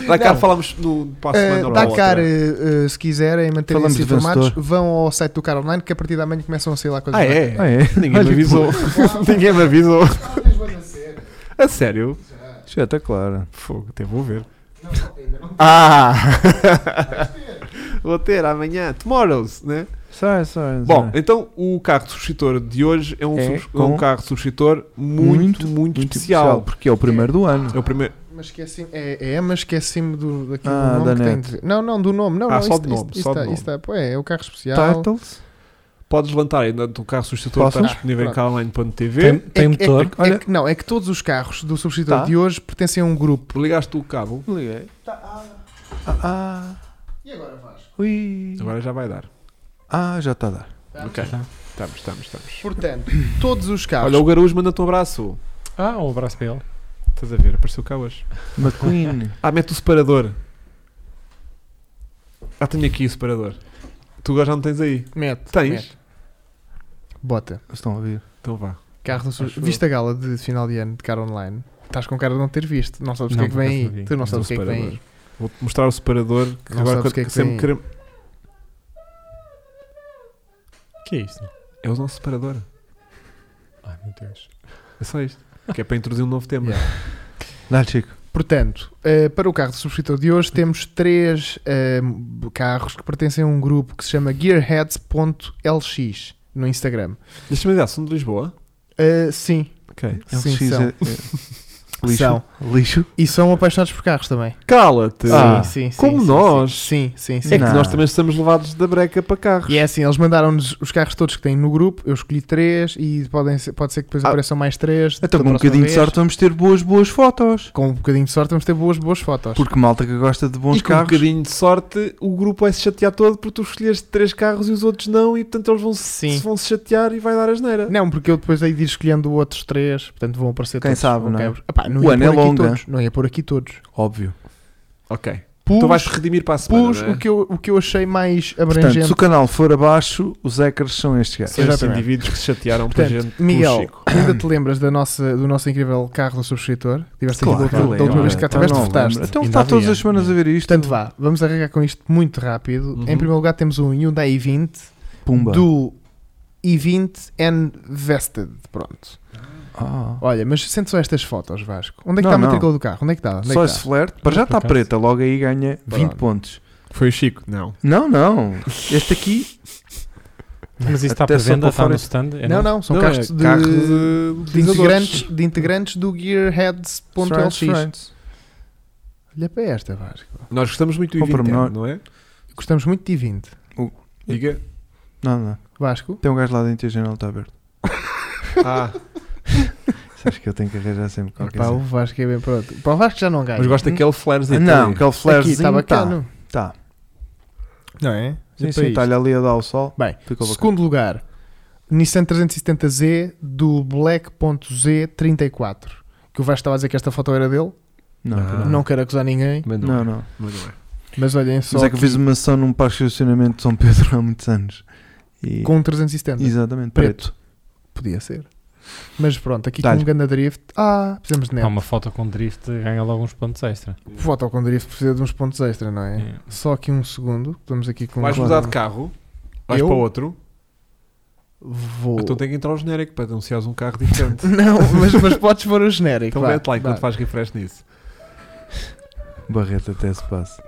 Dakar Não. falámos no passo Eh, semana. Dakar, eh, eh, se quiserem Falamos manterem-se de informados, vencedor. vão ao site do Car Online que a partir da manhã começam a sair lá coisas. Ah, novas. é? Ah, é? [LAUGHS] Ninguém me Olha que avisou. [LAUGHS] Ninguém me avisou. A sério? é Espetacular. Fogo, até vou ver. Ah! [LAUGHS] Vou ter amanhã. Tomorrow's, né? Sai, sai. Bom, sai. então o carro de subscritor de hoje é um, É subs- é um com- carro de subscritor muito, muito, especial. Porque é o primeiro do ano. É o primeiro. Mas esqueci-me, é, é, mas esqueci-me do, daquilo Ah, do nome da que tem net. de dizer. Não, não, do nome. Não, Ah, não, só isto- do nome, isto- isto só do está- nome. isto está- pô, é, é o carro especial. Titles. Podes levantar ainda o carro de subscritor está Posso? disponível em Ah, Tem, carline.tv. É, tem que- é, motor. que- é Olha. que- não, é que todos os carros do substituto Tá. de hoje pertencem a um grupo. Ligaste o cabo. Liguei. Ah, ah. E agora Vasco? Ui. Agora já vai dar. Ah, já está a dar. Ok. Estamos, estamos, estamos. Portanto, todos os carros. Olha, o Garujo manda-te um abraço. Ah, um abraço para ele. Estás a ver? Apareceu cá hoje. McQueen. Ah, mete o separador. Ah, tenho aqui o separador. Tu agora já não tens aí. Mete. Tens? mete. Bota. [LAUGHS] Estão a ouvir? Então vá. Carro do Acho substituto. eu. Viste a gala de final de ano de Car Online? Estás com cara de não ter visto. Não sabes o que Não, é que vem por acaso aí. não vi. Tu não Mas sabes o um que é que vem aí. separador. Vou-te mostrar o separador. Que Não agora sabes o quando, que é que sempre tem. queremos- que é isto? É o nosso separador. Ai, meu Deus. É só isto. Que é para introduzir um novo tema. Yeah. Dá, Chico. Portanto, eh, para o carro de subscritor de hoje, temos três eh, carros que pertencem a um grupo que se chama gearheads.lx no Instagram. Deixa-me ver, são de Lisboa? Eh, sim, Ok. sim, LX são. é- é- [LAUGHS] Lixo. São. Lixo. E são apaixonados por carros também. Cala-te! Ah, sim, sim. como nós. Sim, sim, sim. é que Não. nós também estamos levados da breca para carros. E é assim, eles mandaram-nos os carros todos que têm no grupo, eu escolhi três e podem ser- pode ser que depois Ah. apareçam mais três. da Então, com um próxima bocadinho de vez. sorte, vamos ter boas, boas fotos. Com um bocadinho de sorte vamos ter boas, boas fotos. Porque malta que gosta de bons E com um carros. bocadinho de sorte, o grupo vai se chatear todo porque tu escolheste três carros e os outros não, e portanto eles vão Sim. se, vão -se chatear e vai dar asneira. Não, porque eu depois hei de ir escolhendo outros três, portanto vão aparecer Quem todos. sabe, vão não é? quebrar. Epá, não O ia ano pôr é aqui longa. todos, Não ia pôr aqui todos. Óbvio. Ok. Pus, Então Tu vais te redimir para a semana. pus não é? o, que eu, o que eu achei mais Portanto, abrangente. se o canal for abaixo, os hackers são estes gajos. São estes Exatamente. indivíduos que se chatearam para Portanto, gente. pelo Miguel, Chico. ainda te lembras da nossa, do nosso incrível carro do subscritor? Tiveste aqui Claro, da outra- claro, da última vez que cá então tiveste, não votaste. lembro. Então Ainda está havia. todas as semanas a ver isto. Portanto, vá, vamos arrancar com isto muito rápido. Uhum. Em primeiro lugar, temos um Hyundai i20 Pumba. do i20 N Vested. Pronto. Ah. Olha, mas sente só estas fotos, Vasco. Onde é que Não, está a não. matrícula do carro? Onde é que está? Onde é Só que esse está? flare. Para já Por está acaso. preta, logo aí ganha 20 Pronto. pontos. Foi o Chico? Não. Não, não. Este aqui. Mas isso está Até para só venda, para está fora no este- stand. é Não, não, são Não, carros é de, carro de utilizadores. integrantes, de integrantes do é Gearheads.lx. Friends. Olha para esta, Vasco. Nós gostamos muito do Com Ivintec, pormenor. não é? Gostamos muito de i20. Diga. Não, não. Vasco? Tem um gajo lá dentro e a janela está aberta. [LAUGHS] Ah, [LAUGHS] Sabes que eu tenho que arranjar sempre qualquer Epá, o coisa. Vasco é bem pronto. Para o Vasco já não ganha. Hum, mas gosto daquele flares aí. Não, também. aquele Aqui flarezinho está está. bacana. Tá. Não é? Sim, É sim, para está-lhe ali a dar o sol. Bem, Ficou isto. bacana. Segundo lugar, Nissan 370Z do Black.Z34. Que o Vasco estava a dizer que esta foto era dele. Não, Ah. Não quero acusar ninguém, Mas não, não, é, não. mas não é. mas olhem só. Mas é que eu fiz aqui, uma ação num parque de estacionamento de São Pedro há muitos anos. E... Com um 370. Exatamente, Preto. preto. Podia ser. Mas pronto, aqui Dá-lhe. com um ganda drift. Ah, precisamos de Há net. uma foto com drift, ganha logo uns pontos extra. Foto com drift precisa de uns pontos extra, não é? É. [LAUGHS] Só aqui um segundo. Estamos aqui com Hum. Vais um- mudar de carro, vais Eu? para outro, Vou. então tem que entrar o genérico para anunciares um carro [LAUGHS] diferente. [LAUGHS] Não, mas, mas podes pôr o genérico. então vá, mete lá vá. enquanto faz refresh nisso. Barreto até se passa.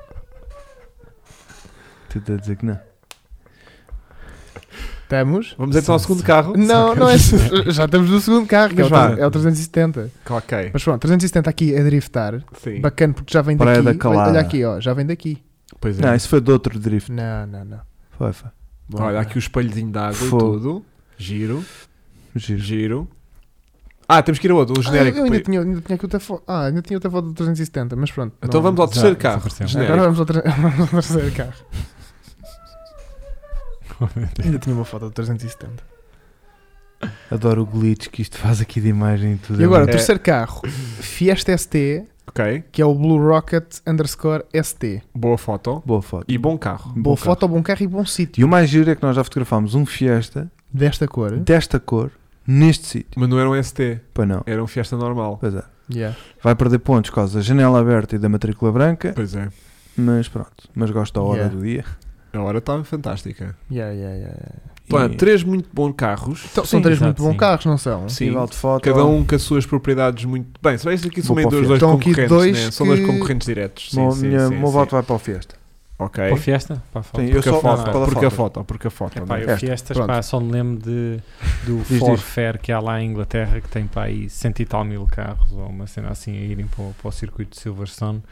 Tu estás a dizer que não. Estamos? Vamos então ao segundo carro. Não, não é. [LAUGHS] Já estamos no segundo carro, que é o, Mas vá. tre- é o 370. Ok, Mas pronto, 370 aqui a driftar. sim. Bacana, porque já vem Praia daqui. da olha, Calada. olha aqui, ó, já vem daqui. Pois é. Não, isso foi de outro drift. Não, não, não. Foi, foi. Bom, Olha, aqui o espelhozinho de água e Fogo. tudo. Giro, Giro. giro. Ah, temos que ir a outro, o genérico. Ah, eu ainda tinha, ainda tinha aqui outra foto. Ah, ainda tinha outra foto do 370, mas pronto. Então não- vamos ao Já terceiro carro. desapareceu. genérico. Agora vamos ao, tre- [LAUGHS] vamos ao terceiro carro. ainda tinha uma foto do 370. Adoro o glitch que isto faz aqui de imagem e tudo. E agora, o É. terceiro carro, Fiesta ST, Ok, que é o Blue Rocket underscore ST. boa foto É Boa foto. e bom carro. Boa Bom carro. foto, bom carro e bom sítio. E o mais giro é que nós já fotografámos um Fiesta Desta cor. desta cor neste sítio. Mas não era um ST, Pois não. era um Fiesta normal. Pois é. Yeah. Vai perder pontos por causa da janela aberta e da matrícula branca, Pois é, mas pronto. Mas gosto da hora Yeah. do dia. a hora estava fantástica. Yeah, yeah, yeah, yeah. Portanto, três muito bons carros. Então, Sim, são três exato, muito bons sim. carros, não são? Sim. Nível de foto. Cada um com as suas propriedades muito. Bem, se bem que aqui são Vou meio para o dois, dois Fiesta. Estão aqui concorrentes, dois né? São dois que- concorrentes diretos. Sim, Meu- sim, minha- sim, meu sim. voto vai para o Fiesta. Ok. Para a fiesta? Para a foto. Sim, eu Porque a só foto, voto pela porque a foto. foto, porque a foto. Epá, não é? eu Esta, fiestas, pronto. pá, só me lembro de, do Diz, Forfair que há lá em Inglaterra que tem para aí cento e tal mil carros ou uma cena assim a irem para, o- para o circuito de Silverstone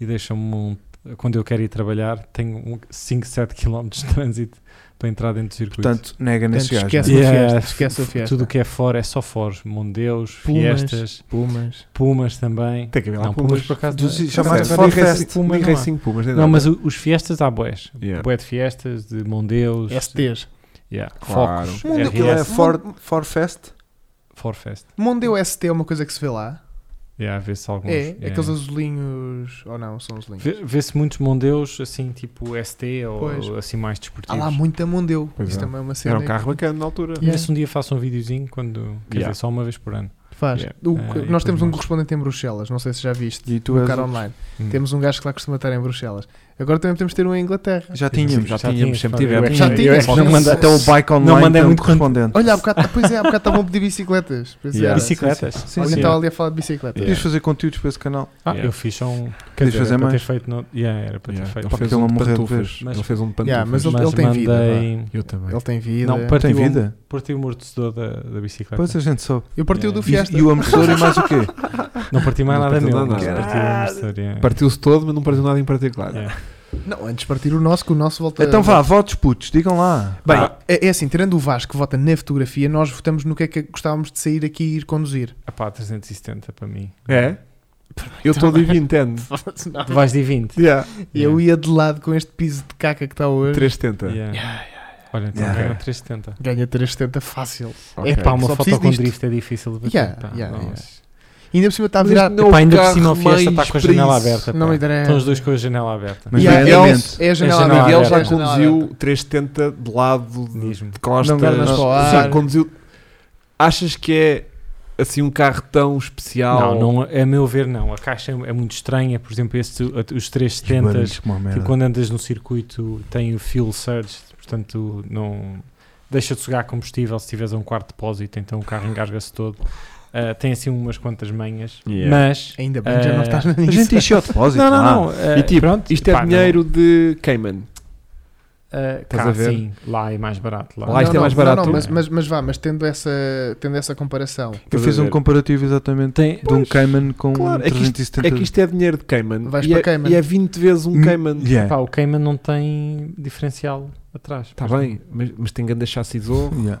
e deixam-me um, quando eu quero ir trabalhar tenho um- 5, 7 km de trânsito para entrar dentro do circuito. Portanto, nega Portanto, nesse gajo. esquece não é? o Yeah, Fiesta. Esquece o Fiesta. Tudo o que é fora é só foros, Mondeus, Pumas. fiestas, Pumas. Pumas também. Tem que haver lá Não, Pumas por acaso. Tu não- se- Não, chamaste nem Ford Racing- Fest. Puma nem não há. Racing Pumas, nem Não, nada. mas o- os fiestas há boés. Yeah. Bué de fiestas, de Mondeus, É STs. yeah, Claro. Focos, Mondeo- Aquilo é RS, Ford, Ford Fest. Forfest. Mondeo ST é uma coisa que se vê lá. Yeah, vê-se alguns. é, yeah. aqueles azulinhos. Ou não, são azulinhos. Vê- Vê-se muitos Mondeus, assim, tipo ST ou Pois. assim mais Há desportivos. lá muita Mondeu. Pois Isso é. também é uma cena. Era um que carro bacana na altura. Yeah. Vê-se um dia faço um videozinho quando. Quer Yeah. dizer, só uma vez por ano. faz. Yeah. O- Ah, e nós temos um tudo mais. correspondente em Bruxelas, não sei se já viste. E tu No és cara o- online. Hum. Temos um gajo que lá costuma estar em Bruxelas. Agora também podemos ter um em Inglaterra. Já tínhamos. Já Já tínhamos, tínhamos, sempre Fábio. tivemos. Já tínhamos. Eu- eu- Não manda- Até o bike online Não, manda tem um muito quanto- correspondente. Olha, há bocado, pois é, há bocado estavam a pedir bicicletas. Pois é. Yeah. Hum. Bicicletas. Sim, Alguém sim. estava ali a falar de bicicletas. Podias fazer conteúdos para esse canal. Ah, Yeah. eu fiz só um. Quer Podias dizer, fazer era para ter mais? feito. No... Yeah, era para ter Yeah, feito. Ele fez Ele um de morreu de pantufas. vez. Ele fez um de Yeah, ah, mas pantufas. ele- Mas tem mandei. vida, Eu também. Ele tem vida. Não, Tem partiu um- vida? Partiu o amortecedor da, da bicicleta. Pois a gente soube. Eu parti o do Yeah. Fiesta. E, e o amortecedor e mais o quê? Não parti mais Não nada partiu meu. nada. mas Partiu o amortecedor. yeah. Partiu-se todo, mas não partiu nada em particular. Yeah. Não, antes de partir o nosso, que o nosso volta. Então vá, votos putos, digam lá. Bem, Ah. é, é assim, tirando o Vasco que vota na fotografia, nós votamos no que é que gostávamos de sair aqui e ir conduzir. Ah pá, 370 para mim. É? Eu estou de 20 [LAUGHS] anos. Tu vais de 20. Yeah. Eu ia de lado com este piso de caca que está hoje. 370. Yeah. Olha, então Yeah. ganha 370. Ganha 370 fácil. Ok. É pá, uma Só foto preciso com disto. drift é difícil de bater. Yeah, pá. yeah, Nossa. E ainda por cima está a Mas virar. não Epá, ainda por carro cima o Fiesta mais está com a janela para aberta. Não pá. me interessa. Estão os dois com a janela aberta. Mas E há- bem, é, o- andamento. é a janela É a janela aberta. Ele aberta. É já a janela conduziu aberta. 370 de lado, de Diz-me. costas. pernas para o Sim, ar. conduziu. Achas que é assim um carro tão especial? Não, não, a meu ver, não. A caixa é é muito estranha. Por exemplo, este, os Os barulhos, 370, como uma merda. tipo, quando andas no circuito, tem o fuel surge, portanto, não deixa de sugar combustível se tiveres a um quarto depósito. Então o carro engasga-se todo. Ah, tem assim umas quantas manhas, Yeah. mas. Ainda bem, já não Eh, estás A nisso. gente encheu o depósito. Não, não, lá. não. ah, E tipo, pronto, Isto é pá, não. dinheiro de Cayman. Ah, Estás cá, a ver? Sim, lá é mais barato. Lá, Lá isto é não, mais não, barato. não, mas, mas, mas vá, mas tendo essa, tendo essa comparação, Eu Estás fiz a um ver? comparativo exatamente Tem, de um Cayman com Claro, é que isto- 370. É que isto é dinheiro de Cayman. Vais e, para é, Cayman. e é 20 vezes um Hum, Cayman. Yeah. Pá, o Cayman não tem diferencial atrás. Está Pois Tá bem, mas, mas tem grande chassi ou Yeah.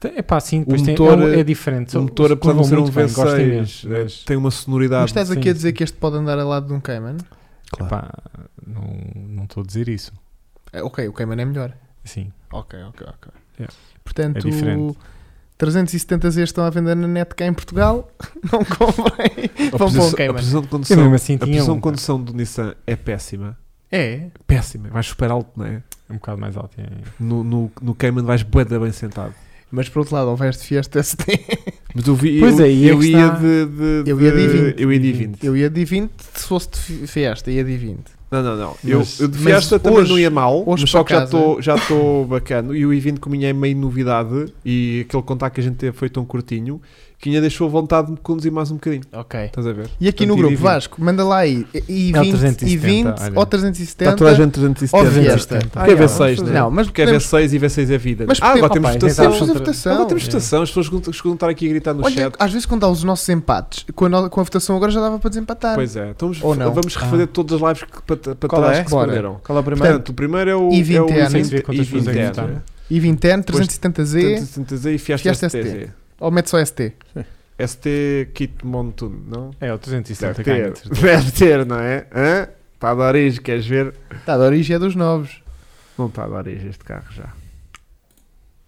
Tem- Epá, sim, depois O tem, motor, é um- é, eh, diferente. O Só- motor, se apesar de não ser curvam um muito bem, gosto imenso, V6, eh, mas, tem uma mas sonoridade. estás aqui sim, a dizer sim. que este pode andar ao lado de um Cayman? Claro. pá, não não estou a dizer isso. É, ok, o Cayman é melhor. Sim, Ok, ok, ok. Yeah. Portanto, é diferente. 370 Z estão à venda na net cá em Portugal. [LAUGHS] Não convém. Vão a, para um posição, a Cayman. posição de Eu condução, mesmo assim a tinha posição um, de condução do Nissan é péssima. É. Péssima. Vais super alto, não é? um bocado mais alto. é. No, no, no Cayman vais bué da bem sentado. Mas por outro lado, ao de Fiesta ST, Mas eu vi. Pois eu, é, e é eu que ia está. de, de- Eu ia de I20. Eu ia de I20. eu ia de 20 se fosse de fi- Fiesta, ia de 20. Não, não, não. Eu, Mas- eu de mas Fiesta também hoje- não ia mal, hoje mas só para que já casa- estou já estou bacana. E o I20 como minha é meio novidade e aquele contacto que a gente teve foi tão curtinho que ainda deixou vontade de me conduzir mais um bocadinho. Ok. Estás a ver? E aqui no Portanto, grupo, I20. Vasco, manda lá aí. I20, É o 370, I20 olha. ou 370. Está Tá toda a gente ou 370. Fiesta. 370. Porque é Ah, é, V6, vamos né? fazer. Não, mas Porque é podemos- V6 e V6 é vida. Mas ah, agora podemos- temos opa, votação. exato. Temos a Outra- votação. Agora temos É. votação. As pessoas que vão estar aqui a gritar no Olha, ah, chat. às vezes quando dá os nossos empates, com a, no- com a votação agora já dava para desempatar. Pois é. Então vamos, Ou não. Ah. vamos refazer todas as lives que, para, para Qual trás é? que se Bora. perderam. Qual é o primeiro? Portanto, o primeiro é o I20 é é, o né? Tem que ver quantas pessoas é que I20 é, votaram. né? I20N, Depois- 370Z 370 e Fiesta Fiesta STZ. ou mete só ST? ST Kit Montun, não? É o 360 Deve ganha, ter, de certeza. deve ter, não é? Hã? Está de origem, queres ver? Tá, de origem é dos novos. Não está de origem este carro já.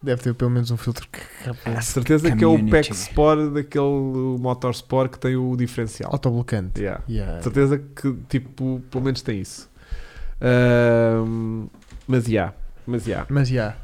Deve ter pelo menos um filtro que A certeza que é o Community. Pack Sport daquele Motorsport que tem o diferencial. autoblocante. Oh. Yeah. Yeah. De certeza que, tipo, pelo menos tem isso. Ahm, mas já, mas já. Mas já.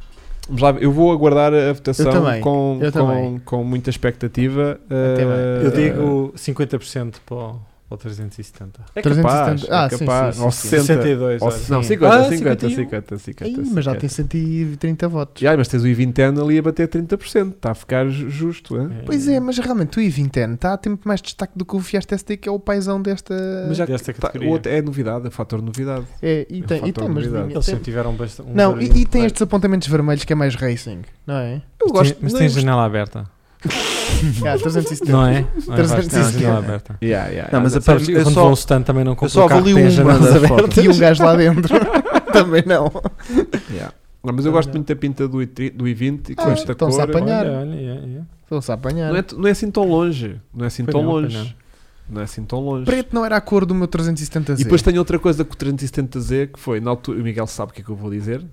Vamos lá, eu vou aguardar a votação Eu também, com, eu com, também. com muita expectativa. Até bem. Ah, Eu digo 50% para o, para o 370. É 370. capaz, Ah, é sim, capaz. sim, sim, Ou sim. 60. 62, Ou, olha. não, Sim. 50, Ah, 50, 50, 51. 50, um? Ih, mas já tem 130 votos. Já, mas tens o I20N ali a bater 30%, está a ficar ju- justo, hein? Pois é, mas realmente o i20N está tá a ter muito mais destaque do que o Fiesta ST, que é o paizão desta. Mas já Desta tá, categoria. o outro é novidade, é fator novidade. É, e É um tem, e fator tem umas novidade. linhas- Eles tem- sempre tiveram bastante. um Não, barulho e, e tem mais- estes apontamentos vermelhos que é mais racing, não é? [LAUGHS] Eu Mas gosto, tem- Mas não, tem eu gosto- janela aberta. Ah, 370. [LAUGHS] Não é? Não é? 360. Vasco? Tem janela aberta. Yeah, yeah, Não, yeah. mas a Sabes que eu quando só- vão ao stand também não Eu compram só o carro que avalio tem as uma janelas das abertas. fotos. um E um gajo lá dentro. [LAUGHS] Também não. Yeah. Não, mas eu gosto muito da pinta do, I- do I20 e com Ah, esta cor. estão-se a apanhar. Olha, olha, yeah, yeah. Estão-se a apanhar. Não é, não é assim tão longe. Não é assim Foi tão não, foi longe. Não. é assim tão longe. Preto não era a cor do meu 370Z. E depois tem outra coisa com o 370Z que foi, na altura, o Miguel sabe o que é que eu vou dizer.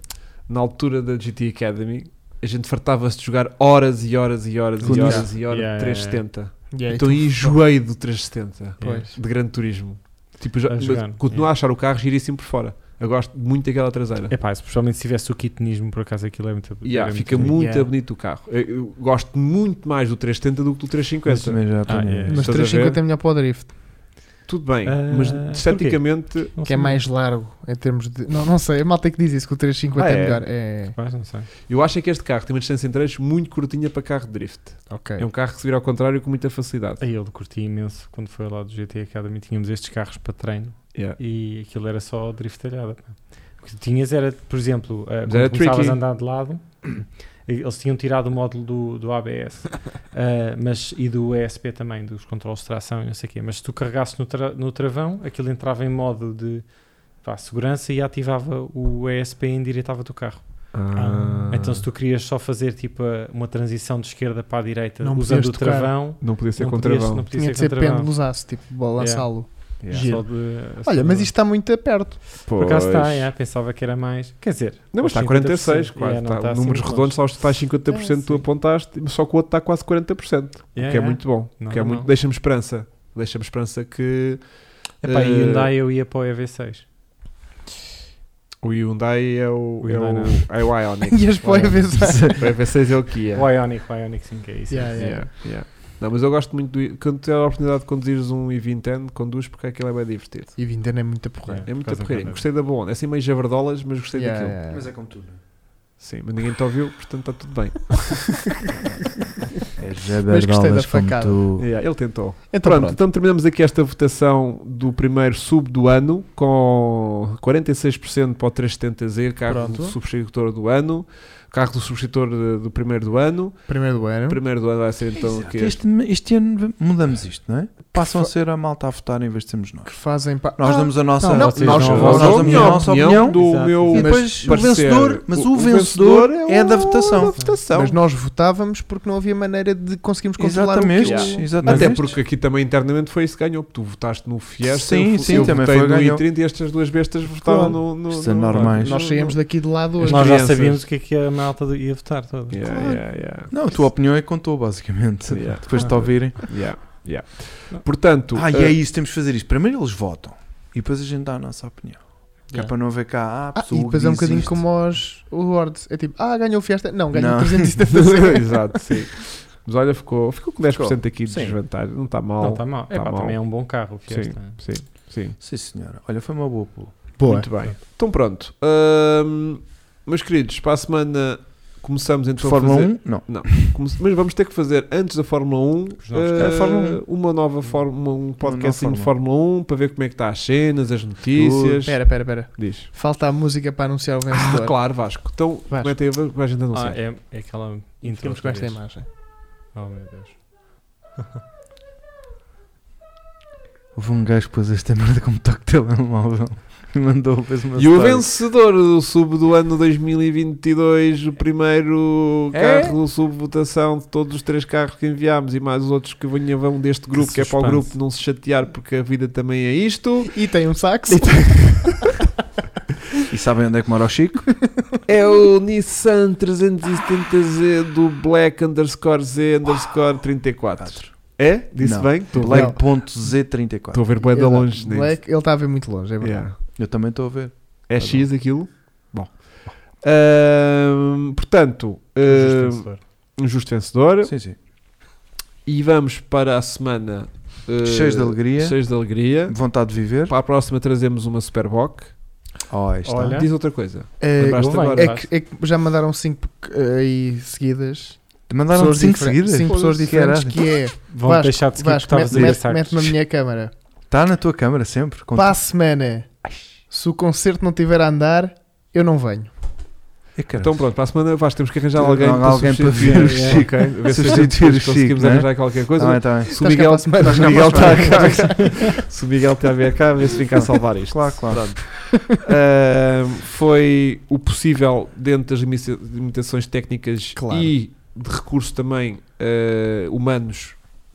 Na altura da GT Academy, a gente fartava-se de jogar horas e horas e horas e Tudo horas e horas Yeah, yeah, de 370. E aí Então tu- aí enjoei do 370 Pois. de grande turismo. Tipo, já, A mas jogar, continuo yeah. É a achar o carro giríssimo por fora. Eu gosto muito daquela traseira. Epá, especialmente se tivesse o kitinismo, por acaso aquilo é muito. Yeah, era fica bonito. muito Yeah. bonito o carro. Eu, eu gosto muito mais do 370 do que do 350. também já Ah, tenho- é. Mas Estás a 350 ver? é melhor para o drift, Tudo bem, Ah, mas porquê? esteticamente Não que é sei. mais largo em termos de. Não, não sei, a malta é que diz isso, que o 350 Ah, é é? melhor. É. Capaz, não sei. eu acho é que este carro tem uma distância entre eixos muito curtinha para carro de drift. Ok. É um carro que se vira ao contrário com muita facilidade. Aí eu curti imenso quando foi lá do GT Academy. Tínhamos estes carros para treino Yeah. e aquilo era só driftalhada. pá. O que tinhas era, por exemplo, eh, quando era começavas tricky. a andar de [COUGHS] lado, eles tinham tirado o módulo do, [LAUGHS] do ABS eh, mas, e do ESP também, dos controles de tração e não sei o quê. Mas se tu carregasses no, tra- no travão, aquilo entrava em modo de pá, segurança e ativava o ESP e endireitava-te o carro. Ah. Então, se tu querias só fazer tipo a- uma transição de esquerda para a direita Não usando o podias tocar. travão, Ah, Não podia ser não com podias, travão. não Tinha podias de ser com travão. pendulosaço, tipo balançá-lo. Yeah. é Giro. Só de- só Olha, de- mas isto está muito perto. Por acaso Pois. está, é, pensava que era mais. Quer dizer, Não, mas está a 46, 50%, quase. é, não está, está assim números muito redondos, só estás 50%, É, tu sim. apontaste, mas só que o outro está quase 40%. Ah, Yeah, o que é yeah. muito bom. o Não, que é não, muito. não. Deixa-me esperança. Deixa-me esperança que Epá, e Eh, Hyundai eu ia para o EV6. o Hyundai é o, O é, Hyundai o, é o [LAUGHS] Ioniq. E as põe a O EV6 é o Kia. O Ionic, o Ionic sim que é isso. Yeah, yeah. Yeah, yeah. Não, mas eu gosto muito do. I- Quando tiver a oportunidade de conduzires um i20N, conduz porque aquilo é bem divertido. E Vindana é muita porra. É por muito causa porreirinho. da- Gostei da boa onda. É assim meio javardolas, mas gostei Yeah, daquilo. yeah. Mas é como tu, não Sim, mas ninguém te ouviu, portanto está tudo bem. Mas é? É gostei da jabardolas como facada. tu. Yeah, ele tentou. Então Pronto, pronto. então terminamos aqui esta votação do primeiro sub do ano, com 46% para o 370Z, carro Pronto. do subscritor do ano, carro do subscritor de- do primeiro do ano. Primeiro do ano. O primeiro do ano vai ser então o Exato. quê? Este, este ano mudamos isto, não é? Passam a ser a malta a votar em vez de sermos nós. Que fazem. pa- Nós Ah, damos a nossa, não, nós, vocês nós não. Nós damos a opinião, nossa opinião opinião do Exato, meu e exato. depois o parceiro. vencedor, mas o, O vencedor, vencedor é, da votação. da votação. Ah, Mas nós votávamos porque não havia maneira de conseguirmos controlar Exatamente, o que o- exatamente. Até porque aqui também internamente foi isso que ganhou. Tu votaste no Fiesta, Sim, eu, sim, eu também votei foi no ganhou. i30 e estas duas bestas votaram Claro. no, no, Isto é no- normais. no- Nós saímos daqui de lado Nós hoje. já crianças. sabíamos o que é que a malta do- ia votar toda. Yeah, Claro. yeah, yeah. Não, a tua opinião é que contou, basicamente. Yeah. Depois de te ouvirem. Yeah, yeah. Não. Portanto, Ah, e eh, é isso, temos que fazer isto. Primeiro eles votam e depois a gente dá a nossa opinião. Que é Yeah. para não haver cá, ah, Ah, pessoal, e depois é um diz bocadinho isto. como os o Lords. É tipo, ah, ganhou o Fiesta. Não, ganhou Não. [LAUGHS] 370. [LAUGHS] Exato, sim. Mas olha, ficou, ficou com 10% aqui de Sim. desvantagem. Não está mal. tá Não está mal. Epá, mal. também é um bom carro o Fiesta. Sim, sim. Sim, senhora. Olha, foi uma boa pula. Muito bem. Então pronto. Hum, meus queridos, para a semana começamos então Fórmula a fazer... 1? Não. come- Mas vamos ter que fazer antes da Fórmula 1, Os novos eh, carros. A É, Fórmula um. uma nova Fórmula, um podcast de Fórmula Fórmula 1 para ver como é que está as cenas, as notícias. Espera, espera, espera. Diz. Falta a música para anunciar o Ah, vencedor. claro, Vasco. Então, Vasco. metem a va- a gente Ah, anunciar. é, é aquela intro. Ficamos com outra esta vez. imagem. Oh meu Deus. O Houve um gajo que pôs esta merda como toque de telemóvel [LAUGHS] e mandou depois uma E o story. vencedor do sub do ano 2022, o primeiro É? carro do sub votação de todos os três carros que enviámos e mais os outros que vão deste grupo, que, é para o suspense. grupo não se chatear porque a vida também é isto. E tem um saxo. E sabem onde é que mora o Chico? É o Nissan 370Z do Black underscore Z underscore 34. É? Disse Não. bem? Estou Black. estou a Black.z34. ver bué de longe Ele- nisso. Ele está a ver muito longe, é verdade. Yeah. Eu também estou a ver. É X aquilo? Bom. Ahm, portanto, ahm, um justo vencedor. Sim, sim. E vamos para a semana eh, Cheios de alegria. Cheios de alegria. Vontade de viver. Para a próxima trazemos uma Superboc. Oh, aí está. Olha. É? Diz outra coisa. É, Lembraste convém. agora? é que, é que já mandaram 5 aí seguidas. Te Mandaram 5 diferen- seguidas? cinco pessoas Foda-se, diferentes caralho. que é. Vão Vasco, deixar de seguir Vasco, gostavas mete- aí a mete- sacos. mete-me na minha câmara. Está Tá na tua câmara sempre. com- Para a semana, se o concerto não tiver a andar, eu não venho. Ih, caralho. Então pronto, para a semana Vasco, temos que arranjar Não, alguém, alguém para substituir ver o o [LAUGHS] Chico. Chico, ok? Ver se a gente Substituir o conseguimos Chico, não é? arranjar qualquer coisa. Tá bem, tá bem. Se o Estás cá para Miguel, a semana? se o Miguel está cá, se o Miguel está a ver cá, vê se fica a salvar isto. Claro, claro. Ahm, foi o possível dentro das limita- limitações técnicas Claro. e de recursos também eh, humanos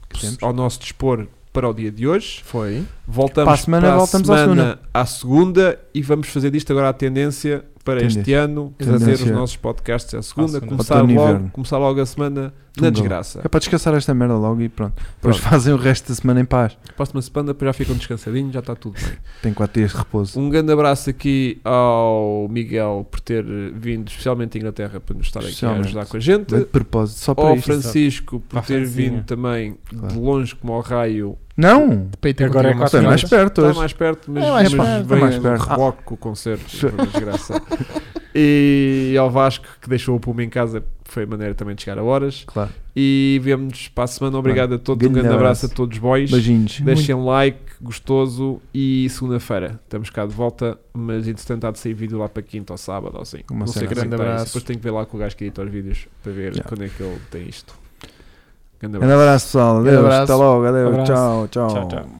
Que temos. ao nosso dispor para o dia de hoje. Foi. Voltamos Para a semana, para a voltamos à semana, à, segunda. segunda. e vamos fazer disto agora a tendência para este Tendência. ano, trazer Tendência. os nossos podcasts à segunda, À segunda. Começar, Outono e logo, inverno. começar logo a semana na Tunga. desgraça. É para descansar esta merda logo e pronto. Depois Pronto. fazem o resto da semana em paz. Próxima semana depois já ficam descansadinhos, já está tudo bem. Tem 4 dias de repouso. Um grande abraço aqui ao Miguel por ter vindo especialmente da Inglaterra para nos estar aqui a Especialmente. ajudar com a gente. De propósito, só para Ao isto. Oh, Francisco por Para a ter Francinha. vindo também de Claro. longe como ao raio. Não! Peito em Agora é continuação. Estou mais perto Está hoje. Tá mais perto, mas, É mais mas perto. vem É mais de perto. reboque com o concerto. por desgraça. E ao Vasco que deixou o Puma em casa. Foi maneira também de chegar a horas. Claro. E vemos-nos para a semana. Obrigado a todos. Um grande grande abraço a abraço. todos os boys. Beijinhos. Deixem like, gostoso e segunda-feira estamos cá de volta, mas entretanto há de sair vídeo lá para quinta ou sábado ou assim. Uma não sei como é cena assim. que está Grande isso. abraço. Depois tenho que ver lá com o gajo que edita os vídeos para ver Yeah. quando é que ele tem isto. Grande Um abraço, pessoal. Grande Adeus. abraço. Até logo. Adeus. Abraço. Tchau, tchau. Tchau, tchau.